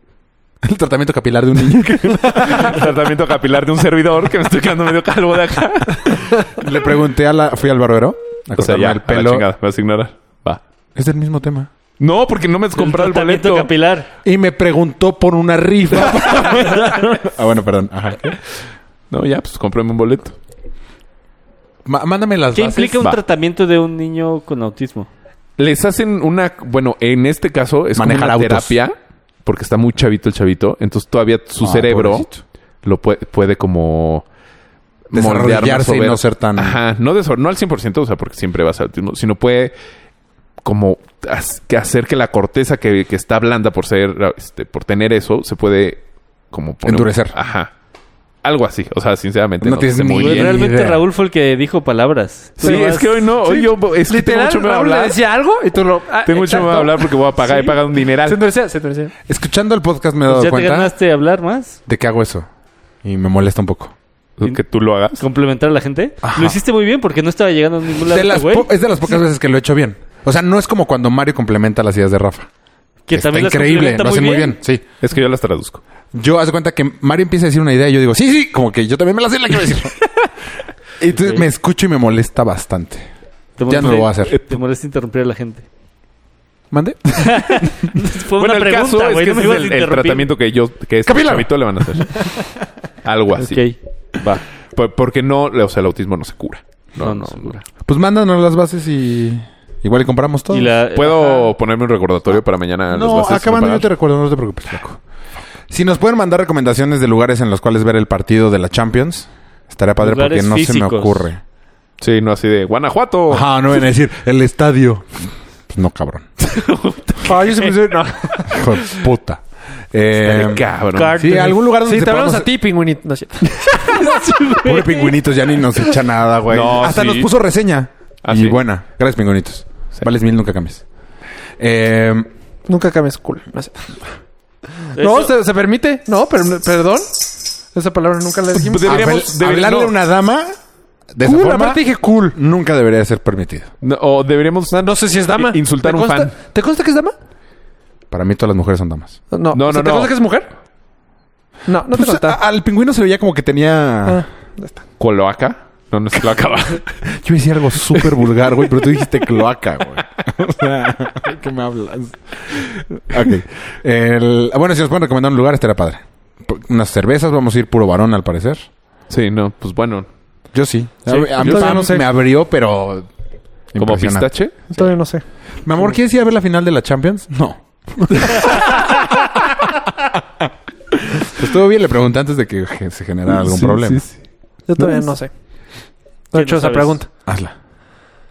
Speaker 2: El tratamiento capilar de un niño.
Speaker 1: tratamiento capilar de un servidor que me estoy quedando medio calvo de acá.
Speaker 2: Le pregunté a la... Fui al barbero a
Speaker 1: O sea,
Speaker 2: cortarme
Speaker 1: ya,
Speaker 2: el
Speaker 1: a la
Speaker 2: pelo.
Speaker 1: chingada. Me vas a ignorar. Va.
Speaker 2: es del mismo tema.
Speaker 1: No, porque no me has comprado el
Speaker 3: tratamiento
Speaker 1: boleto.
Speaker 3: capilar.
Speaker 2: Y me preguntó por una rifa. ah, bueno, perdón. Ajá.
Speaker 1: No, ya, pues cómprame un boleto.
Speaker 2: Ma- mándame las
Speaker 3: ¿Qué
Speaker 2: bases.
Speaker 3: implica un
Speaker 1: va.
Speaker 3: tratamiento de un niño con autismo?
Speaker 1: Les hacen una... Bueno, en este caso es como
Speaker 2: Manejar
Speaker 1: una
Speaker 2: autos.
Speaker 1: terapia porque está muy chavito el chavito, entonces todavía su
Speaker 2: Ah,
Speaker 1: cerebro
Speaker 2: pobrecito.
Speaker 1: lo puede, puede como moldear más o
Speaker 2: Desarrollarse y
Speaker 1: menos.
Speaker 2: no ser tan...
Speaker 1: Ajá, no, desor- no al 100%, o sea, porque siempre va a ser autismo, sino puede como has- que hacer que la corteza que, que está blanda por ser, este, por tener eso, se puede como
Speaker 2: Endurecer.
Speaker 1: Ajá. Algo así, o sea, sinceramente.
Speaker 2: No tienes
Speaker 1: sé
Speaker 2: ni
Speaker 1: muy
Speaker 3: Güey,
Speaker 2: idea.
Speaker 1: bien.
Speaker 3: Pues realmente
Speaker 2: idea.
Speaker 3: Raúl fue el que dijo palabras. Tú
Speaker 1: Sí,
Speaker 3: nomás-
Speaker 1: es que hoy no, hoy yo es que tengo
Speaker 4: Literal,
Speaker 1: mucho miedo a
Speaker 4: Raúl le
Speaker 1: hablar.
Speaker 4: decía algo y tú lo... ah,
Speaker 1: Tengo mucho miedo a
Speaker 4: exacto.
Speaker 1: hablar porque voy a pagar, he pagado un
Speaker 4: Se
Speaker 1: dineral.
Speaker 4: endurecía, se endurecía.
Speaker 2: Escuchando el podcast me he
Speaker 3: Pues
Speaker 2: dado
Speaker 3: ya te
Speaker 2: cuenta
Speaker 3: ganaste hablar más.
Speaker 2: de que hago eso. Y me molesta un poco.
Speaker 1: Que tú lo hagas.
Speaker 3: Complementar a la gente.
Speaker 2: Ajá.
Speaker 3: Lo hiciste muy bien porque no estaba llegando a
Speaker 2: De
Speaker 3: ningún lado, este
Speaker 2: las
Speaker 3: güey.
Speaker 2: po- es de las pocas veces que lo he hecho bien. O sea, no es como cuando Mario complementa las ideas de Rafa.
Speaker 3: Que
Speaker 2: Está
Speaker 3: también las
Speaker 2: increíble,
Speaker 3: complementa
Speaker 2: lo hace muy bien. Sí.
Speaker 1: Es que yo las traduzco.
Speaker 2: Yo hace cuenta que Mario empieza a decir una idea y yo digo, sí, sí, como que yo también me la sé la quiero decir. y entonces
Speaker 3: Ok.
Speaker 2: me escucho y me molesta bastante.
Speaker 3: Te
Speaker 2: Ya no lo voy a hacer.
Speaker 3: Te molesta interrumpir a la gente.
Speaker 2: ¿Mande?
Speaker 3: Fue una
Speaker 1: el
Speaker 3: pregunta,
Speaker 1: es
Speaker 3: güey.
Speaker 1: que
Speaker 3: No
Speaker 1: ese es
Speaker 3: me ibas a
Speaker 1: el- el,
Speaker 3: interrumpir.
Speaker 1: tratamiento que yo, que este
Speaker 2: Camila.
Speaker 1: chavito le van a hacer. Algo así.
Speaker 3: Ok, va.
Speaker 1: Por- Porque no, o sea, el autismo no se cura.
Speaker 3: No,
Speaker 1: No,
Speaker 3: no
Speaker 1: no,
Speaker 3: se
Speaker 1: no.
Speaker 2: Pues mándanos las bases y igual y compramos todo.
Speaker 3: Y la- eh,
Speaker 1: ¿Puedo ponerme un recordatorio para
Speaker 4: Ah,
Speaker 1: mañana? las
Speaker 2: No,
Speaker 1: bases
Speaker 2: acabando yo te
Speaker 1: preparadas?
Speaker 2: recuerdo, no te preocupes, loco. Si nos pueden mandar recomendaciones de lugares en los cuales ver el partido de la Champions, estaría padre
Speaker 3: Lugares
Speaker 2: porque no se me
Speaker 3: físicos.
Speaker 2: ocurre.
Speaker 1: Sí, no así de Guanajuato.
Speaker 2: Ajá, no van a decir el estadio. Pues no, cabrón.
Speaker 4: Ah, yo se me No.
Speaker 2: Hijo de puta. Eh,
Speaker 1: Dale, cabrón.
Speaker 2: sí, algún lugar donde
Speaker 4: Sí,
Speaker 2: se
Speaker 4: te hablamos
Speaker 2: podamos-
Speaker 4: a ti, pingüinito. No es cierto.
Speaker 2: Pobre pingüinitos, ya ni nos echa nada, güey.
Speaker 1: No,
Speaker 2: Hasta
Speaker 1: sí.
Speaker 2: nos puso reseña.
Speaker 1: Ah,
Speaker 2: y
Speaker 1: sí.
Speaker 2: buena. Gracias, pingüinitos.
Speaker 1: Sí.
Speaker 2: Vales mil, nunca cambies. Eh,
Speaker 4: Nunca cambies cool. No, es cierto.
Speaker 3: Eso-
Speaker 4: no se, se permite. No, pero, perdón. Esa palabra nunca la
Speaker 1: Pues
Speaker 4: dijimos.
Speaker 1: deberíamos-
Speaker 2: habl-
Speaker 1: debería-
Speaker 2: hablarle
Speaker 1: no.
Speaker 2: a una dama de esa
Speaker 4: Cool,
Speaker 2: forma
Speaker 4: aparte dije cool.
Speaker 2: nunca debería ser permitido.
Speaker 1: No, o deberíamos...
Speaker 4: No, no sé si es dama.
Speaker 1: I- insultar
Speaker 4: ¿Te
Speaker 1: a un
Speaker 4: consta-
Speaker 1: fan.
Speaker 4: ¿Te consta que es dama?
Speaker 2: Para mí todas las mujeres son damas.
Speaker 4: No, no,
Speaker 1: No,
Speaker 4: O sea,
Speaker 1: no, Ah,
Speaker 4: ¿Te
Speaker 1: no.
Speaker 4: consta que es mujer? No, no te
Speaker 2: Pues,
Speaker 4: consta.
Speaker 2: a- al pingüino se veía como que tenía...
Speaker 4: Ah, ya está.
Speaker 1: ¿Coloaca? No, no es cloaca, va.
Speaker 2: Yo decía algo súper vulgar, güey, pero tú dijiste cloaca, güey. O sea, ¿qué me hablas? Ok. El- bueno, si nos pueden recomendar un lugar, estaría padre. Por- Unas cervezas, vamos a ir puro varón, al parecer.
Speaker 1: Sí, no, pues bueno.
Speaker 2: Yo sí. a, mí- a mí
Speaker 4: yo
Speaker 2: Pam
Speaker 4: sí, no sé.
Speaker 2: me abrió, pero...
Speaker 1: ¿Como
Speaker 2: impresionante.
Speaker 1: pistache?
Speaker 4: Todavía no sé.
Speaker 2: Mi amor, ¿quieres ir a ver la final de la Champions? No. Pues estuvo bien, le pregunté antes de que ge- se generara algún
Speaker 1: Sí, sí,
Speaker 2: problema.
Speaker 1: sí.
Speaker 4: Yo todavía no, sé. No
Speaker 3: ¿Qué
Speaker 4: he hecho
Speaker 3: no
Speaker 4: esa
Speaker 3: sabes?
Speaker 4: pregunta.
Speaker 2: Hazla.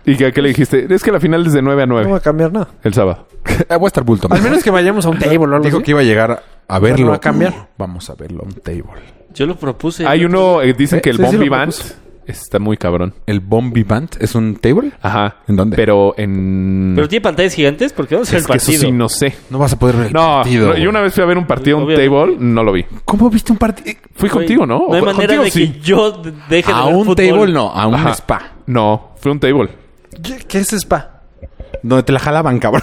Speaker 1: ¿Y qué, qué le dijiste? Es que la final es de 9 a
Speaker 4: No
Speaker 1: 9,
Speaker 4: va a cambiar nada.
Speaker 1: el sábado.
Speaker 2: Eh, Voy a estar bulto.
Speaker 4: Al
Speaker 2: mejor.
Speaker 4: menos que vayamos a un table o algo
Speaker 2: Dijo
Speaker 4: así.
Speaker 2: que iba a llegar a
Speaker 4: No
Speaker 2: verlo.
Speaker 4: va a cambiar.
Speaker 2: Vamos a verlo on table.
Speaker 3: Yo lo propuse.
Speaker 1: Hay uno, eh, dicen que el
Speaker 4: Sí, sí, lo
Speaker 1: Bombi Band
Speaker 4: propuse.
Speaker 1: está muy cabrón.
Speaker 2: ¿El Bombi Band es un table?
Speaker 1: Ajá.
Speaker 2: ¿En dónde?
Speaker 1: Pero en...
Speaker 3: Pero tiene pantallas gigantes porque vamos
Speaker 1: es
Speaker 3: a hacer
Speaker 1: que
Speaker 3: el
Speaker 1: eso sí
Speaker 3: partido.
Speaker 1: no sé.
Speaker 2: No vas a poder ver el
Speaker 1: No,
Speaker 2: partido.
Speaker 1: no, yo una
Speaker 2: güey.
Speaker 1: vez fui a ver un partido, un
Speaker 3: Obviamente.
Speaker 1: table, no lo vi.
Speaker 2: ¿Cómo viste un partido?
Speaker 1: Fui
Speaker 3: Güey,
Speaker 1: contigo, ¿no?
Speaker 3: No hay
Speaker 1: Fue-
Speaker 3: manera
Speaker 1: contigo,
Speaker 3: de que yo de- deje de
Speaker 2: A
Speaker 3: ver
Speaker 2: un
Speaker 3: fútbol.
Speaker 2: table no, a un
Speaker 1: Ajá.
Speaker 2: spa.
Speaker 1: No, fue un table.
Speaker 4: ¿Qué, qué es spa?
Speaker 2: Donde te la jalaban, cabrón.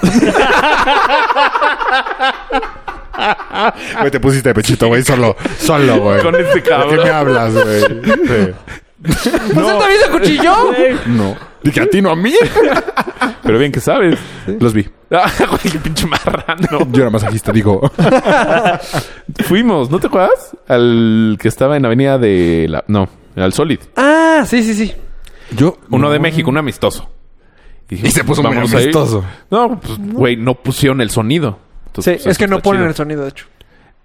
Speaker 2: Güey, te pusiste de pechito, güey. Solo, solo, güey.
Speaker 1: Con este
Speaker 2: ¿De qué
Speaker 1: cabrón.
Speaker 2: me hablas, güey? Sí.
Speaker 4: Pues él también se cuchilló.
Speaker 3: Güey,
Speaker 2: No. Dije a ti, no a mí.
Speaker 1: Pero bien que sabes.
Speaker 2: Los vi.
Speaker 1: Ah, güey, qué pinche marrano.
Speaker 2: Yo era masajista, digo.
Speaker 1: Fuimos, ¿no te acuerdas? Al que estaba en Avenida de la. No, al Solid.
Speaker 4: Ah, sí, sí, sí.
Speaker 2: Yo.
Speaker 1: Uno de México, un amistoso. dije,
Speaker 2: Mm. Y se puso muy
Speaker 1: "Vamos a ir".
Speaker 2: amistoso.
Speaker 1: No, pues, güey, no pusieron el sonido.
Speaker 4: Sí,
Speaker 1: Entonces, pues,
Speaker 4: es que
Speaker 1: eso
Speaker 4: no
Speaker 1: está
Speaker 4: ponen
Speaker 1: chido.
Speaker 4: el sonido, de hecho.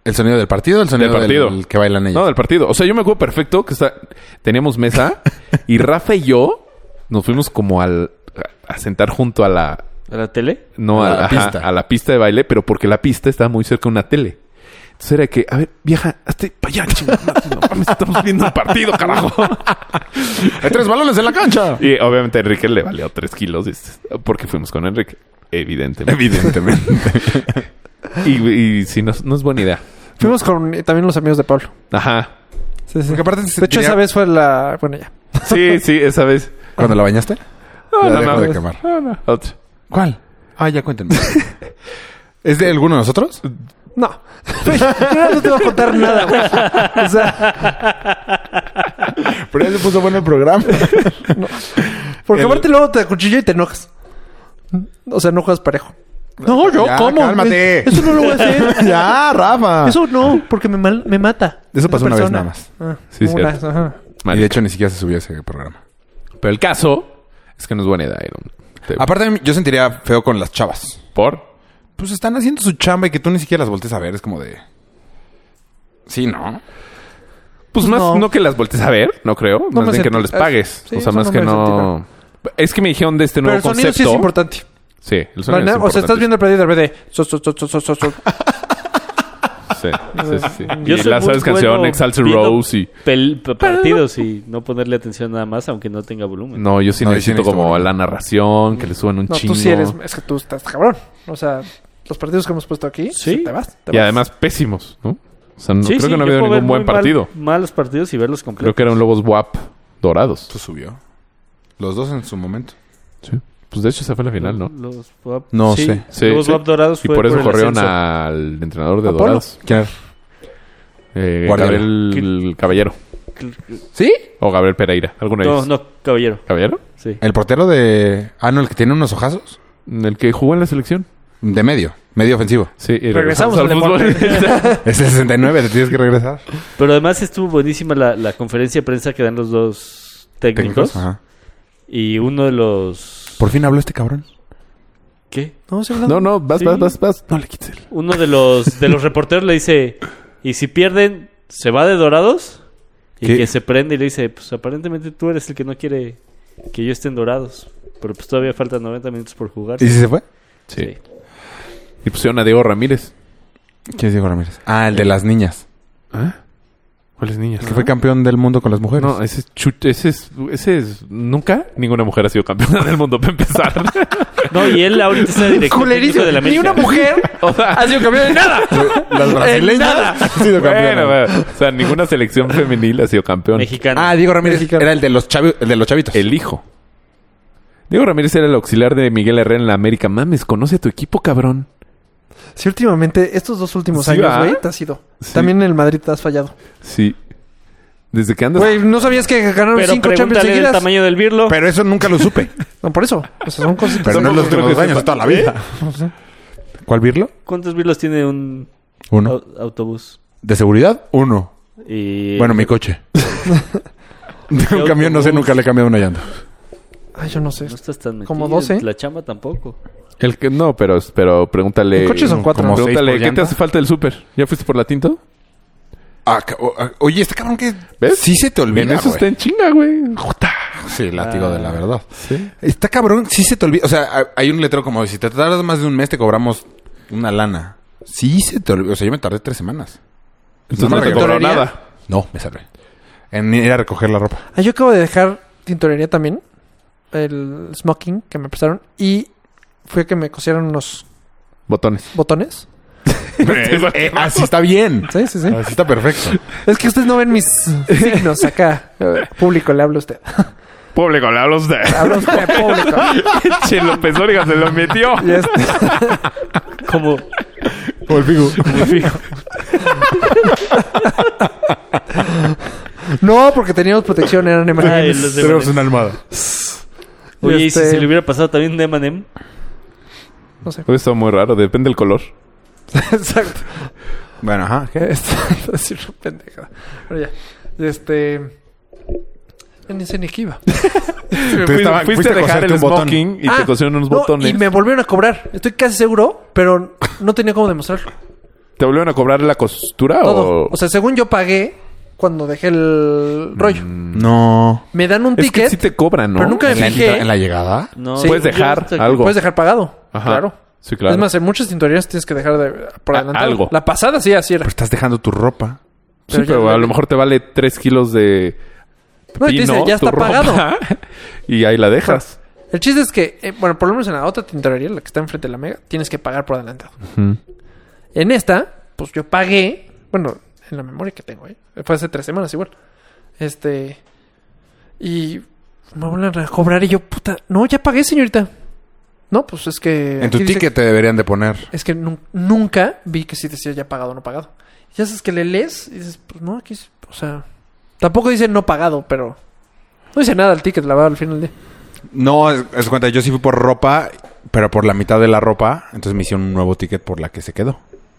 Speaker 2: ¿El sonido del partido o el sonido del,
Speaker 1: Del partido.
Speaker 2: del que bailan ellos?
Speaker 1: No, del partido. O sea, yo me acuerdo perfecto que está... teníamos mesa y Rafa y yo nos fuimos como al. a sentar junto a la.
Speaker 3: ¿A la tele?
Speaker 1: No,
Speaker 2: A
Speaker 1: a,
Speaker 2: la
Speaker 1: ajá,
Speaker 2: pista.
Speaker 1: a la pista de baile, pero porque la pista estaba muy cerca de una tele. Entonces era que, a ver, vieja, hazte para allá, chingada madre, no mames, estamos viendo un partido, carajo.
Speaker 2: Hay tres balones en la cancha.
Speaker 1: Y obviamente a Enrique le valió tres kilos dices, porque fuimos con Enrique, evidentemente.
Speaker 2: Evidentemente.
Speaker 1: y y sí, no, es- no es buena idea.
Speaker 4: Fuimos con eh, también los amigos de Pablo.
Speaker 1: Ajá.
Speaker 4: Sí, sí.
Speaker 2: Porque aparte
Speaker 4: De hecho, esa vez fue la... Bueno, ya.
Speaker 1: Sí, sí, esa vez.
Speaker 2: ¿Cuándo la bañaste?
Speaker 1: Ah, No,
Speaker 2: la
Speaker 1: no,
Speaker 2: dejo
Speaker 1: no.
Speaker 2: de quemar.
Speaker 1: No, no. Otra.
Speaker 2: ¿Cuál? Ah, ya cuéntenme. ¿Es de alguno de nosotros?
Speaker 4: No. no te voy a contar nada, güey. O sea,
Speaker 2: Pero ya se puso bueno el programa.
Speaker 4: porque
Speaker 2: El-
Speaker 4: aparte luego te acuchillo y te enojas. O sea, no juegas parejo. No, yo,
Speaker 2: Ya,
Speaker 4: ¿cómo?
Speaker 2: cálmate.
Speaker 4: Eh, Eso no lo voy a hacer.
Speaker 2: ya, Rafa.
Speaker 4: Eso no, porque me, mal- me mata.
Speaker 2: Eso pasó una vez
Speaker 4: persona.
Speaker 2: nada más.
Speaker 4: Ah,
Speaker 1: Sí,
Speaker 4: una,
Speaker 1: cierto.
Speaker 4: ajá.
Speaker 2: Y
Speaker 1: Mal.
Speaker 2: de hecho ni siquiera se subió ese programa.
Speaker 1: Pero el caso es que no es buena idea ir a un-
Speaker 4: Ah,
Speaker 2: Aparte, yo sentiría feo con las chavas.
Speaker 1: ¿Por?
Speaker 2: pues están haciendo su chamba y que tú ni siquiera las voltees a ver. Es como de. Sí, ¿no?
Speaker 1: Pues más
Speaker 4: no.
Speaker 1: no. que las voltees a ver, no creo.
Speaker 4: No me
Speaker 1: más bien que
Speaker 4: sentí-
Speaker 1: no les
Speaker 4: es-
Speaker 1: pagues.
Speaker 4: sí,
Speaker 1: o sea,
Speaker 4: eso
Speaker 1: más
Speaker 4: no
Speaker 1: que
Speaker 4: me sentí
Speaker 1: no. Es que me dijeron de este
Speaker 4: Pero
Speaker 1: nuevo
Speaker 4: el sonido
Speaker 1: concepto.
Speaker 4: sí es importante.
Speaker 1: Sí, el sonido
Speaker 4: Bueno,
Speaker 1: es
Speaker 4: o sea, estás viendo el play de repente. so, so, so, so, so, so, so.
Speaker 1: Sí, sí, sí. sí.
Speaker 3: Yo
Speaker 1: y
Speaker 3: soy
Speaker 1: la
Speaker 3: muy
Speaker 1: sabes canción,
Speaker 3: bueno
Speaker 1: Exalted
Speaker 3: viendo-
Speaker 1: Rose y...
Speaker 3: Pel- p- partidos y no ponerle atención nada más, aunque no tenga volumen.
Speaker 1: No, yo sí
Speaker 2: No, yo sí
Speaker 1: necesito
Speaker 2: necesito
Speaker 1: como
Speaker 2: volumen.
Speaker 1: la narración, que le suban un
Speaker 4: No,
Speaker 1: chingo.
Speaker 4: tú sí eres. Es que tú estás cabrón. O sea, los partidos que hemos puesto aquí.
Speaker 3: Sí.
Speaker 4: se Te vas. te
Speaker 1: Y
Speaker 4: vas.
Speaker 1: además pésimos, ¿no? O sea, no,
Speaker 3: Sí,
Speaker 1: creo
Speaker 3: sí,
Speaker 1: que no ha
Speaker 3: yo
Speaker 1: habido
Speaker 3: puedo ver
Speaker 1: ningún buen
Speaker 3: muy mal-
Speaker 1: partido.
Speaker 3: malos partidos y verlos
Speaker 1: Creo
Speaker 3: completos.
Speaker 1: que eran Lobos WAP dorados. Pues,
Speaker 2: Tú subió. Los dos en su momento.
Speaker 1: Sí. Pues de hecho esa fue la final, ¿no?
Speaker 3: Los WAP-
Speaker 2: No sé.
Speaker 1: Sí,
Speaker 3: los
Speaker 1: sí.
Speaker 3: WAP dorados
Speaker 1: Y
Speaker 3: fue
Speaker 1: por eso
Speaker 3: el
Speaker 1: corrieron
Speaker 3: ascenso.
Speaker 1: al entrenador de
Speaker 4: Apolo.
Speaker 1: Dorados.
Speaker 2: ¿Quién?
Speaker 1: Eh,
Speaker 2: Guardiola.
Speaker 1: Gabriel Caballero.
Speaker 2: ¿Sí?
Speaker 1: O Gabriel Pereira. ¿Alguno de
Speaker 3: No,
Speaker 1: ellos?
Speaker 3: no, caballero.
Speaker 1: ¿Caballero?
Speaker 3: Sí.
Speaker 2: El portero de. Ah, no, el que tiene unos ojazos.
Speaker 1: El que jugó en la selección.
Speaker 2: De medio. Medio ofensivo.
Speaker 1: Sí, y
Speaker 4: Regresamos al
Speaker 2: Es 69, te tienes que regresar.
Speaker 3: Pero además estuvo buenísima la, la conferencia de prensa que dan los dos técnicos.
Speaker 2: Técnicos, ajá.
Speaker 3: Y uno de los.
Speaker 2: Por fin habló este cabrón.
Speaker 3: ¿Qué?
Speaker 4: No, sí, no.
Speaker 1: no, no, vas,
Speaker 3: Sí.
Speaker 1: vas, vas, vas. No le quites el.
Speaker 3: Uno de los, de los reporteros le dice: ¿Y si pierden, se va de dorados? Y
Speaker 2: ¿Qué?
Speaker 3: que se prende y le dice: Pues aparentemente tú eres el que no quiere que yo esté en dorados. Pero pues todavía faltan 90 minutos por jugar.
Speaker 2: ¿Y si se fue?
Speaker 1: Sí. Y pusieron a Diego Ramírez.
Speaker 2: ¿Quién es Diego Ramírez? Ah, el de las niñas.
Speaker 1: ¿Ah? ¿Cuáles niñas?
Speaker 2: El que fue campeón del mundo con las mujeres.
Speaker 1: No, ese es, chut- ese es, ese es, nunca ninguna mujer ha sido campeona del mundo para empezar.
Speaker 3: No, y él ahorita está director técnico
Speaker 4: Culerísimo.
Speaker 3: de la
Speaker 4: Ni una
Speaker 3: América.
Speaker 4: mujer
Speaker 1: o sea,
Speaker 4: ha sido campeón de nada.
Speaker 2: Las
Speaker 4: En nada.
Speaker 2: brasileñas han sido
Speaker 1: bueno,
Speaker 2: campeonas.
Speaker 1: bueno, o sea, ninguna selección femenil ha sido campeón.
Speaker 3: Mexicana.
Speaker 2: Ah, Diego Ramírez era el de los, chavi- el de los chavitos.
Speaker 1: El hijo. Diego Ramírez era el auxiliar de Miguel Herrera en la América. Mames, conoce a tu equipo, cabrón.
Speaker 4: Sí, últimamente, estos dos últimos
Speaker 1: Sí,
Speaker 4: años,
Speaker 1: ¿va?
Speaker 4: güey, te has ido.
Speaker 1: Sí.
Speaker 4: También en el Madrid te has fallado.
Speaker 1: Sí. Desde que andas.
Speaker 4: Güey, ¿no sabías que ganaron
Speaker 3: pero
Speaker 4: cinco Champions
Speaker 3: pregúntale el
Speaker 4: seguidas?
Speaker 3: tamaño del birlo.
Speaker 2: Pero eso nunca lo supe.
Speaker 4: No, por eso. O sea, son cosas
Speaker 2: Pero no en los
Speaker 1: creo
Speaker 2: últimos
Speaker 1: que
Speaker 2: dos años,
Speaker 1: sepa.
Speaker 2: toda la vida. ¿Cuál birlo?
Speaker 3: ¿Cuántos birlos tiene un
Speaker 2: Uno.
Speaker 3: au- autobús?
Speaker 2: ¿De seguridad? Uno.
Speaker 3: Y...
Speaker 2: Bueno, mi coche. De un
Speaker 3: autobús.
Speaker 2: camión, no sé, nunca le he cambiado una llanta.
Speaker 4: Ay, yo no sé.
Speaker 3: No estás tan metido.
Speaker 4: Como 12.
Speaker 3: La chamba tampoco.
Speaker 1: El que no, pero, pero pregúntale.
Speaker 4: En coches son cuatro.
Speaker 2: como seis
Speaker 1: Pregúntale,
Speaker 2: por
Speaker 1: ¿qué te
Speaker 2: llanta?
Speaker 1: hace falta del súper? ¿Ya fuiste por la tinta?
Speaker 2: Ah, ca- o- ah, oye, este cabrón que...
Speaker 1: ¿Ves?
Speaker 2: Sí se te
Speaker 1: Bien,
Speaker 2: olvida,
Speaker 1: eso
Speaker 2: güey. Ah.
Speaker 1: está en chinga, güey.
Speaker 2: Sí, látigo de la verdad.
Speaker 1: Sí.
Speaker 2: Está cabrón, sí se te olvida. O sea, ha- hay un letrero como, si te tardas más de un mes, te cobramos una lana. Sí se te olvida. O sea, yo me tardé tres semanas.
Speaker 1: Entonces
Speaker 2: No
Speaker 1: no,
Speaker 2: me
Speaker 1: te cobró
Speaker 4: recobraría.
Speaker 1: nada.
Speaker 2: No, me salvé. En ir a recoger la ropa.
Speaker 4: Ah, yo acabo de dejar tintorería también. El smoking que me prestaron. Y fue que me cosieron unos
Speaker 1: Botones.
Speaker 4: botones.
Speaker 2: Eh, así está bien.
Speaker 4: Sí, sí, sí.
Speaker 2: Así está perfecto.
Speaker 4: Es que ustedes no ven mis signos acá. Público, le hablo a usted.
Speaker 1: Público, le hablo a usted.
Speaker 4: Hablo a usted, público.
Speaker 1: Che López Origa se lo metió.
Speaker 4: Y este-
Speaker 3: Como...
Speaker 2: O el figo.
Speaker 4: No, porque teníamos protección, eran
Speaker 3: Ay,
Speaker 4: emergentes.
Speaker 3: los de
Speaker 2: Tenemos una almohada.
Speaker 3: Oye, y
Speaker 4: Este-
Speaker 3: si se le hubiera pasado también de Emanem.
Speaker 4: No sé.
Speaker 1: Está muy raro, depende del color.
Speaker 4: Exacto.
Speaker 2: Bueno, ajá.
Speaker 4: ¿Qué? Esto- decir una pendejada. Pero ya. Este. ya Ni sé ni qué iba.
Speaker 2: Tú estaba- fuiste a coserte un botón.
Speaker 1: smoking y te
Speaker 4: Ah,
Speaker 1: cosieron unos
Speaker 4: no,
Speaker 1: botones.
Speaker 4: Y me volvieron a cobrar. Estoy casi seguro, pero no tenía cómo demostrarlo.
Speaker 1: ¿Te volvieron a cobrar la costura
Speaker 4: Todo.
Speaker 1: o...?
Speaker 4: O sea, según yo pagué cuando dejé el rollo.
Speaker 2: No.
Speaker 4: Me dan un
Speaker 1: Mm. es que
Speaker 4: ticket,
Speaker 1: sí te cobran, ¿no?
Speaker 4: pero nunca me
Speaker 2: ¿En la,
Speaker 4: fijé.
Speaker 2: en la llegada?
Speaker 3: No,
Speaker 4: Sí.
Speaker 1: Puedes
Speaker 3: yo- yo
Speaker 1: dejar
Speaker 3: hasta-
Speaker 1: algo.
Speaker 4: Puedes dejar pagado.
Speaker 1: Ajá.
Speaker 4: Claro.
Speaker 1: Sí, claro.
Speaker 4: Es más, en muchas tintorerías tienes que dejar de, por
Speaker 1: A-
Speaker 4: adelantado.
Speaker 1: algo.
Speaker 4: La pasada sí así era.
Speaker 2: Pero estás dejando tu ropa.
Speaker 1: Sí,
Speaker 4: pero ya
Speaker 1: pero a
Speaker 4: vale.
Speaker 1: lo mejor te vale 3 kilos de
Speaker 4: No, y te
Speaker 1: pino,
Speaker 4: dice, ya
Speaker 1: Pues, tu
Speaker 4: está
Speaker 1: ropa,
Speaker 4: pagado.
Speaker 1: y ahí la dejas.
Speaker 4: El chiste es que, eh, bueno, por lo menos en la otra tintorería, la que está enfrente de la mega, tienes que pagar por adelantado. En esta, pues yo pagué, bueno, en la memoria que tengo, ¿eh? Fue hace tres semanas igual. Este. Y me vuelven a cobrar y yo, puta, no, ya pagué, señorita. No, pues es que.
Speaker 2: En tu
Speaker 4: aquí dice-
Speaker 2: ticket te deberían de poner.
Speaker 4: Es que nun- nunca vi que sí decía ya pagado o no pagado. Ya sabes que le lees y dices, pues no, aquí, es- o sea. Tampoco dice no pagado, pero. No dice nada el ticket, la verdad, al final del día.
Speaker 2: No, es, es cuenta, yo sí fui por ropa, pero por la mitad de la ropa, entonces me hicieron un nuevo ticket por la que se quedó.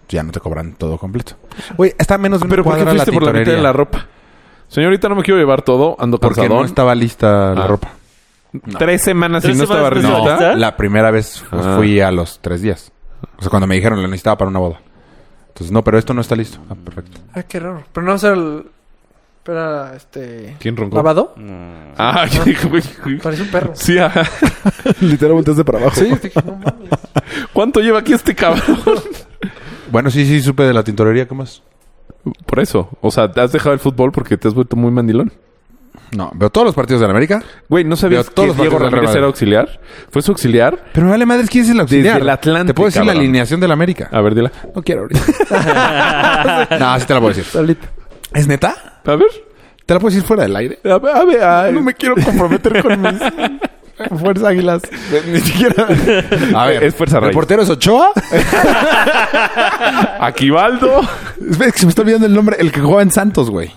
Speaker 2: Ya no te cobran todo completo. Oye, está menos de una
Speaker 1: Pero ¿por qué
Speaker 2: cuadra
Speaker 1: fuiste por la mitad de la
Speaker 2: tintorería.
Speaker 1: ropa? Señorita, no me quiero llevar todo. Ando
Speaker 2: Porque
Speaker 1: cansadón.
Speaker 2: no estaba lista la
Speaker 1: Ah.
Speaker 2: ropa.
Speaker 1: Tres semanas y
Speaker 3: ¿Tres
Speaker 1: no estaba
Speaker 3: semanas no
Speaker 1: lista.
Speaker 2: ¿Eh?
Speaker 3: estaba lista?
Speaker 2: La primera vez fu-
Speaker 1: Ah.
Speaker 2: fui a los tres días. O sea, cuando me dijeron lo necesitaba para una boda. Entonces, no, pero esto no está listo. Ah, perfecto.
Speaker 4: Ah, qué raro. Pero no va a ser el... Espera, este...
Speaker 1: ¿Quién roncó?
Speaker 4: ¿Lavado?
Speaker 1: Ah, yo dije, güey, güey.
Speaker 4: Parece un perro.
Speaker 1: Sí, ajá.
Speaker 2: Literal, volteaste para abajo.
Speaker 4: Sí, dije, no mames.
Speaker 1: ¿Cuánto lleva aquí este cabrón?
Speaker 2: Bueno, sí, sí, supe de la tintorería. ¿Qué más?
Speaker 1: Por eso. O sea, te has dejado el fútbol porque te has vuelto muy mandilón.
Speaker 2: No, veo todos los partidos de la América.
Speaker 1: Güey, ¿no sabías
Speaker 2: Veo
Speaker 1: que
Speaker 2: todos los
Speaker 1: Diego
Speaker 2: partidos del
Speaker 1: Ramírez
Speaker 2: Real
Speaker 1: era auxiliar? ¿Fue su auxiliar?
Speaker 2: Pero me vale madres quién es el Ah. auxiliar.
Speaker 1: Desde el Atlántico,
Speaker 2: Te puedo decir la
Speaker 1: cabrón.
Speaker 2: alineación de la América.
Speaker 1: A ver, dila.
Speaker 2: No quiero ahorita. no, sí te la puedo decir.
Speaker 4: Solito.
Speaker 2: ¿Es neta?
Speaker 1: A ver.
Speaker 2: ¿Te la puedo decir fuera del aire?
Speaker 1: A ver, a ver. ay.
Speaker 2: No me quiero comprometer con mis fuerzas águilas. Ni siquiera. A ver,
Speaker 1: Es Fuerza
Speaker 2: ¿El
Speaker 1: Rayos.
Speaker 2: portero es Ochoa?
Speaker 1: Aquivaldo.
Speaker 2: Es que se me está olvidando el nombre. El que jugaba en Santos, güey.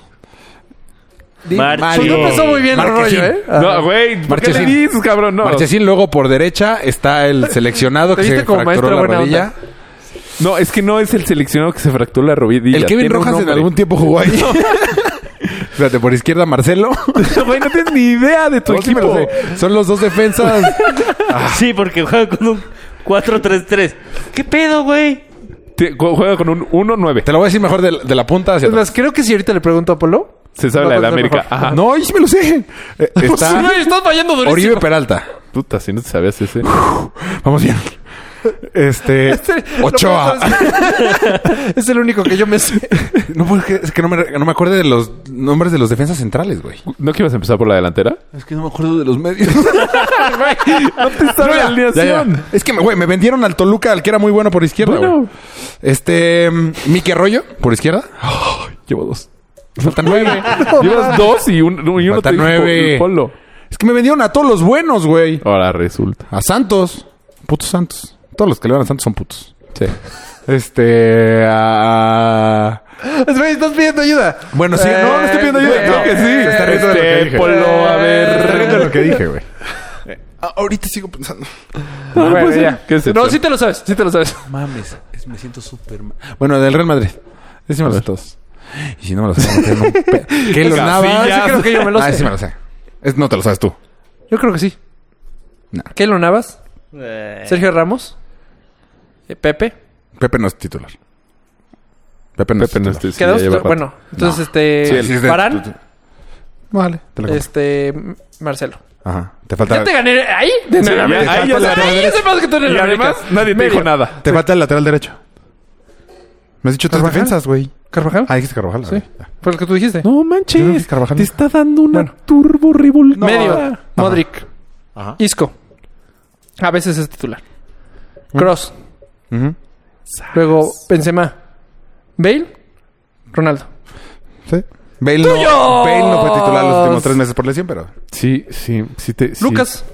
Speaker 4: Pues
Speaker 3: Mario.
Speaker 4: no empezó muy bien el
Speaker 2: Marquezín.
Speaker 4: rollo, ¿eh? Ajá.
Speaker 1: No, güey. ¿Por qué le
Speaker 2: Marchesín.
Speaker 1: dices, cabrón? No.
Speaker 2: Marchesín, luego por derecha está el seleccionado
Speaker 4: Te
Speaker 2: que se
Speaker 4: viste como
Speaker 2: fracturó
Speaker 4: maestro
Speaker 2: la
Speaker 4: buena
Speaker 2: rodilla.
Speaker 4: onda.
Speaker 1: No, es que no es el seleccionado que se fracturó la rodilla.
Speaker 2: El Kevin
Speaker 1: Tiene un
Speaker 2: Rojas en
Speaker 1: nombre.
Speaker 2: algún tiempo jugó ahí. Espérate, por izquierda Marcelo.
Speaker 1: Güey, no tienes ni idea de tu
Speaker 2: No, sí me
Speaker 1: equipo.
Speaker 2: lo sé. Son los dos defensas.
Speaker 3: Sí, porque juega con un 4-3-3. ¿Qué pedo, güey?
Speaker 1: Te- ju- juega con un 1-9.
Speaker 2: Te lo voy a decir mejor de, de la punta hacia
Speaker 4: Es
Speaker 2: atrás.
Speaker 4: más, creo que si ahorita le pregunto a Polo...
Speaker 1: Se sabe
Speaker 4: No,
Speaker 1: la de la
Speaker 4: pues,
Speaker 1: América.
Speaker 4: mejor.
Speaker 1: Ajá.
Speaker 2: No, ahí sí me lo sé. Eh,
Speaker 4: Pues Sí,
Speaker 2: Está
Speaker 4: güey, estás fallando durísimo.
Speaker 2: Oribe Peralta.
Speaker 1: Puta, si no te sabías ese.
Speaker 2: Vamos bien. Este. Ochoa.
Speaker 4: Es el único que yo me sé.
Speaker 2: No, porque es que no me, no me acuerdo de los nombres de los defensas centrales, güey.
Speaker 1: ¿No que ibas a empezar por la delantera?
Speaker 2: Es que no me acuerdo de los medios.
Speaker 1: No te
Speaker 2: No, ya, ya, ya. Es que, güey, me vendieron al Toluca, al que era muy bueno por izquierda, güey.
Speaker 1: Bueno.
Speaker 2: Este. mm, Miki Arroyo, por izquierda.
Speaker 1: Llevo dos.
Speaker 2: Faltan nueve.
Speaker 1: Llevas dos y, un, y uno
Speaker 2: Falta
Speaker 1: te dijo
Speaker 2: nueve.
Speaker 1: po- Polo.
Speaker 2: es que me vendieron a todos los buenos, güey.
Speaker 1: Ahora resulta.
Speaker 2: A Santos. Putos Santos. Todos los que le van a Santos son putos.
Speaker 1: Sí.
Speaker 2: Este. a-
Speaker 4: Es, güey, estás pidiendo ayuda.
Speaker 2: Bueno, sí, no, no estoy pidiendo ayuda.
Speaker 4: Eh,
Speaker 2: Creo que sí.
Speaker 4: eh,
Speaker 2: Se está riendo de lo que
Speaker 1: Este,
Speaker 2: dije.
Speaker 1: Polo, a
Speaker 2: Se está riendo de
Speaker 1: ver.
Speaker 2: lo que dije, güey. Ah, ahorita sigo pensando.
Speaker 1: No,
Speaker 4: Bueno,
Speaker 1: pues,
Speaker 4: ya.
Speaker 1: ¿Qué es eso?
Speaker 4: No, sí te lo sabes, sí te lo sabes.
Speaker 2: Mames, es- me siento súper mal. Bueno, del Real Madrid. Decímelo a todos. Y si no me lo sé, que los Navas.
Speaker 1: Casillas.
Speaker 2: Sí, creo que yo me lo sé. Ah, sí me lo sé. Es- no te lo sabes tú.
Speaker 4: Yo creo que sí.
Speaker 2: No.
Speaker 4: Keylor Navas,
Speaker 3: Eh,
Speaker 4: Sergio Ramos, eh, Pepe.
Speaker 2: Pepe no es titular. Pepe no
Speaker 1: Pepe no
Speaker 2: es
Speaker 1: este, sí,
Speaker 2: titular.
Speaker 1: ya
Speaker 4: Quedamos.
Speaker 1: lleva
Speaker 4: tres-
Speaker 1: rato.
Speaker 4: bueno, entonces
Speaker 2: Sí,
Speaker 4: este.
Speaker 2: sí, es de-
Speaker 4: Varane,
Speaker 2: tú- tú- Vale, te la compro.
Speaker 4: este. Marcelo.
Speaker 2: Ajá. Te falta,
Speaker 4: Ya te
Speaker 2: te...
Speaker 4: gané ahí. De
Speaker 1: Sí,
Speaker 4: nada.
Speaker 1: ya,
Speaker 4: más.
Speaker 1: ahí ya
Speaker 4: Ahí
Speaker 1: sabes.
Speaker 4: ya sabes que tú eres
Speaker 1: Y
Speaker 4: la
Speaker 1: además,
Speaker 4: América.
Speaker 1: nadie te dijo
Speaker 4: Medio.
Speaker 1: nada.
Speaker 2: falta el lateral derecho. Me has dicho tres
Speaker 4: Carvajal.
Speaker 2: defensas, güey.
Speaker 4: ¿Carvajal?
Speaker 2: Ah, dijiste Carvajal. Sí.
Speaker 4: Fue lo que tú dijiste.
Speaker 1: No
Speaker 2: Yo creo
Speaker 1: manches.
Speaker 2: que Carvajal.
Speaker 1: Te está dando una
Speaker 4: Bueno.
Speaker 1: turbo revolución.
Speaker 4: Medio.
Speaker 1: No. eh.
Speaker 4: Modric.
Speaker 2: Ajá.
Speaker 4: Isco. A veces es titular.
Speaker 1: Mm.
Speaker 4: Cross.
Speaker 2: Ujú.
Speaker 4: Luego Benzema. Bale. Ronaldo.
Speaker 2: Sí. Bale no, Bale no fue titular los últimos tres meses por lesión, pero...
Speaker 1: Sí, sí, sí te. sí.
Speaker 4: Lucas.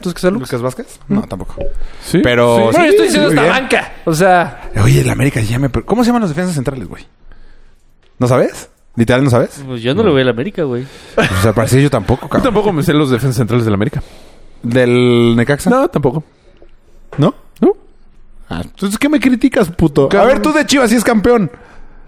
Speaker 4: ¿Tú que Lucas?
Speaker 2: ¿Lucas Vázquez? No, tampoco.
Speaker 1: Sí.
Speaker 2: Pero-
Speaker 1: Sí.
Speaker 4: Bueno, yo estoy
Speaker 2: Sí,
Speaker 4: diciendo
Speaker 2: muy
Speaker 4: esta
Speaker 2: bien.
Speaker 4: banca. O sea,
Speaker 2: Oye, el América ya me... pre- ¿Cómo se llaman los defensas centrales, güey? ¿No sabes? ¿Literal no sabes?
Speaker 3: Pues yo no le voy a la América, güey.
Speaker 2: Pues al parecer yo tampoco,
Speaker 1: Yo
Speaker 2: cabrón.
Speaker 1: tampoco me sé los defensas centrales del América.
Speaker 2: ¿Del Necaxa?
Speaker 1: No, tampoco.
Speaker 2: ¿No?
Speaker 1: No.
Speaker 2: Ah, entonces, ¿qué me criticas, puto? A ver, tú de Chivas sí es campeón.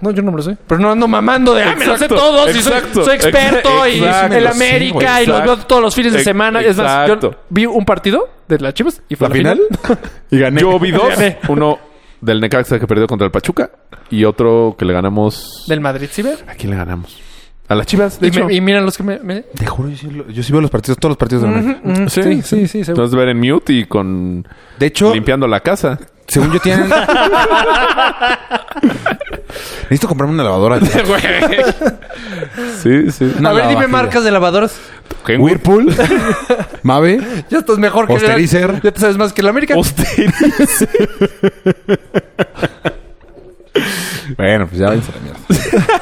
Speaker 4: no, yo no me lo sé. Pero no ando mamando de, ah, me lo sé
Speaker 1: Exacto,
Speaker 4: todo. Si soy,
Speaker 1: exacto,
Speaker 4: soy experto
Speaker 1: ex-
Speaker 4: y
Speaker 1: exacto,
Speaker 4: el
Speaker 1: sí,
Speaker 4: América
Speaker 1: güey,
Speaker 4: y los veo
Speaker 1: exacto.
Speaker 4: todos los fines de
Speaker 1: Ex-
Speaker 4: semana. Es más, yo
Speaker 1: exacto.
Speaker 4: vi un partido de las Chivas y fue
Speaker 2: ¿La final? y gané.
Speaker 1: Yo vi dos.
Speaker 4: Gané.
Speaker 1: Uno del Necaxa que perdió contra el Pachuca y otro que le ganamos.
Speaker 4: Del Madrid, ¿sí ven?
Speaker 1: ¿A quién le ganamos? A las Chivas, de
Speaker 4: Y,
Speaker 1: hecho.
Speaker 4: me- y miran los que me... me-
Speaker 2: Te juro, yo sí, lo- yo sí veo los partidos, todos los partidos de la América.
Speaker 4: Mm,
Speaker 1: Sí,
Speaker 4: sí, sí, sí, seguro.
Speaker 1: Entonces ver en mute y con
Speaker 2: De hecho,
Speaker 1: limpiando la casa.
Speaker 2: según yo tienen... Necesito comprarme una lavadora. ya.
Speaker 1: Sí, sí.
Speaker 2: Una
Speaker 4: A ver, dime
Speaker 2: lavavajillas.
Speaker 4: marcas de lavadoras.
Speaker 1: Kenwood.
Speaker 2: Whirlpool. Mave.
Speaker 4: Ya estás mejor que...
Speaker 2: Posterizer.
Speaker 4: Ya te sabes más que el América.
Speaker 2: Bueno, pues ya váyanse a la mierda.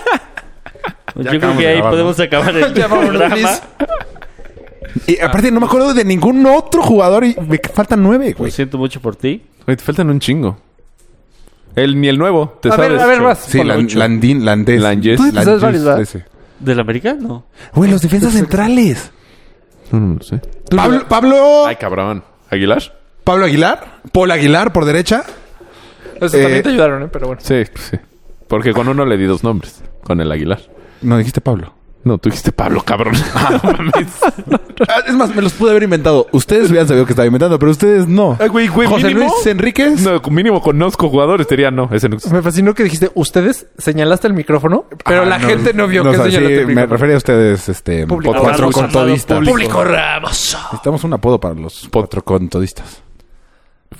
Speaker 3: yo creo
Speaker 2: acabamos
Speaker 3: que
Speaker 2: de
Speaker 3: ahí
Speaker 2: grabar,
Speaker 3: podemos acabar el
Speaker 4: Ya vámonos,
Speaker 3: programa.
Speaker 4: Luis.
Speaker 2: Y aparte, no me acuerdo de ningún otro jugador y me faltan nueve,
Speaker 3: Lo
Speaker 2: güey.
Speaker 3: siento mucho por ti.
Speaker 1: Güey, te faltan un chingo. El, ni el nuevo. Te
Speaker 4: A ver,
Speaker 1: sabes.
Speaker 4: a ver,
Speaker 1: Cho.
Speaker 4: vas.
Speaker 2: Sí, Lan- Landín, Landés.
Speaker 1: Landés. Tú
Speaker 4: te sabes
Speaker 2: Landés,
Speaker 4: varios, ¿verdad?
Speaker 2: ese.
Speaker 3: ¿Del América? No.
Speaker 2: Güey, los defensas centrales.
Speaker 1: No, no, no sé.
Speaker 2: Pablo, Pablo,
Speaker 1: Mm, Ay, cabrón. ¿Aguilar?
Speaker 2: Pablo Aguilar. Paul Aguilar por derecha.
Speaker 4: Eso
Speaker 2: Eh,
Speaker 4: también te ayudaron, ¿eh? Pero bueno.
Speaker 1: Sí, sí. Porque con uno le di dos nombres. Con el Aguilar.
Speaker 2: No, dijiste Pablo.
Speaker 1: No, tú dijiste Pablo, cabrón. No mames.
Speaker 2: Ah, Es más, me los pude haber inventado. Ustedes hubieran sabido que estaba inventando, pero ustedes no.
Speaker 1: Ay, güey, güey,
Speaker 2: José
Speaker 1: mínimo.
Speaker 2: Luis Enríquez.
Speaker 1: No, mínimo conozco jugadores, te diría no. Ese no existe.
Speaker 4: Me fascinó que dijiste, ustedes señalaste el micrófono, pero
Speaker 2: Ah,
Speaker 4: la gente no vio que
Speaker 2: sabe,
Speaker 4: señalaste
Speaker 2: sí,
Speaker 4: el
Speaker 2: Me
Speaker 4: micrófono.
Speaker 2: refería a ustedes, este,
Speaker 4: Público.
Speaker 2: cuatro
Speaker 3: Amado, amado
Speaker 2: contodistas.
Speaker 4: Público Ramos.
Speaker 2: Necesitamos un apodo para los cuatro contodistas.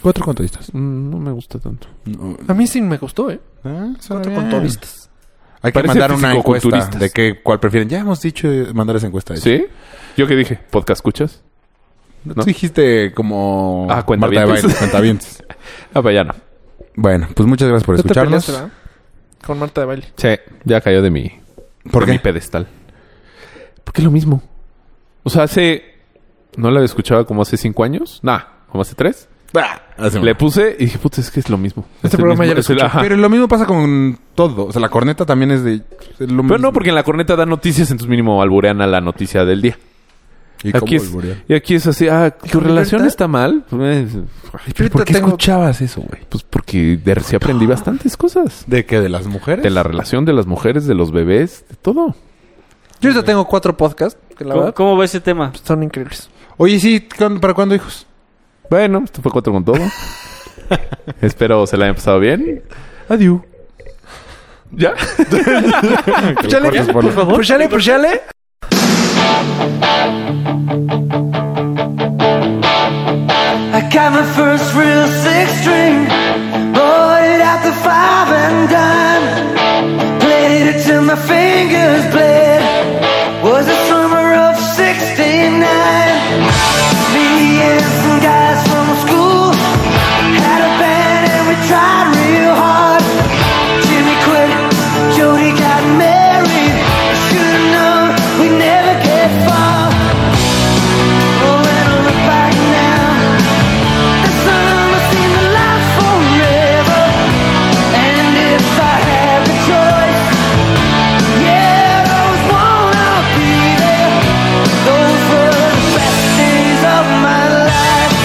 Speaker 2: Cuatro contodistas.
Speaker 1: Mm, No me gusta tanto.
Speaker 2: No,
Speaker 4: A mí sí me gustó, ¿eh?
Speaker 2: ah, suena
Speaker 4: Cuatro
Speaker 2: bien.
Speaker 4: contovistas.
Speaker 2: Hay que
Speaker 1: Parece
Speaker 2: mandar una encuesta
Speaker 1: fisicoculturistas.
Speaker 2: de qué, cuál prefieren. Ya hemos dicho eh, mandar esa encuesta.
Speaker 1: ¿Sí? ¿Yo qué dije? ¿Podcast escuchas?
Speaker 2: ¿No?
Speaker 1: ¿No?
Speaker 2: Tú dijiste como...
Speaker 1: Ah,
Speaker 2: Marta de
Speaker 1: cuentavientes.
Speaker 2: Baile, cuentavientes.
Speaker 1: Ah, pues ya no.
Speaker 2: bueno, pues muchas gracias por
Speaker 4: Tú te
Speaker 2: escucharnos.
Speaker 4: peleaste, ¿verdad? Con Marta de baile.
Speaker 1: Sí, ya cayó de mi,
Speaker 2: ¿Por
Speaker 1: de mi
Speaker 2: qué?
Speaker 1: pedestal. Porque es lo mismo. O sea, hace. No la escuchaba como hace cinco años. Nah, como hace tres.
Speaker 2: Ah, hace un-
Speaker 1: Le puse y dije, puta, es que es lo mismo.
Speaker 4: Este
Speaker 1: Es el
Speaker 4: programa
Speaker 1: mismo-
Speaker 4: ya lo
Speaker 1: es el-
Speaker 4: escuché,
Speaker 1: ajá.
Speaker 2: Pero lo mismo pasa con todo. O sea, la corneta también es de... es lo
Speaker 1: Pero
Speaker 2: mismo.
Speaker 1: no, porque en la corneta da noticias, entonces mínimo alburean a la noticia del día.
Speaker 2: ¿Y
Speaker 1: aquí,
Speaker 2: cómo
Speaker 1: es,
Speaker 2: volvería?
Speaker 1: y aquí es así, ah, ¿tu
Speaker 4: Híjole,
Speaker 1: relación
Speaker 4: ahorita-
Speaker 1: está mal? Pues, ay, pero ¿Por
Speaker 4: ahorita
Speaker 1: qué
Speaker 4: tengo-
Speaker 1: escuchabas eso, güey? Pues porque de, sí aprendí bastantes cosas.
Speaker 2: ¿De qué? ¿De las mujeres?
Speaker 1: De la relación de las mujeres, de los bebés, de todo.
Speaker 4: Yo ahorita tengo cuatro podcasts, que la
Speaker 3: ¿Cómo,
Speaker 4: verdad
Speaker 3: cómo va ese tema?
Speaker 4: son increíbles.
Speaker 2: Oye, sí. ¿cuándo- ¿Para cuándo, hijos?
Speaker 1: Bueno, esto fue Cuatro con Todo. Espero se la hayan pasado bien. Adiós. ¿Ya?
Speaker 4: Puchale,
Speaker 2: cortes por-
Speaker 4: por favor. Puchale, puchale.
Speaker 6: I got my first real six string, bought it at the five and dime. Played it till my fingers bled. Was the summer of '69. Me and some guys from school had a band and we tried real hard. Jimmy quit, Jody got married. I should've known we'd never get far. Oh, and I look back now. The sun will see the light forever, and if I had the choice, yeah, those wanna be there. Those were the best days of my life.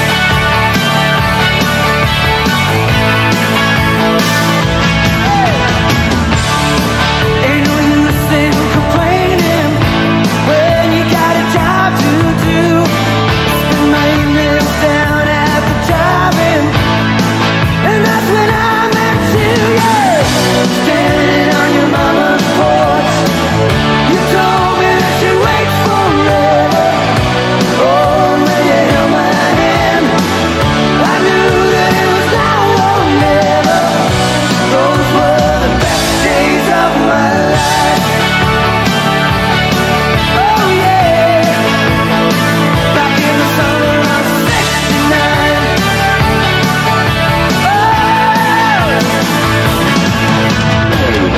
Speaker 6: Ain't no use in complaining when you got a job to do. My life. Oh yeah. Back in the summer of '69. Man, we were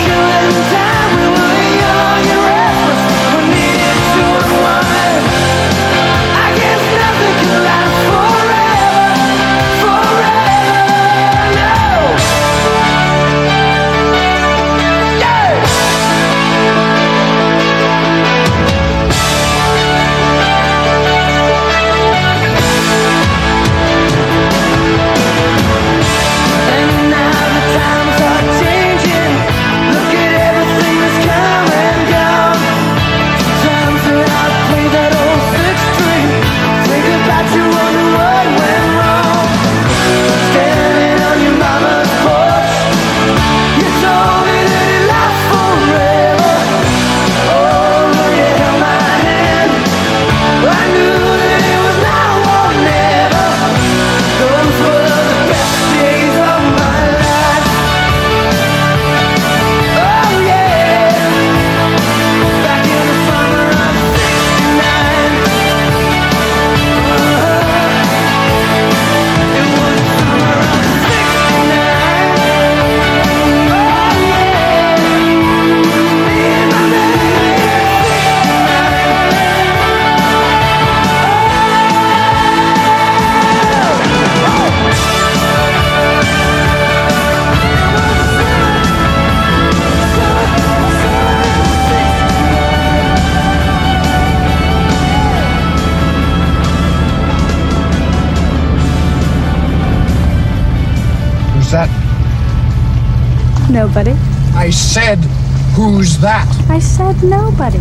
Speaker 6: killing time. We were young and restless. We needed to unwind. I guess nothing can last forever, forever. No. Yeah. And now the times are changing. Look at everything that's come and gone. Sometimes I play that old sixth string. Think about you wonder what went wrong. Standing on your mama's porch, you told me that it lasts forever. Oh, but you held my hand. I knew that it was now or never. Those were the best days of my life. Oh yeah, back in the summer of '69. It was the summer of '69. Oh yeah, me and my
Speaker 7: Who's that?
Speaker 5: Nobody.
Speaker 7: I said Who's that?
Speaker 8: I said nobody.